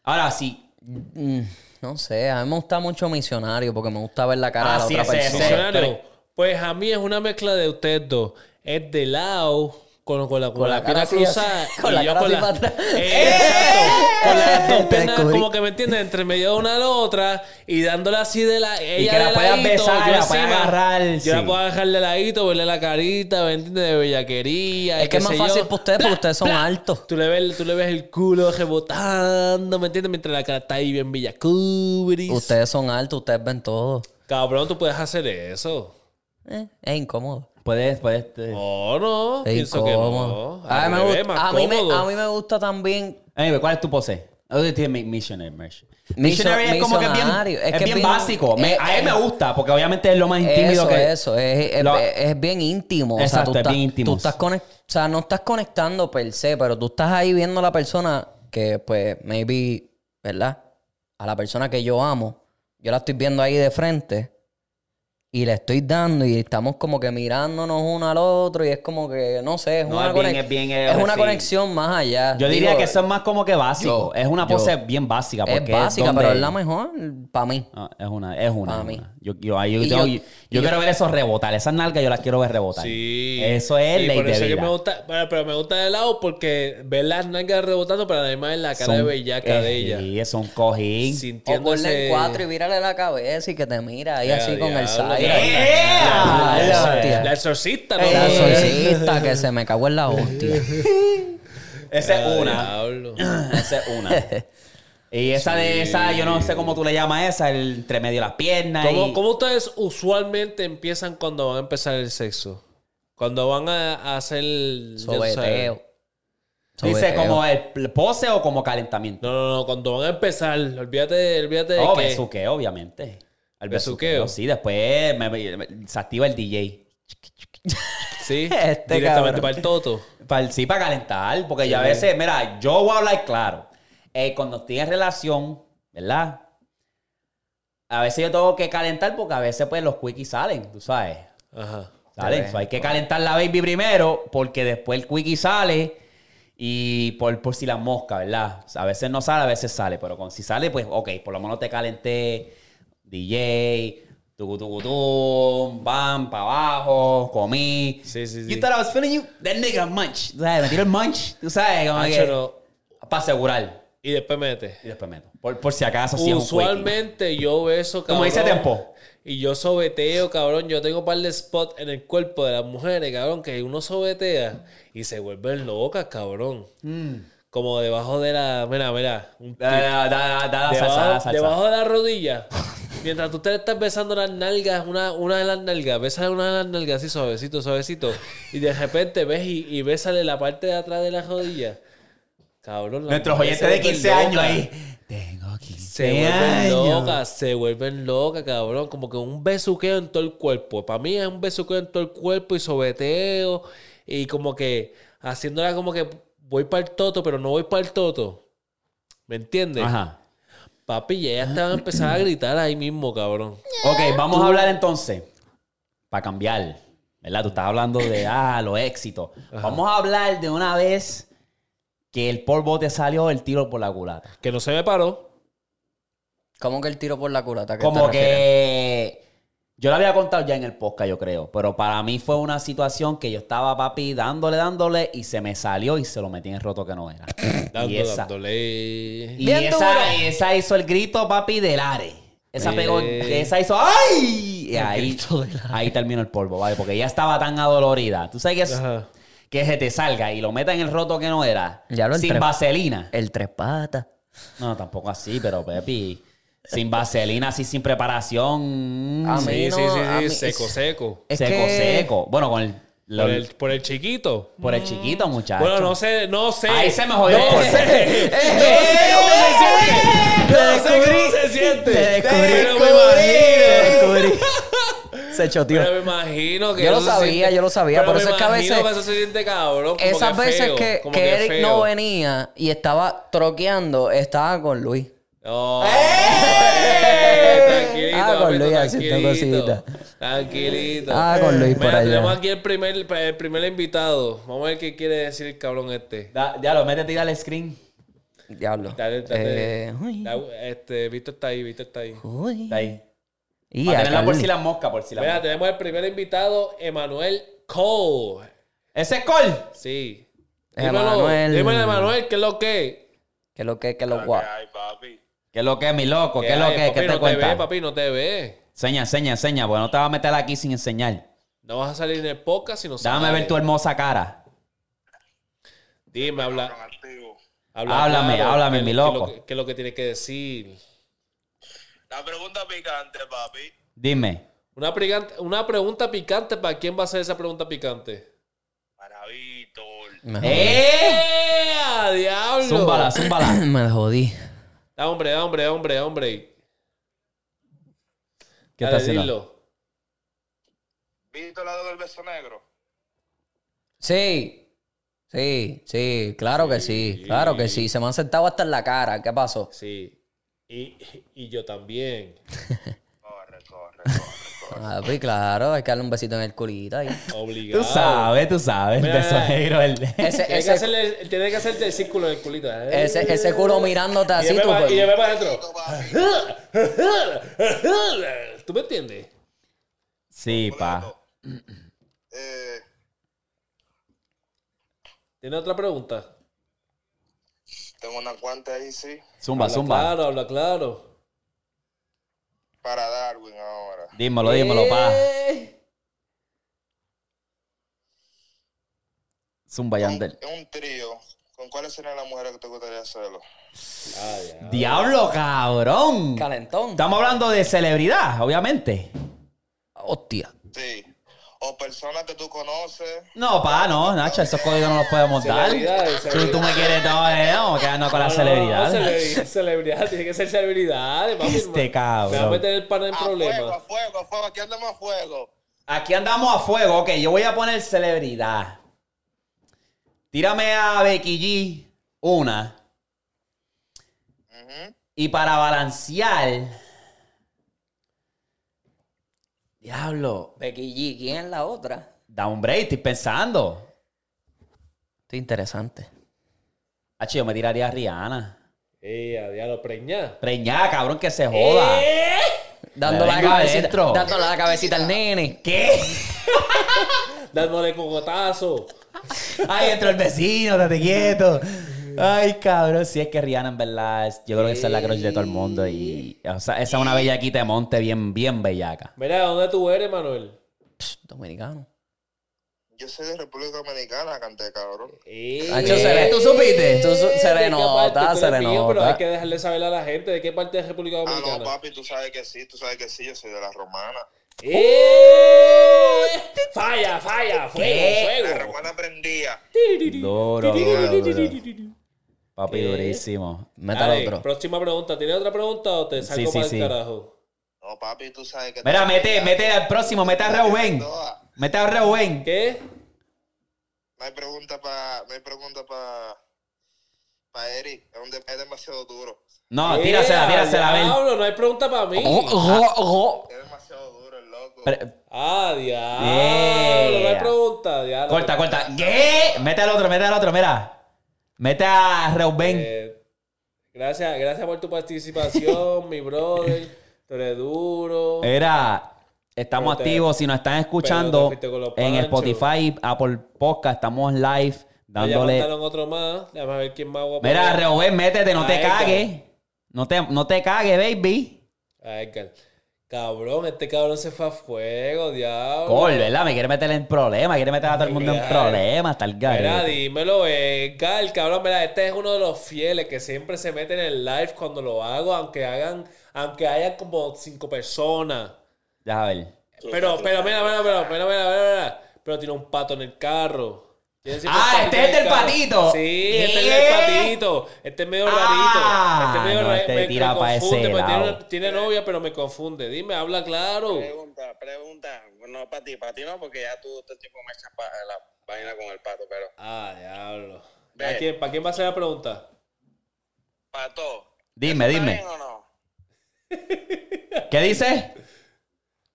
Ahora sí. Mm, No sé, a mí me gusta mucho Misionario porque me gusta ver la cara Ah, de la sí, otra ese, persona. ese. Funcionario. Pues a mí es una mezcla de ustedes dos. Es de lado, con, con la, con Con la, la cara pierna así, cruzada. así, con la y yo cara con así para atrás. Eh, exacto. Con las dos Te piernas, descubrí. como que me entiendes, entre medio de una a la otra. Y dándole así de la. Ella que la de puedas ladito, besar, yo la puedas encima. agarrar, Yo sí. la puedo agarrar de ladito, verle la carita, ¿me entiendes? De bellaquería. y Es que qué es más sé fácil yo. para ustedes porque ustedes son altos. Tú le, ves, tú le ves el culo rebotando, ¿me entiendes? Mientras la cara está ahí bien bellacubris. Ustedes son altos, ustedes ven todo. Cabrón, tú puedes hacer eso. Eh, es incómodo. Puedes, puedes. te- No, no. Es pienso incómodo. que no. A, Al mí Ah, me revés, gusta- más a mí me- cómodo. a mí me gusta también Anyway, ¿cuál es tu pose? Oh, yo dije mi- Missionary, merch. Miso- Missionary es como que es bien, misionario. Es es que es bien bien- básico. Me- eh, a él eh. me gusta, porque obviamente es lo más intímido eso, que Eso, es, es, Lo- es- es bien íntimo. o sea, Exacto, tú es estás- bien íntimo. Tú estás conec- o sea, no estás conectando per se, pero tú estás ahí viendo a la persona que, pues, maybe, ¿verdad? A la persona que yo amo. Yo la estoy viendo ahí de frente y le estoy dando y estamos como que mirándonos uno al otro y es como que, no sé, es No, una, es bien, conex- es bien, es eh, una sí. conexión más allá. Yo diría Digo, que eso es más como que básico. yo- es una pose yo- bien básica. Porque es básica, donde- pero es la mejor para mí. Ah, es una, es una. Para es mí. una. Yo, yo, ahí yo Y tengo- yo- yo quiero ver esos rebotar. Esas nalgas yo las quiero ver rebotar. Sí. Eso es Y ley por de eso es vida. que me gusta, bueno, pero me gusta de lado porque ver las nalgas rebotando, pero además en la cara Son- de bellaca de eh, ella. Sí, es un cojín. O Sintiéndose... ponle en cuatro y vírale la cabeza y que te mira ahí Ya, así con el diablo, side. ya. ¡Ea! Ay, Eso hostia. La exorcista, ¿no? La exorcista que se me cagó en la hostia. Esa es una. Diablo. Esa es una. Y esa de esa, yo no sé cómo tú le llamas esa, el entre medio de las piernas. ¿Cómo, y- cómo ustedes usualmente empiezan cuando van a empezar el sexo? Cuando van a, a hacer... el- ya tú sabes. Sobeteo. Dice Sobeteo. como el pl- pose o como calentamiento. No, no, no. Cuando van a empezar, olvídate de, olvídate de oh, que... besuqueo, obviamente. El Besuqueo. besuqueo. Sí, después me- me- me- se activa el DJ. Sí, Este directamente cabrón. para el toto. Para, sí, para calentar, porque yo a veces, mira, yo voy a hablar claro. Eh, cuando estoy en relación, ¿verdad? A veces yo tengo que calentar porque a veces pues los quickies salen, tú sabes. Ajá. Salen. So, hay que calentar la baby primero porque después el quickie sale y por, por si la mosca, ¿verdad? O sea, a veces no sale, a veces sale, pero con, si sale, pues ok, por lo menos te calenté, DJ, tu tu bam, para abajo, comí. Sí, sí, sí. You thought I was feeling you? That nigga munch. Tú sabes, me tiro el munch, tú sabes, como Macho, que... no. Para asegurar. Ah, Y después mete. Y después meto. Por, por si acaso, si es un quickie. Usualmente yo beso, cabrón. Como dice Tempo. Y yo sobeteo, cabrón. Yo tengo un par de spots en el cuerpo de las mujeres, cabrón, que uno sobetea y se vuelven locas, cabrón. Mm. Como debajo de la. Mira, mira. Un Da, da, da, da, da, debajo, salsa, da, salsa. debajo de la rodilla. Mientras tú te estás besando las nalgas, una, una de las nalgas, besale una de las nalgas así suavecito, suavecito. Y de repente ves y, y bésale la parte de atrás de la rodilla. Cabrón, las Nuestros mujeres se oyentes de 15 vuelven años locas. ahí. Tengo 15 Se vuelven años. locas, se vuelven locas, cabrón. Como que un besuqueo en todo el cuerpo. Para mí es un besuqueo en todo el cuerpo y sobeteo. Y como que haciéndola como que voy para el toto, pero no voy para el toto. ¿Me entiendes? Ajá. Papi, ya Ah, ella estaba empezando a gritar ahí mismo, cabrón. Ok, vamos a hablar entonces. Para cambiar, ¿verdad? Tú estás hablando de, ah, los éxitos. Vamos a hablar de una vez que el polvo te salió el tiro por la culata. Que no se me paró. ¿Cómo que el tiro por la culata? ¿A qué te Como refieres? que. Yo la había contado ya en el podcast, yo creo. Pero para mí fue una situación que yo estaba, papi, dándole, dándole. Y se me salió y se lo metí en el roto que no era. y Dando, esa, dándole. y Bien duro. esa, esa hizo el grito, papi, del are. Esa Eh. pegó. Esa hizo. ¡Ay! Y ahí, ahí terminó el polvo, ¿vale? Porque ya estaba tan adolorida. Tú sabes que, es- Ajá. que se te salga y lo meta en el roto que no era. Ya lo sin entre- vaselina. El tres patas. No, tampoco así, pero Pepi. Sin vaselina, así sin preparación. mm, A mí Sí, sí, no, sí, a mí- sí, seco, seco. Ah, Es seco, que- seco. Bueno, con el. lo- Por el, por el chiquito. por el chiquito, muchacho. Bueno, no sé, no sé. Ahí se me jodió el No polvo. sé. No ¡Eh! sé Te cómo se siente. No sé descubrí. cómo se siente. eh, Te descubrí. Pero me Te imagino. descubrí. Se choteó. Pero me imagino que. Yo lo eso se sabía, siente- yo lo sabía, Pero por me eso es que a imagino veces- que eso se siente cabrón. como Esas veces feo, que, como que Eric feo. no venía y estaba troqueando, estaba con Luis. No. Eh, Oh. Tranquilito, Ah, con Luis haciendo tranquilito. cositas. Tranquilito. Ah, con Luis por Mira, allá. tenemos aquí el primer, el primer invitado. Vamos a ver qué quiere decir el cabrón este. Da- ya lo métete y dale screen. Diablo. Dale, dale. Eh, uy, Da- Este, Víctor está ahí, Víctor está ahí. uy. Está ahí. Y Para a tenerla por Carly. si las moscas, por si las Mira, moscas. tenemos el primer invitado, Emanuel Cole. Ese es Col. Sí. Emanuel. Dímelo, dímelo, Emanuel, ¿qué es lo que? Que lo que, que lo guau. Ay, papi. ¿Qué es lo que es, mi loco? ¿Qué es lo hay, que es? papi, ¿Qué te no te ve, cuenta? papi, no te ve. Seña, enseña, seña. Bueno, no te vas a meter aquí sin enseñar. No vas a salir en el podcast si no sabes. Déjame ver tu hermosa cara. Dime, habla. Cabrón activo. habla Háblame, háblame, ¿Qué- mi qué es lo loco. que- ¿Qué es lo que tienes que decir? La pregunta picante, papi. Dime. Una, prigante- una pregunta picante, ¿para quién va a ser esa pregunta picante? Para Víctor. Me ¡Eh! ¡Eh! ¡A diablo! Zúmbala, zúmbala. jodí. Me jodí. Da, hombre, da, hombre, da, hombre, da, hombre. ¿Qué está Dale, haciendo? dilo. ¿Víctor la del beso negro? Sí. Sí, sí, claro que sí, Sí. claro que sí. Se me han sentado hasta en la cara. ¿Qué pasó? Sí. Y, y yo también. Corre, corre, corre. Ah, pues claro, hay que darle un besito en el culito ahí. Tú Obligado. sabes, tú sabes. El Mira, beso mira. negro, el- Ese, Tiene que, ese, hacerle, el- tiene que hacerte el círculo del culito. ¿eh? ese, ese culo mirándote Y así, yo me tú. pa- y yo pues. me para adentro. ¿Tú me entiendes? Sí, pa. Eh, ¿Tiene otra pregunta? tengo una cuanta ahí, sí. Zumba, habla zumba. claro, habla claro. Para Darwin ahora. Dímelo, dímelo, pa. Zumba, Yandel. Es un trío. ¿Con cuáles serían las mujeres que te gustaría hacerlo? ¡Diablo, cabrón! Calentón. Estamos hablando de celebridad, obviamente. Hostia. Sí. O personas que tú conoces. No, pa, no, Nacho, esos códigos no los podemos dar. Celebridades, Tú, tú me quieres todo, eh, no, quedarnos con la No, no, no, celebridad. celebri- celebridad, tiene que ser celebridad. papi, Este me- Me va a cabrón. meter el pan en A Ah, fuego, a problemas. fuego, a fuego. Aquí andamos a fuego. Aquí andamos a fuego, ok, yo voy a poner celebridad. Tírame a Becky G una. Y para balancear. Diablo. Becky G, ¿quién es la otra? Da un break, estoy pensando. Esto es interesante. Hacho, yo me tiraría a Rihanna. Eh, a diablo, preñá. Preñada, cabrón, que se joda. Dando la Venga, cabecita, adentro. dándole la cabecita al nene. ¿Qué? Dándole cocotazo. Ay, entró el vecino, date quieto. Ay, cabrón, si es que Rihanna, en verdad, es- yo creo que esa es la crush de todo el mundo. Y, o sea, esa es una bellaquita de monte bien, bien bellaca. Mira, ¿dónde tú eres, Manuel? Pss, dominicano. Yo soy de República Dominicana, canté, cabrón. Eh, Nacho, se le- ¿Tú supiste? Tú su- se ¿de le qué nota, parte? Tú se eres le mío, Pero nota. hay que dejarle saber a la gente de qué parte de República Ah, no, Dominicana. papi, tú sabes que sí, tú sabes que sí, yo soy de la romana. ¡Eh! Falla, falla, fuego, La fuego. romana prendía. Duro, duro, duro. Papi, durísimo. Métale Dale, otro. Próxima pregunta. ¿Tienes otra pregunta o te saco Sí, sí, para sí. el carajo? No, papi, tú sabes que. Mira, mete, mete al próximo, mete a Reuben. Mete a Reuben. ¿Qué? No hay pregunta para. No hay pregunta para. Para Eric. Es, un de- es demasiado duro. No, tírasela, Eh, tírasela, Oh, a ver. Diablo, no hay pregunta para mí. Es demasiado duro el loco. Pre- Ah, diablo. Yeah. No hay pregunta, diablo. Corta, corta. ¿Qué? Mete al otro, mete al otro, mira. Mete a Reuben. Eh, Gracias, gracias por tu participación, mi brother. Tú eres duro. Eh, Era, estamos Pero te- activos. Si nos están pero te escuchando fuiste con los en panchos. Spotify, Apple Podcast, estamos live Ya dándole. mandaron otro más. Déjame ver quién más voy a Mira, poner. Reuben, métete, no te Ahí está. cagues. No te, no te cagues, baby. A Edgar. Cabrón, este cabrón se fue a fuego, diablo. Gol, ¿verdad? Me quiere meter en problemas, quiere meter a todo el mundo en Ay. problemas, hasta el Mira, garete. dímelo, Edgar, cabrón, mira, este es uno de los fieles que siempre se mete en el live cuando lo hago, aunque hagan, aunque haya como cinco personas. Déjame ver. Pero, pero, mira, mira, mira, mira, mira, mira, mira. Pero tiene un pato en el carro. Tiene siempre Ah, un este patito en es del carro. patito. Sí, este es ¿Qué? del patito. Este es medio Ah, rarito. Este es medio no, ra- este me- me tira pa' ese confunde, porque tiene, lado. una- tiene novia, pero me confunde. Dime, habla claro. Pregunta, pregunta. No, para ti, para ti no, porque ya tú todo el tiempo me echas pa- la vaina con el pato, pero Ah, diablo. ¿Para Ve. quién, ¿Para quién va a ser la pregunta? pato. Dime, ¿está dime. bien o no? ¿Qué dices?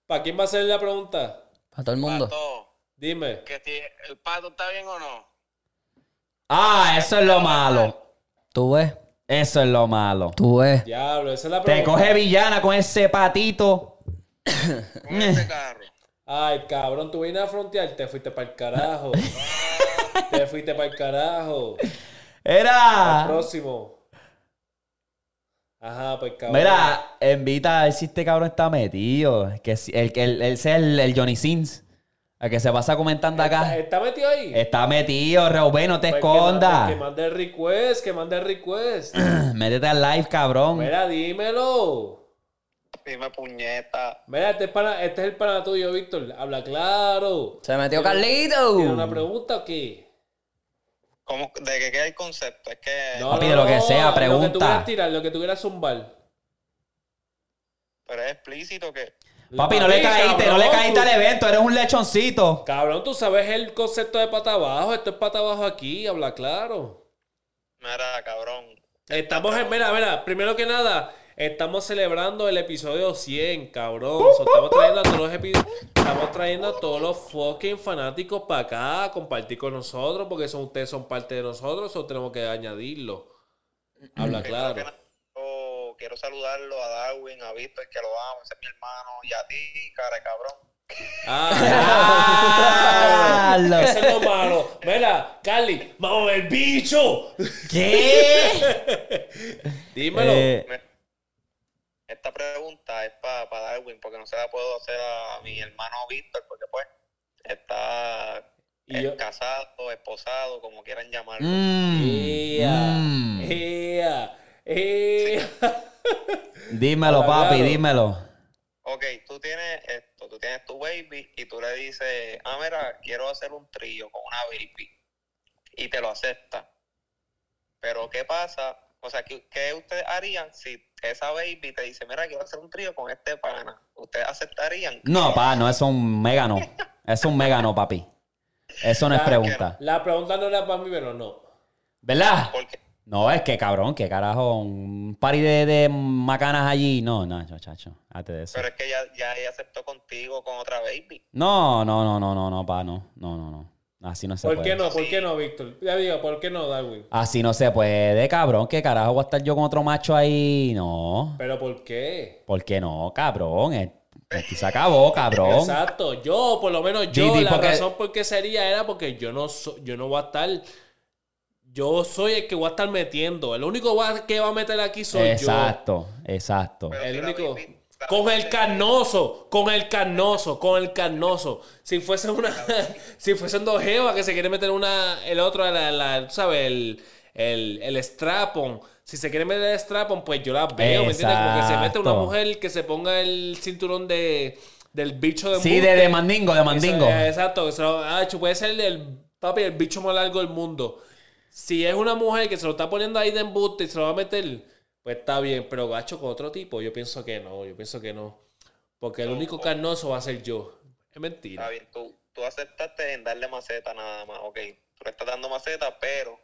¿Para quién va a ser la pregunta? Para todo el mundo. Pato, Dime. que si el pato está bien o no. Ah, eso es lo malo. Tú ves, Eso es lo malo. tú ves. Diablo, esa es la Te pregunta. coge villana con ese patito. Con ese carro. Ay, cabrón, tú vienes a frontear, te fuiste para el carajo. te fuiste para el carajo. Era. Próximo. Ajá, pues cabrón. Mira, invita a ver si este cabrón está metido. Que si- el, el, el, ese es el, el Johnny Sins. El que se pasa comentando ¿Está, acá. está metido ahí? Está metido, Reuben, no te Pues que mande- Que escondas. mande el request, que mande el request. Métete al live, cabrón. Mira, dímelo. Dime puñeta. Mira, este es, para, este es el pana tuyo, Víctor. Habla claro. Se metió ¿Tiene una Carlito. pregunta o qué? ¿Cómo, ¿De qué, qué hay concepto? Es que. No, Papi, de lo que sea, Lo que tú pregunta. quieras tirar, lo que tú quieras zumbar. Pero es explícito que. Papi, no le caíste, no le cabrón, caíste tú- al e- evento, eres un lechoncito. Cabrón, tú sabes el concepto de pata abajo. Esto es pata abajo aquí, habla claro. Mira, cabrón. Estamos en. Mira, mira, primero que nada, estamos celebrando el episodio 100, cabrón. So, estamos trayendo a todos los epi- Estamos trayendo a todos los fucking fanáticos para acá a compartir con nosotros, porque son, ustedes son parte de nosotros, o tenemos que añadirlo. Habla Primero que Ah, claro. nada, yo quiero saludarlo a Darwin, a Víctor, que lo amo, ese es mi hermano, y a ti, cara de cabrón. Ah, Diablo. Eso es lo malo. Mira, Carly, vamos el bicho. ¿Qué? Dímelo. Eh, Me- Esta pregunta es para Darwin, porque no se la puedo hacer a mi hermano Víctor, porque pues está Y yo- es casado, esposado, como quieran llamarlo. mm, Ea, mm. ea, ea. Dímelo, Habla papi, claro. dímelo. Ok, tú tienes esto, tú tienes tu baby y tú le dices, ah, mira, quiero hacer un trío con una baby. Y te lo acepta. Pero ¿qué pasa? O sea, ¿qué, qué ustedes harían si esa baby te dice, mira, quiero hacer un trío con este pana? ¿Ustedes aceptarían? No, pa, no, eso es un mega no. Es un mega no, papi. Eso no es Claro pregunta. La pregunta no era para mí, pero no. ¿Verdad? Porque No, es que cabrón, que carajo, un party de, de macanas allí. No, no, chacho, hazte de eso. Pero es que ya, ya ella aceptó contigo con otra baby. No, no, no, no, no, no, pa, no. No, no, no. Así no se ¿Por puede. qué no? ¿Por qué no, Víctor? Ya digo, ¿por qué no, Darwin? Así no se puede, cabrón. ¿Qué carajo voy a estar yo con otro macho ahí? No. ¿Pero por qué? ¿Por qué no, cabrón? Eh, Aquí se acabó, cabrón. Exacto. Yo, por lo menos yo, Didi, la porque- razón por qué sería era porque yo no, so- yo no voy a estar... Yo soy el que voy a estar metiendo. El único va- que va a meter aquí soy Exacto, exacto. yo. Pero El si la único... baby- la Con baby el le- carnoso, con el carnoso, con el carnoso. Si fuese una... si fuesen dos jevas que se quiere meter una... El otro, la, la, tú ¿sabes? El, el, el strapon. Si se quiere meter el strapon, pues yo la veo, ¿me entiendes? Como que se mete una Exacto. mujer que se ponga el cinturón de, del bicho de Sí, de, embuste. de mandingo, de mandingo. Eso, eh, exacto. eso, ah, chu, puede ser el papi, el bicho más largo del mundo. Si es una mujer que se lo está poniendo ahí de embuste y se lo va a meter, pues está bien. Pero gacho con otro tipo, yo pienso que no, yo pienso que no. Porque el único carnoso va a ser yo. Es Está mentira. bien, tú, tú aceptaste en darle maceta nada más, ok. Tú le estás dando maceta, pero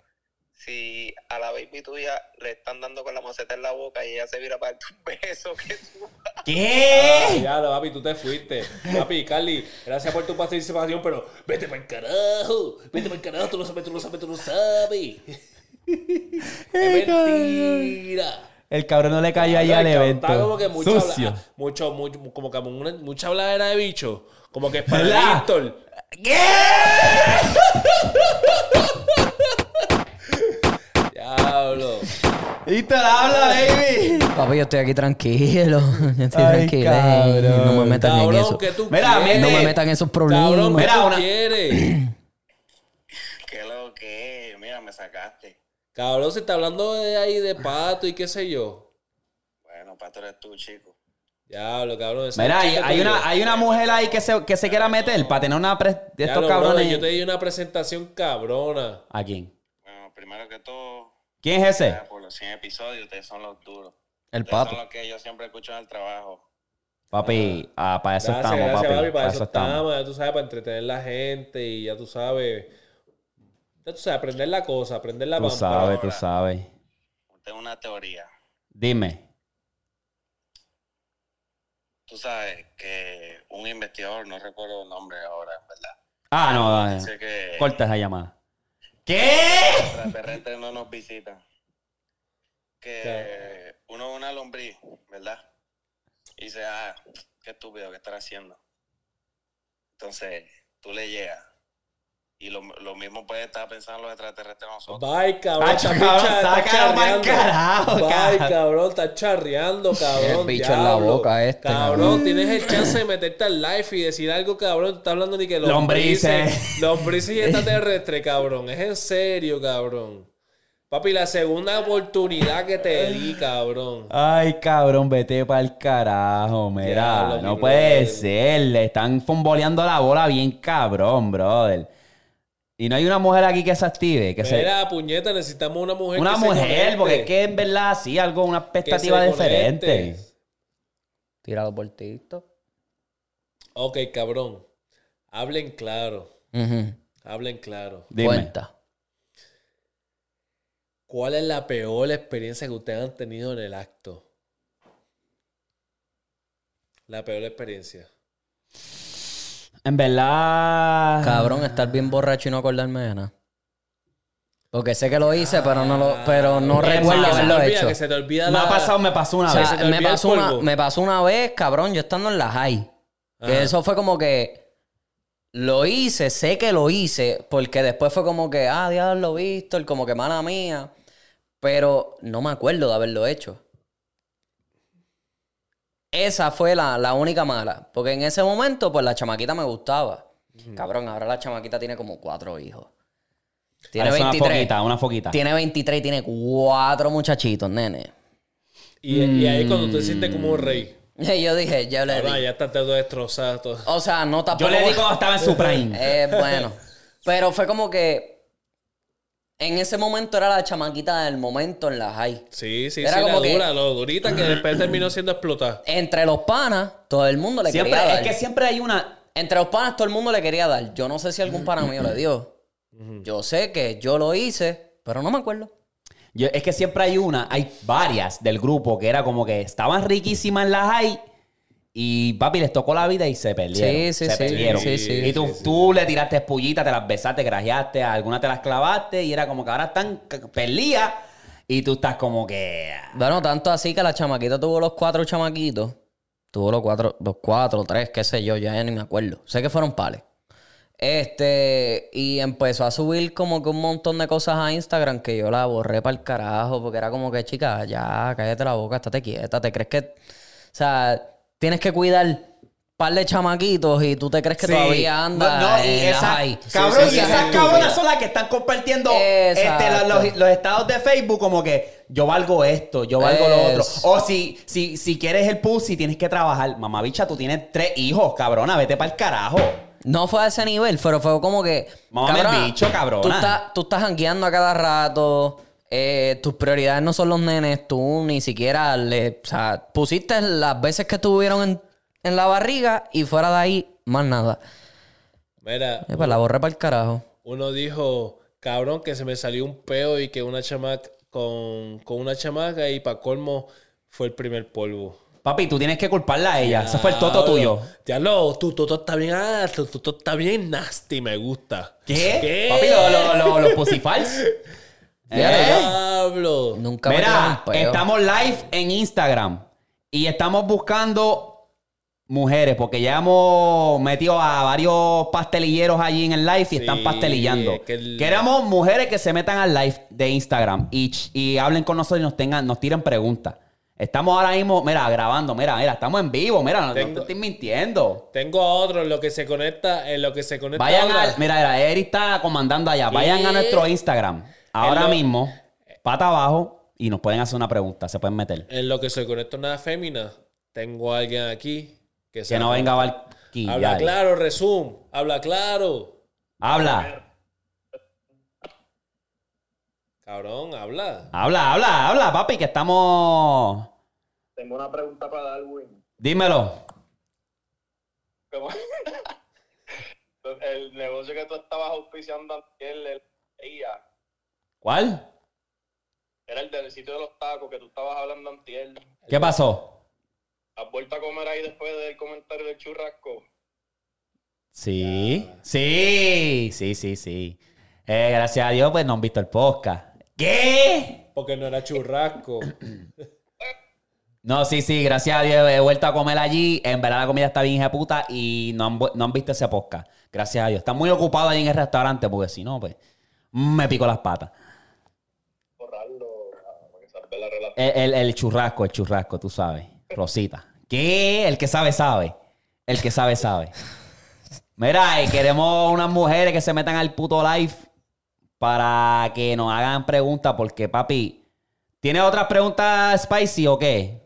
si a la baby tuya le están dando con la maceta en la boca y ella se vira para darte un beso, que tú... ¿Qué? Ya lo, Ah, papi, tú te fuiste. Papi, Carly, gracias por tu participación, pero vete para el carajo. Vete para el carajo, tú no sabes, tú no sabes, tú no sabes. Es mentira. El cabrón no le cayó ahí al Está como evento. que mucho, Sucio. habla- ah, mucho, mucho- como que una- mucha habladera de bicho. Como que es para ¿Verdad? Víctor. ¿Qué? Diablo. Y te la habla, baby. Papi, yo estoy aquí tranquilo. Yo estoy Ay, tranquilo. ey, cabrón. No me metan en Cabrón, eso. que tú Mira, quieres? No me Eh, metan en esos problemas. Cabrón, ¿qué Mira, tú una- quieres? ¿Qué lo que es? Mira, me sacaste. Cabrón, se está hablando de ahí de pato y qué sé yo. Bueno, pato eres tú, chico. Diablo, cabrón. esa Mira, hay, chica hay tuya. una, hay una mujer ahí que se, que se quiera meter para tener una pre- de estos Diablo, brother, cabrones. Yo te di una presentación cabrona. ¿A quién? Bueno, primero que todo, ¿Quién es ese? gracias por los 100 episodios, ustedes son los duros. El Ustedes pato. son los que yo siempre escucho en el trabajo. Papi, ah, para eso Gracias, estamos, gracias, papi. papi, Para eso estamos, ya tú sabes, para entretener la gente y ya tú sabes. Ya tú sabes, aprender la cosa, aprender la Tú pampa. sabes, tú sabes. Tengo una teoría. Dime. Tú sabes que un investigador, no recuerdo el nombre ahora, en verdad. Ah, no, no, no. Dice que corta esa llamada. ¿Qué? extraterrestres no nos visitan. Que uno es una lombriz, ¿verdad? Y dice, ah, qué estúpido que estar haciendo. Entonces, tú le llegas. Y lo, lo mismo puede estar pensando los extraterrestres nosotros. Bye, cabrón. Hacho, estás Ah, cabrón, charreando, estás sácalo pa'l charreando. carajo, Bye, cabrón. cabrón, estás charreando, cabrón. El bicho en la diablo. boca este, Cabrón, cabrón. tienes el chance de meterte al live y decir algo, cabrón. Tú estás hablando ni que Lombrices. lombrices. Lombrices y extraterrestre, cabrón. Es en serio, cabrón. Papi, la segunda oportunidad que te di, cabrón. Ay, cabrón, vete para el carajo, mira. Diablo, no mi puede brother. ser. Le están fomboleando la bola bien cabrón, brother. Y no hay una mujer aquí que se active, que se... Mira, puñeta, necesitamos una mujer Una que se mujer, conecte. porque es que en verdad sí, algo, una Que se expectativa diferente. conecte. Tirado por TikTok. Ok, cabrón. Hablen claro. Ujú. Hablen claro. Dime. Cuenta. ¿Cuál es la peor experiencia que ustedes han tenido en el acto? La peor experiencia. En verdad. Cabrón, estar bien borracho y no acordarme de nada. Porque sé que lo hice, pero no lo, pero no Bien, recuerdo que se te haberlo olvida, hecho. Que se te olvida Me la- ha pasado, me pasó una O sea, vez. se te me, olvida el pasó una, polvo. me pasó una vez, cabrón, yo estando en la high. Que Ajá. eso fue como que lo hice, sé que lo hice, porque después fue como que, ah, diablo, visto, como que mala mía. Pero no me acuerdo de haberlo hecho. Esa fue la, la única mala. Porque en ese momento, pues la chamaquita me gustaba. Cabrón, ahora la chamaquita tiene como cuatro hijos. Ah, Tiene Parece 23. Una foquita, una foquita. Tiene 23 y tiene cuatro muchachitos, nene. Y, y ahí cuando tú te sientes como Mm. un rey. Y yo dije, ya le Ahora di. ya estás todo destrozado. todo. O sea, no Yo tampoco. le digo, estaba en su prime. Eh, bueno. Pero fue como que. En ese momento era la chamaquita del momento en la high. Sí, sí, Era sí, la como que- dura, lo durita que después terminó siendo explotada. Entre los panas, todo el mundo le Siempre, quería es dar. que siempre hay una. Entre los panas, todo el mundo le quería dar. Yo no sé si algún pana mío le dio. Yo sé que yo lo hice, pero no me acuerdo. yo- es que siempre hay una, hay varias del grupo que era como que estaban riquísimas en las high y papi les tocó la vida y se perdieron. Sí, sí, se sí, perdieron. sí, sí. y tú, tú le tiraste espullitas, te las besaste, grajeaste, a algunas te las clavaste y era como que ahora están c- perdidas y tú estás como que. Bueno, tanto así que la chamaquita tuvo los cuatro chamaquitos. Tuvo los cuatro, los cuatro, tres, qué sé yo, ya ni me acuerdo. Sé que fueron pales. Este, y empezó a subir como que un montón de cosas a Instagram que yo la borré para el carajo, porque era como que, chica, ya, cállate la boca, estate quieta, te crees que, o sea, tienes que cuidar un par de chamaquitos y tú te crees que Sí. todavía andas No, no, y en la esa- high. Cabrón, Sí, sí, y sí, esas sí. cabronas son las que están compartiendo Exacto. este, los, los- los estados de Facebook como que yo valgo esto, yo valgo lo otro. Es. O si, si, si quieres el pussy, tienes que trabajar. Mamá bicha, tú tienes tres hijos, cabrona, vete para el carajo. No fue a ese nivel, pero fue como que. Mamá me cabrona, bicho, cabrona. Tú estás, tú estás jangueando a cada rato. eh, tus prioridades no son los nenes. Tú ni siquiera le. O sea, pusiste las veces que tuvieron en, en la barriga y fuera de ahí, más nada. Mira, Eh, pues la borré para el carajo. uno dijo, cabrón, que se me salió un peo y que una chamaca con, con una chamaca y para colmo fue el primer polvo. Papi, tú tienes que culparla a ella. Ese fue el toto tuyo. Ya lo, tu toto está bien, ah, tu toto está bien nasty, me gusta. ¿Qué? Papi, los lo, lo, los pussy fals. ¿Eh? Fíjate, Diablo. Nunca me tiraron Mira, un peo. estamos live en Instagram y estamos buscando mujeres porque ya hemos metido a varios pastelilleros allí en el live y están pastelillando. es que el- Queremos mujeres que se metan al live de Instagram y, ch- y hablen con nosotros y nos tengan, nos tiren preguntas. Estamos ahora mismo, mira, grabando, mira, mira, estamos en vivo, mira, no, no Tengo- te estoy mintiendo. Tengo a otro en lo que se conecta, en lo que se conecta. Vayan ahora. al, mira, mira, Eric está comandando allá. Vayan a ¿Qué? nuestro Instagram ahora lo- mismo, pata abajo, y nos pueden hacer una pregunta, se pueden meter. En lo que se conecta una fémina, tengo a alguien aquí que, Que no venga a barquillar. Habla claro, resume. Habla claro. Habla, Cabrón, habla. habla, habla, habla, papi, que estamos. Tengo una pregunta para Darwin. Dímelo. ¿Cómo- el negocio que tú estabas auspiciando antier, el día, ¿Cuál? era el del sitio de los tacos que tú estabas hablando antier. ¿Qué pasó? ¿Has vuelto a comer ahí después del comentario del churrasco? Sí, sí, sí, sí, sí. Eh, gracias a Dios, pues no han visto el podcast. ¿Qué? Porque no era churrasco. No, sí, sí, gracias a Dios he vuelto a comer allí. En verdad la comida está bien hija de puta y no han, vu- no han visto ese podcast. Gracias a Dios. Están muy ocupados ahí en el restaurante porque si no, pues me pico las patas. Borrarlo ah, para que salve la relación. El, el- el churrasco, el churrasco, tú sabes. Rosita. ¿Qué? El que sabe, sabe. El que sabe, sabe. Mira, eh, queremos unas mujeres que se metan al puto live para que nos hagan preguntas, porque papi, ¿tienes otras preguntas, Spicy, o qué?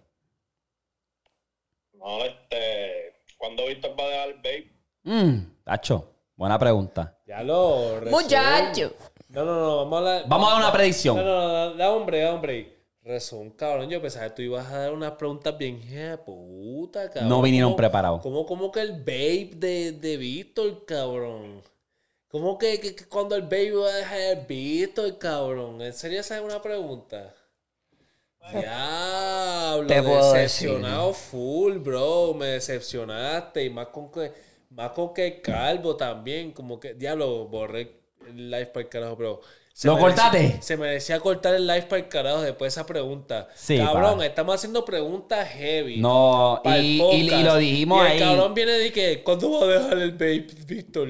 No, este. ¿Cuándo Víctor va a dejar el vape? Mm, tacho, buena pregunta. Ya lo resume. Muchacho. No, no, no, vamos a hablar. Vamos a dar una No, predicción. no, no, da- da hombre, da hombre. Resume, cabrón. Yo pensaba que tú ibas a dar unas preguntas bien hija de puta, cabrón. No vinieron ¿Cómo- preparados. ¿Cómo, cómo que el babe de, de Víctor, cabrón? ¿Cómo que, que- que cuando el babe va a dejar el Víctor, cabrón? ¿En serio esa es una pregunta? Diablo, Te puedo decepcionado full, bro. Me decepcionaste. Y más con que, más con que el calvo también. Como que, diablo, borré el live para el carajo, bro. Se ¿Lo merecía- cortaste? Se merecía cortar el live para el carajo después de esa pregunta. Sí, cabrón, pa. estamos haciendo preguntas heavy. No, para el y, y- y lo podcast. dijimos Y el ahí. cabrón viene de que, ¿cuándo va a dejar el babe, Víctor?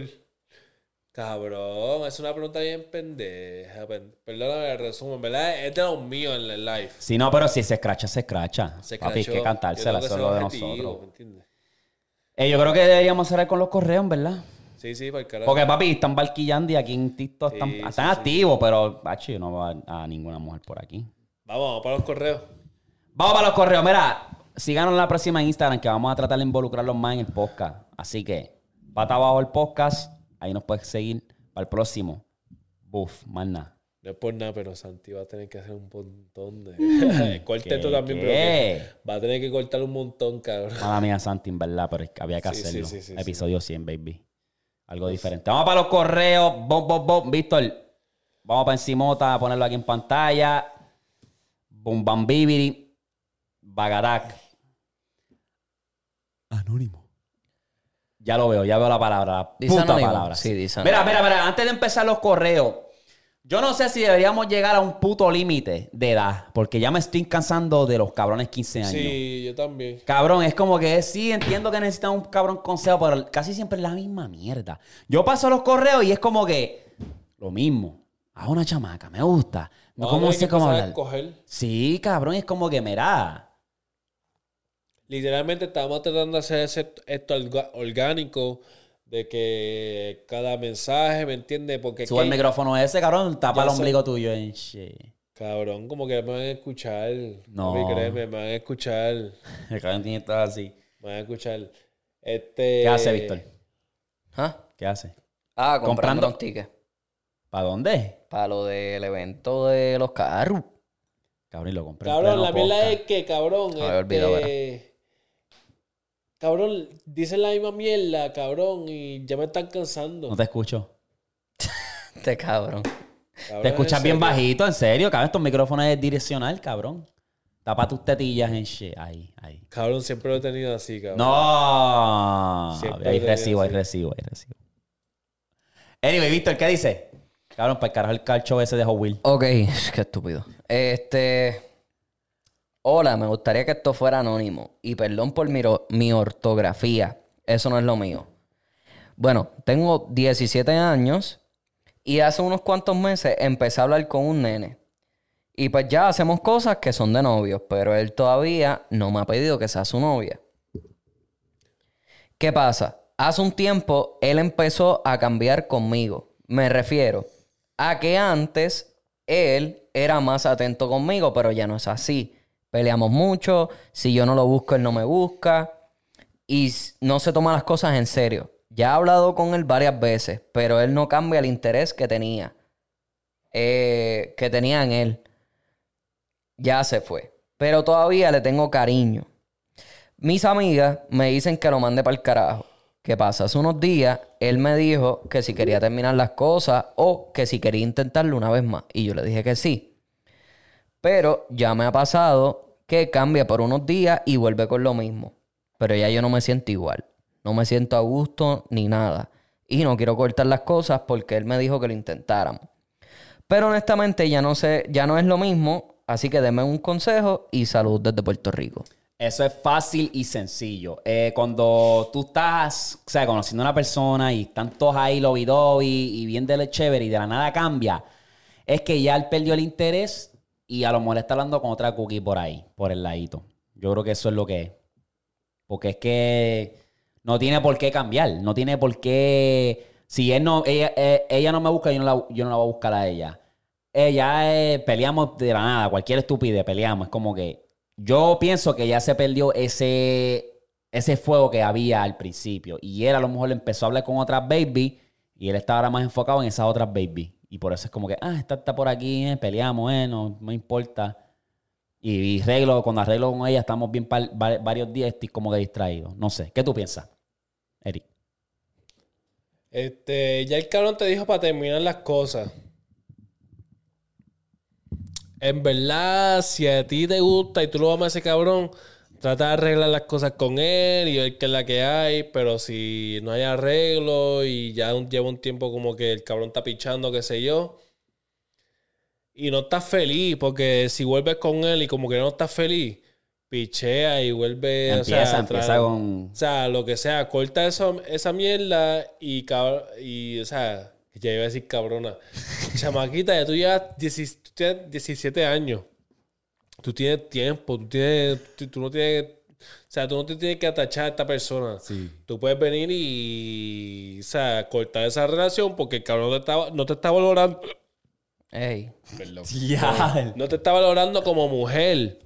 Cabrón, es una pregunta bien pendeja. pen- Perdóname el resumen, ¿verdad? Es de los míos en el live. Si no, pero si se escracha, se escracha. Se papi, hay crachó. que cantársela, Yo eso tengo es lo que de ser objetivo, nosotros. ¿me entiendes? Eh, yo creo que deberíamos cerrar con los correos, ¿verdad? Sí, sí, para el carajo. Porque, papi, están barquillando y aquí en TikTok están, Sí, sí, están sí. activos, pero, macho, yo no veo a, a ninguna mujer por aquí. Vamos, vamos para los correos. Vamos para los correos. Mira, síganos la próxima en Instagram que vamos a tratar de involucrarlos más en el podcast. Así que, pata abajo el podcast. Ahí nos puedes seguir para el próximo. Buf, más nada. No es por nada, pero Santi va a tener que hacer un montón de. Corte tú Mm. ¿Qué, también, qué? pero que Va a tener que cortar un montón, cabrón. Mala mía, Santi, en verdad, pero es que había que Sí, sí, hacerlo. sí, sí, Episodio 100, baby. Algo diferente. Vamos para los correos. Bom, bom, bom. Víctor, vamos para encimota a ponerlo aquí en pantalla. Bum, bam, bibiri. Bagadac. Anónimo. Ya lo veo, ya veo la palabra. La Dice puta anónimo. palabra. Sí, dice Mira, mira, mira. Antes de empezar los correos, yo no sé si deberíamos llegar a un puto límite de edad, porque ya me estoy cansando de los cabrones 15 años. Sí, yo también. Cabrón, es como que sí, entiendo que necesitan un cabrón consejo, pero casi siempre es la misma mierda. Yo paso los correos y es como que lo mismo. A una chamaca, me gusta. No, Vamos a ¿Cómo tener sé que cómo empezar a hablar? escoger. Sí, cabrón, es como que, mira. Literalmente estábamos tratando de hacer ese- esto orga- orgánico, de que cada mensaje, ¿me entiendes? Porque es Sube el que- micrófono ese, cabrón, tapa Ya el sé. ombligo tuyo. En shit. Cabrón, como que me van a escuchar. No. Papi, créeme, me van a escuchar. Me El cabrón tiene todo así. van a escuchar. Este... ¿Qué hace, Víctor? ¿Ah? ¿Qué hace? Ah, Comprando- comprando un ticket. ¿Para dónde? Para lo del evento de los carros. Cabrón, y lo compré. en Cabrón, pleno la mierda podcast. es que, cabrón. Me había olvidado, este, Cabrón, dicen la misma mierda, cabrón, y ya me están cansando. No te escucho. Este cabrón. Cabrón, Te escuchas en bien serio. bajito, en serio, cabrón. Estos micrófonos es direccional, cabrón. Tapa tus tetillas en shit. Ahí, ahí. Cabrón, siempre lo he tenido así, cabrón. No. Siempre Ahí te recibo, ahí viene así. recibo, ahí recibo. Anyway, Víctor, ¿qué dice? Cabrón, para el carajo el calcho ese de Hot Wheels. Ok, qué estúpido. Este. Hola, me gustaría que esto fuera anónimo. Y perdón por mi, ro- mi ortografía. Eso no es lo mío. Bueno, tengo 17 años y hace unos cuantos meses empecé a hablar con un nene. Y pues ya hacemos cosas que son de novios, pero él todavía no me ha pedido que sea su novia. ¿Qué pasa? Hace un tiempo él empezó a cambiar conmigo. Me refiero a que antes él era más atento conmigo, pero ya no es así. Peleamos mucho, si yo no lo busco, él no me busca y s- no se toma las cosas en serio. Ya he hablado con él varias veces, pero él no cambia el interés que tenía, eh, que tenía en él. Ya se fue, pero todavía le tengo cariño. Mis amigas me dicen que lo mande para el carajo. ¿Qué pasa? Hace unos días él me dijo que si quería terminar las cosas o que si quería intentarlo una vez más. Y yo le dije que sí. Pero ya me ha pasado que cambia por unos días y vuelve con lo mismo. Pero ya yo no me siento igual. No me siento a gusto ni nada. Y no quiero cortar las cosas porque él me dijo que lo intentáramos. Pero honestamente ya no sé, ya no es lo mismo. Así que deme un consejo y salud desde Puerto Rico. Eso es fácil y sencillo. Eh, cuando tú estás, o sea, conociendo a una persona y están todos ahí lobidobi y bien de chévere y de la nada cambia, es que ya él perdió el interés y a lo mejor está hablando con otra cookie por ahí, por el ladito. Yo creo que eso es lo que es. Porque es que no tiene por qué cambiar, no tiene por qué... Si él no, ella, eh, ella no me busca, yo no, la, yo no la voy a buscar a ella. Ella eh, peleamos de la nada, cualquier estupidez, peleamos. Es como que yo pienso que ya se perdió ese, ese fuego que había al principio. Y él a lo mejor empezó a hablar con otras baby y él estaba ahora más enfocado en esas otras baby. Y por eso es como que, ah, esta está por aquí, eh, peleamos, eh, no me importa. Y, y arreglo, cuando arreglo con ella, estamos bien par- va- varios días, estoy como que distraído. No sé, ¿qué tú piensas, Eric? Este, ya el cabrón te dijo para terminar las cosas. En verdad, si a ti te gusta y tú lo amas a ese cabrón, trata de arreglar las cosas con él y ver qué es la que hay, pero si no hay arreglo y ya un- lleva un tiempo como que el cabrón está pichando, qué sé yo, y no estás feliz, porque si vuelves con él y como que no estás feliz, pichea y vuelve Eh, o sea, Empieza, empieza tra- con... o sea, lo que sea, corta eso, esa mierda y, cabr- y, o sea, ya iba a decir cabrona. Chamaquita, ya tú llevas 10 tú tienes 17 años. Tú tienes tiempo, tú, tienes, tú, tú no tienes... O sea, tú no te tienes que atachar a esta persona. Tú puedes venir y, o sea, cortar esa relación porque el cabrón no te está, no te está valorando. Ey. Perdón. Ya. No te está valorando como mujer.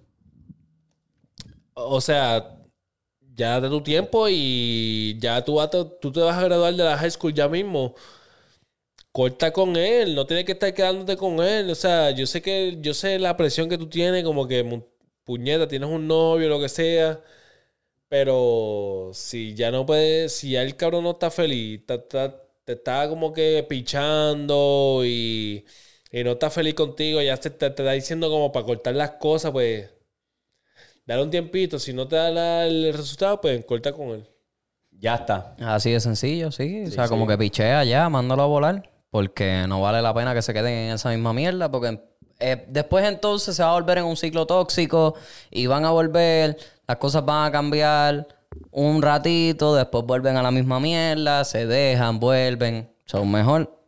O sea, ya de tu tiempo y ya tú, vas a- tú te vas a graduar de la high school ya mismo. Corta con él, no tienes que estar quedándote con él. O sea, yo sé que, yo sé la presión que tú tienes, como que mu- puñeta, tienes un novio, lo que sea. Pero si ya no puedes, si ya el cabrón no está feliz, ta- ta- te está como que pichando y, y no está feliz contigo, ya te, te- te está diciendo como para cortar las cosas, pues dale un tiempito. Si no te da la- el resultado, pues corta con él. Ya está. Así de sencillo, sí. O sea, como que pichea ya, mándalo a volar. Porque no vale la pena que se queden en esa misma mierda. Porque eh, después entonces se va a volver en un ciclo tóxico. Y van a volver, las cosas van a cambiar un ratito. Después vuelven a la misma mierda, se dejan, vuelven. Son mejor,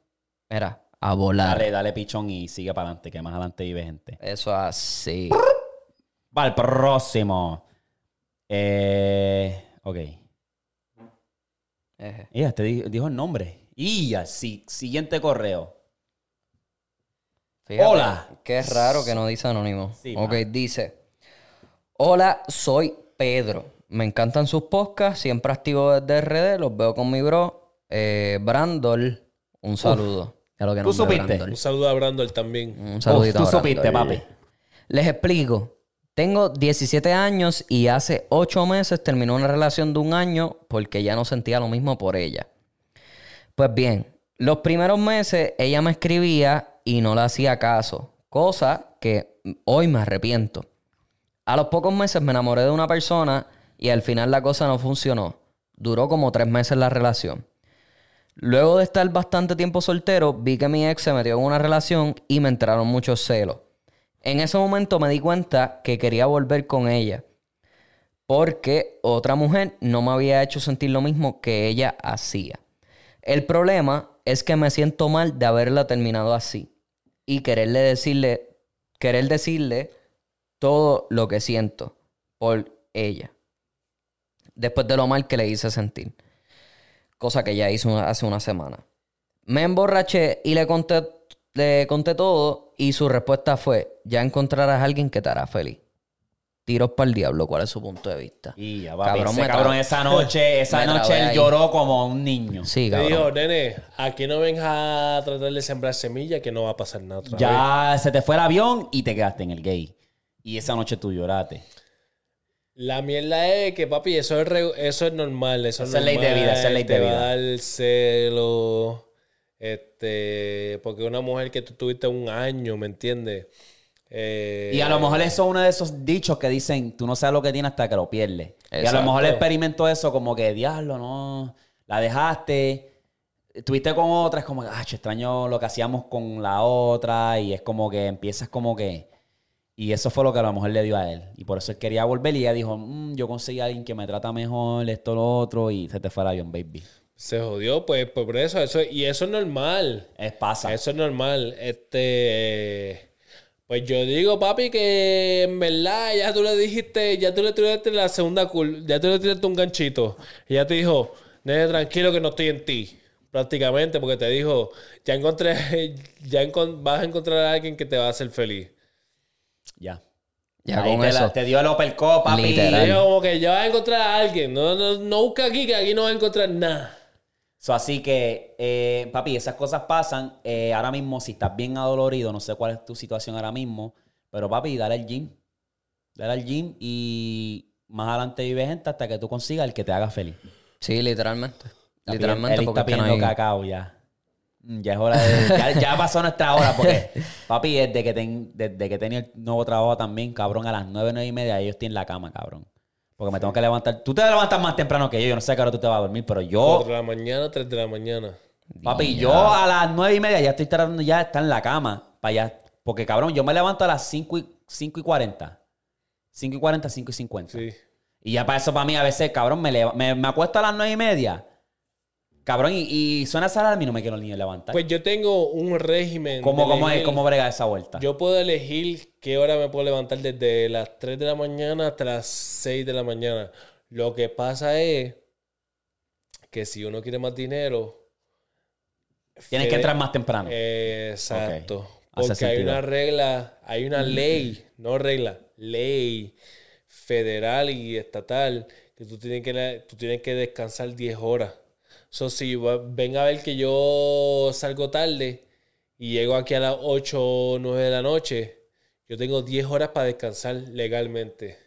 mira, a volar. Dale, dale pichón y sigue para adelante, que más adelante vive gente. Eso así. Va al próximo. Eh, ok. Eje. Ya, te di- dijo el nombre. Y así, siguiente correo. Fíjate, Hola. Qué raro que no dice anónimo. Sí, ok, mano. dice. Hola, soy Pedro. Me encantan sus podcasts. Siempre activo desde RD. Los veo con mi bro. Eh, Brandol. Un saludo. Ya lo que ¿Tú nombre, supiste? Brandol. Un saludo a Brandol también. Mm, Un saludito. Uf, a tú supiste, Brandol. papi. Les explico. Tengo 17 años y hace 8 meses terminó una relación de un año porque ya no sentía lo mismo por ella. Pues bien, los primeros meses ella me escribía y no le hacía caso, cosa que hoy me arrepiento. A los pocos meses me enamoré de una persona y al final la cosa no funcionó. Duró como 3 meses la relación. Luego de estar bastante tiempo soltero, vi que mi ex se metió en una relación y me entraron muchos celos. En ese momento me di cuenta que quería volver con ella porque otra mujer no me había hecho sentir lo mismo que ella hacía. El problema es que me siento mal de haberla terminado así y quererle decirle, querer decirle todo lo que siento por ella. Después de lo mal que le hice sentir. Cosa que ya hizo hace una semana. Me emborraché y le conté, le conté todo y su respuesta fue, ya encontrarás a alguien que te hará feliz. Tiros para el diablo, ¿cuál es su punto de vista? Y ya, papi, Cabrón, ese me cabrón, tra- esa noche, esa me noche trabé él ahí. lloró como un niño. Sí, Le cabrón. dijo, nene, aquí no vengas a tratar de sembrar semillas que no va a pasar nada. otra vez". Ya se te fue el avión y te quedaste en el gay. Y esa noche tú lloraste. La mierda es que, papi, eso es, regu- eso es normal. Eso Esa es ley de normal, vida, esa es ley de te va vida. a dar celo. Este, porque una mujer que tú tuviste un año, ¿me entiendes? Eh, Y a lo mejor eso es uno de esos dichos que dicen, tú no sabes lo que tienes hasta que lo pierdes. Y a lo Exacto. mejor experimento eso como que, diablo, no, la dejaste, estuviste con otra, es como que, ah, che, extraño lo que hacíamos con la otra, y es como que empiezas como que... Y eso fue lo que a lo mejor le dio a él. Y por eso él quería volver y ella dijo, "Mm, yo conseguí a alguien que me trata mejor, esto, lo otro, y se te fue el avión, baby. Se jodió, pues, pues, por eso, eso. Y eso es normal. Es pasa. Eso es normal. Este. Pues yo digo, papi, que en verdad ya tú le dijiste, ya tú le tiraste la segunda cul, ya tú le tiraste un ganchito. Y ya te dijo, nene, tranquilo que no estoy en ti. Prácticamente, porque te dijo, ya encontré, ya encon- vas a encontrar a alguien que te va a hacer feliz. Ya. Ya Ahí con te, eso. la- te dio el Opel Cop, papi. Literal. Te dijo como que ya vas a encontrar a alguien. No, no, no busca aquí, que aquí no vas a encontrar nada. So, así que, eh, papi, esas cosas pasan. Eh, ahora mismo, si estás bien adolorido, no sé cuál es tu situación ahora mismo, pero papi, dale al gym. Dale al gym y más adelante vive gente hasta que tú consigas el que te haga feliz. Sí, literalmente. Está literalmente, pidiendo- Eric está porque es que no pidiendo hay- cacao ya. Mm, Ya es hora de. Ya, ya pasó nuestra hora, porque, papi, desde que, ten- desde que he tenido el nuevo trabajo también, cabrón, a las nueve, nueve y media, yo estoy en la cama, cabrón. Porque me tengo que levantar. Tú te levantas más temprano que yo. Yo no sé a qué hora tú te vas a dormir, pero yo. 4 de la mañana, 3 de la mañana. Papi, yo a las nueve y media ya estoy tratando ya de estar en la cama. Para allá. Porque, cabrón, yo me levanto a las 5 y, 5 y 40. 5 y 40, 5 y 50. Sí. Y ya para eso, para mí, a veces, cabrón, me, leva- me, me acuesto a las nueve y media. Cabrón, y, y suena esa alarma y no me quiero ni levantar. Pues yo tengo un régimen. ¿Cómo, de cómo, es, elegir- ¿Cómo brega esa vuelta? Yo puedo elegir qué hora me puedo levantar desde las 3 de la mañana hasta las 6 de la mañana. Lo que pasa es que si uno quiere más dinero... Tienes fe- que entrar más temprano. Exacto. Hace Porque hay sentido. una regla, hay una ley, no regla, ley federal y estatal que tú tienes que, la- tú tienes que descansar 10 horas. So, si va- ven a ver que yo salgo tarde y llego aquí a las 8 o 9 de la noche, yo tengo 10 horas para descansar legalmente.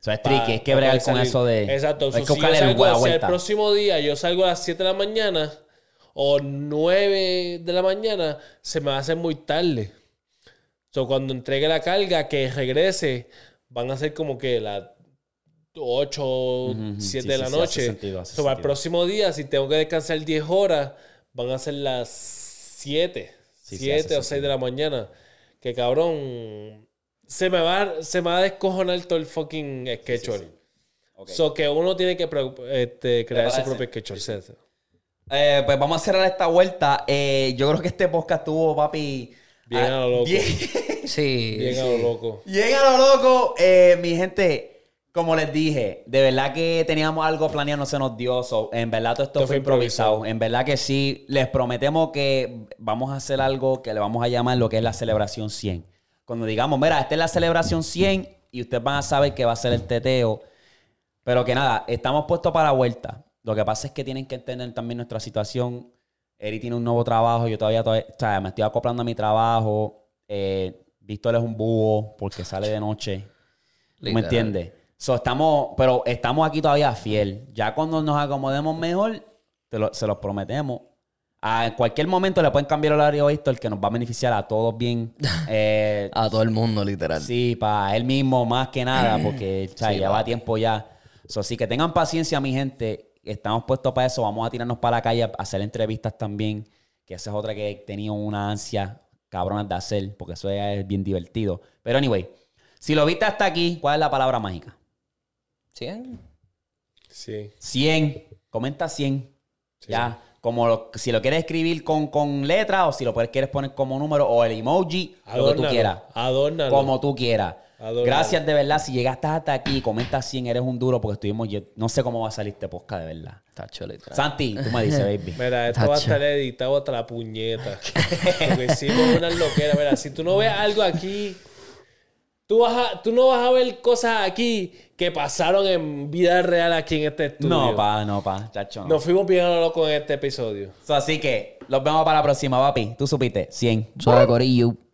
Eso es Pa- tricky, es que pa bregar poder con salir. eso de. Exacto. Hay so, que si yo buscarle salgo- la si el vuelta. próximo día yo salgo a las 7 de la mañana o 9 de la mañana, se me va a hacer muy tarde. So, cuando entregue la carga, que regrese, van a ser como que las 8, Ujú, 7 sí, de sí, la sí, hace noche. sentido, hace So, para el sentido. próximo día, si tengo que descansar 10 horas, van a ser las 7. Sí, sí, 7 hace o 6 de la mañana. Que cabrón. Se me va, se me va a descojonar todo el fucking schedule. Ok. So que uno tiene que preocup- este, crear su Prepararse. propio schedule set. Eh, pues vamos a cerrar esta vuelta. Eh, yo creo que este podcast tuvo, papi. Bien a lo loco. bien- Sí. Bien a lo loco. Bien a lo loco, eh, mi gente. Como les dije, de verdad que teníamos algo planeado, no se nos dio. so, en verdad todo esto Esto fue fue improvisado. improvisado. En verdad que sí, les prometemos que vamos a hacer algo que le vamos a llamar lo que es la celebración 100. Cuando digamos, mira, esta es la celebración 100 y ustedes van a saber que va a ser el teteo. Pero que nada, estamos puestos para la vuelta. Lo que pasa es que tienen que entender también nuestra situación. Eri tiene un nuevo trabajo, yo todavía, todavía- o sea, me estoy acoplando a mi trabajo. Eh, Víctor es un búho porque sale de noche. ¿Tú me Literal. entiendes? So, estamos, pero estamos aquí todavía fiel. Ya cuando nos acomodemos mejor, te lo- se los prometemos. Ah, en cualquier momento le pueden cambiar el horario a Víctor, que nos va a beneficiar a todos bien. Eh, A todo el mundo, literal. Sí, para él mismo más que nada, porque o sea, Sí, lleva papi. tiempo ya. So, así que tengan paciencia, mi gente. estamos puestos para eso, vamos a tirarnos para la calle a hacer entrevistas también, que esa es otra que he tenido una ansia cabrona de hacer, porque eso ya es bien divertido. Pero anyway, si lo viste hasta aquí, ¿cuál es la palabra mágica? ¿Cien? Sí. 100, comenta 100. Ya, como lo- si lo quieres escribir con, con letras o si lo puedes- quieres poner como número o el emoji, lo que tú quieras. Adórnalo. Como tú quieras. Adórnalo. Gracias de verdad. Si llegaste hasta aquí, comenta 100, eres un duro porque estuvimos. yo no sé cómo va a salir este podcast de verdad. Está chulo. literal. Santi, tú me dices, baby. Mira, esto va a estar editado hasta la puñeta. Porque hicimos una loquera. Mira, si tú no ves algo aquí, tú, vas a- tú no vas a ver cosas aquí que pasaron en vida real aquí en este estudio. No, pa, no, pa, chacho. no. Nos fuimos bien a lo loco en este episodio. So, así que los vemos para la próxima, papi. Tú supiste, 100. Suave, corillo.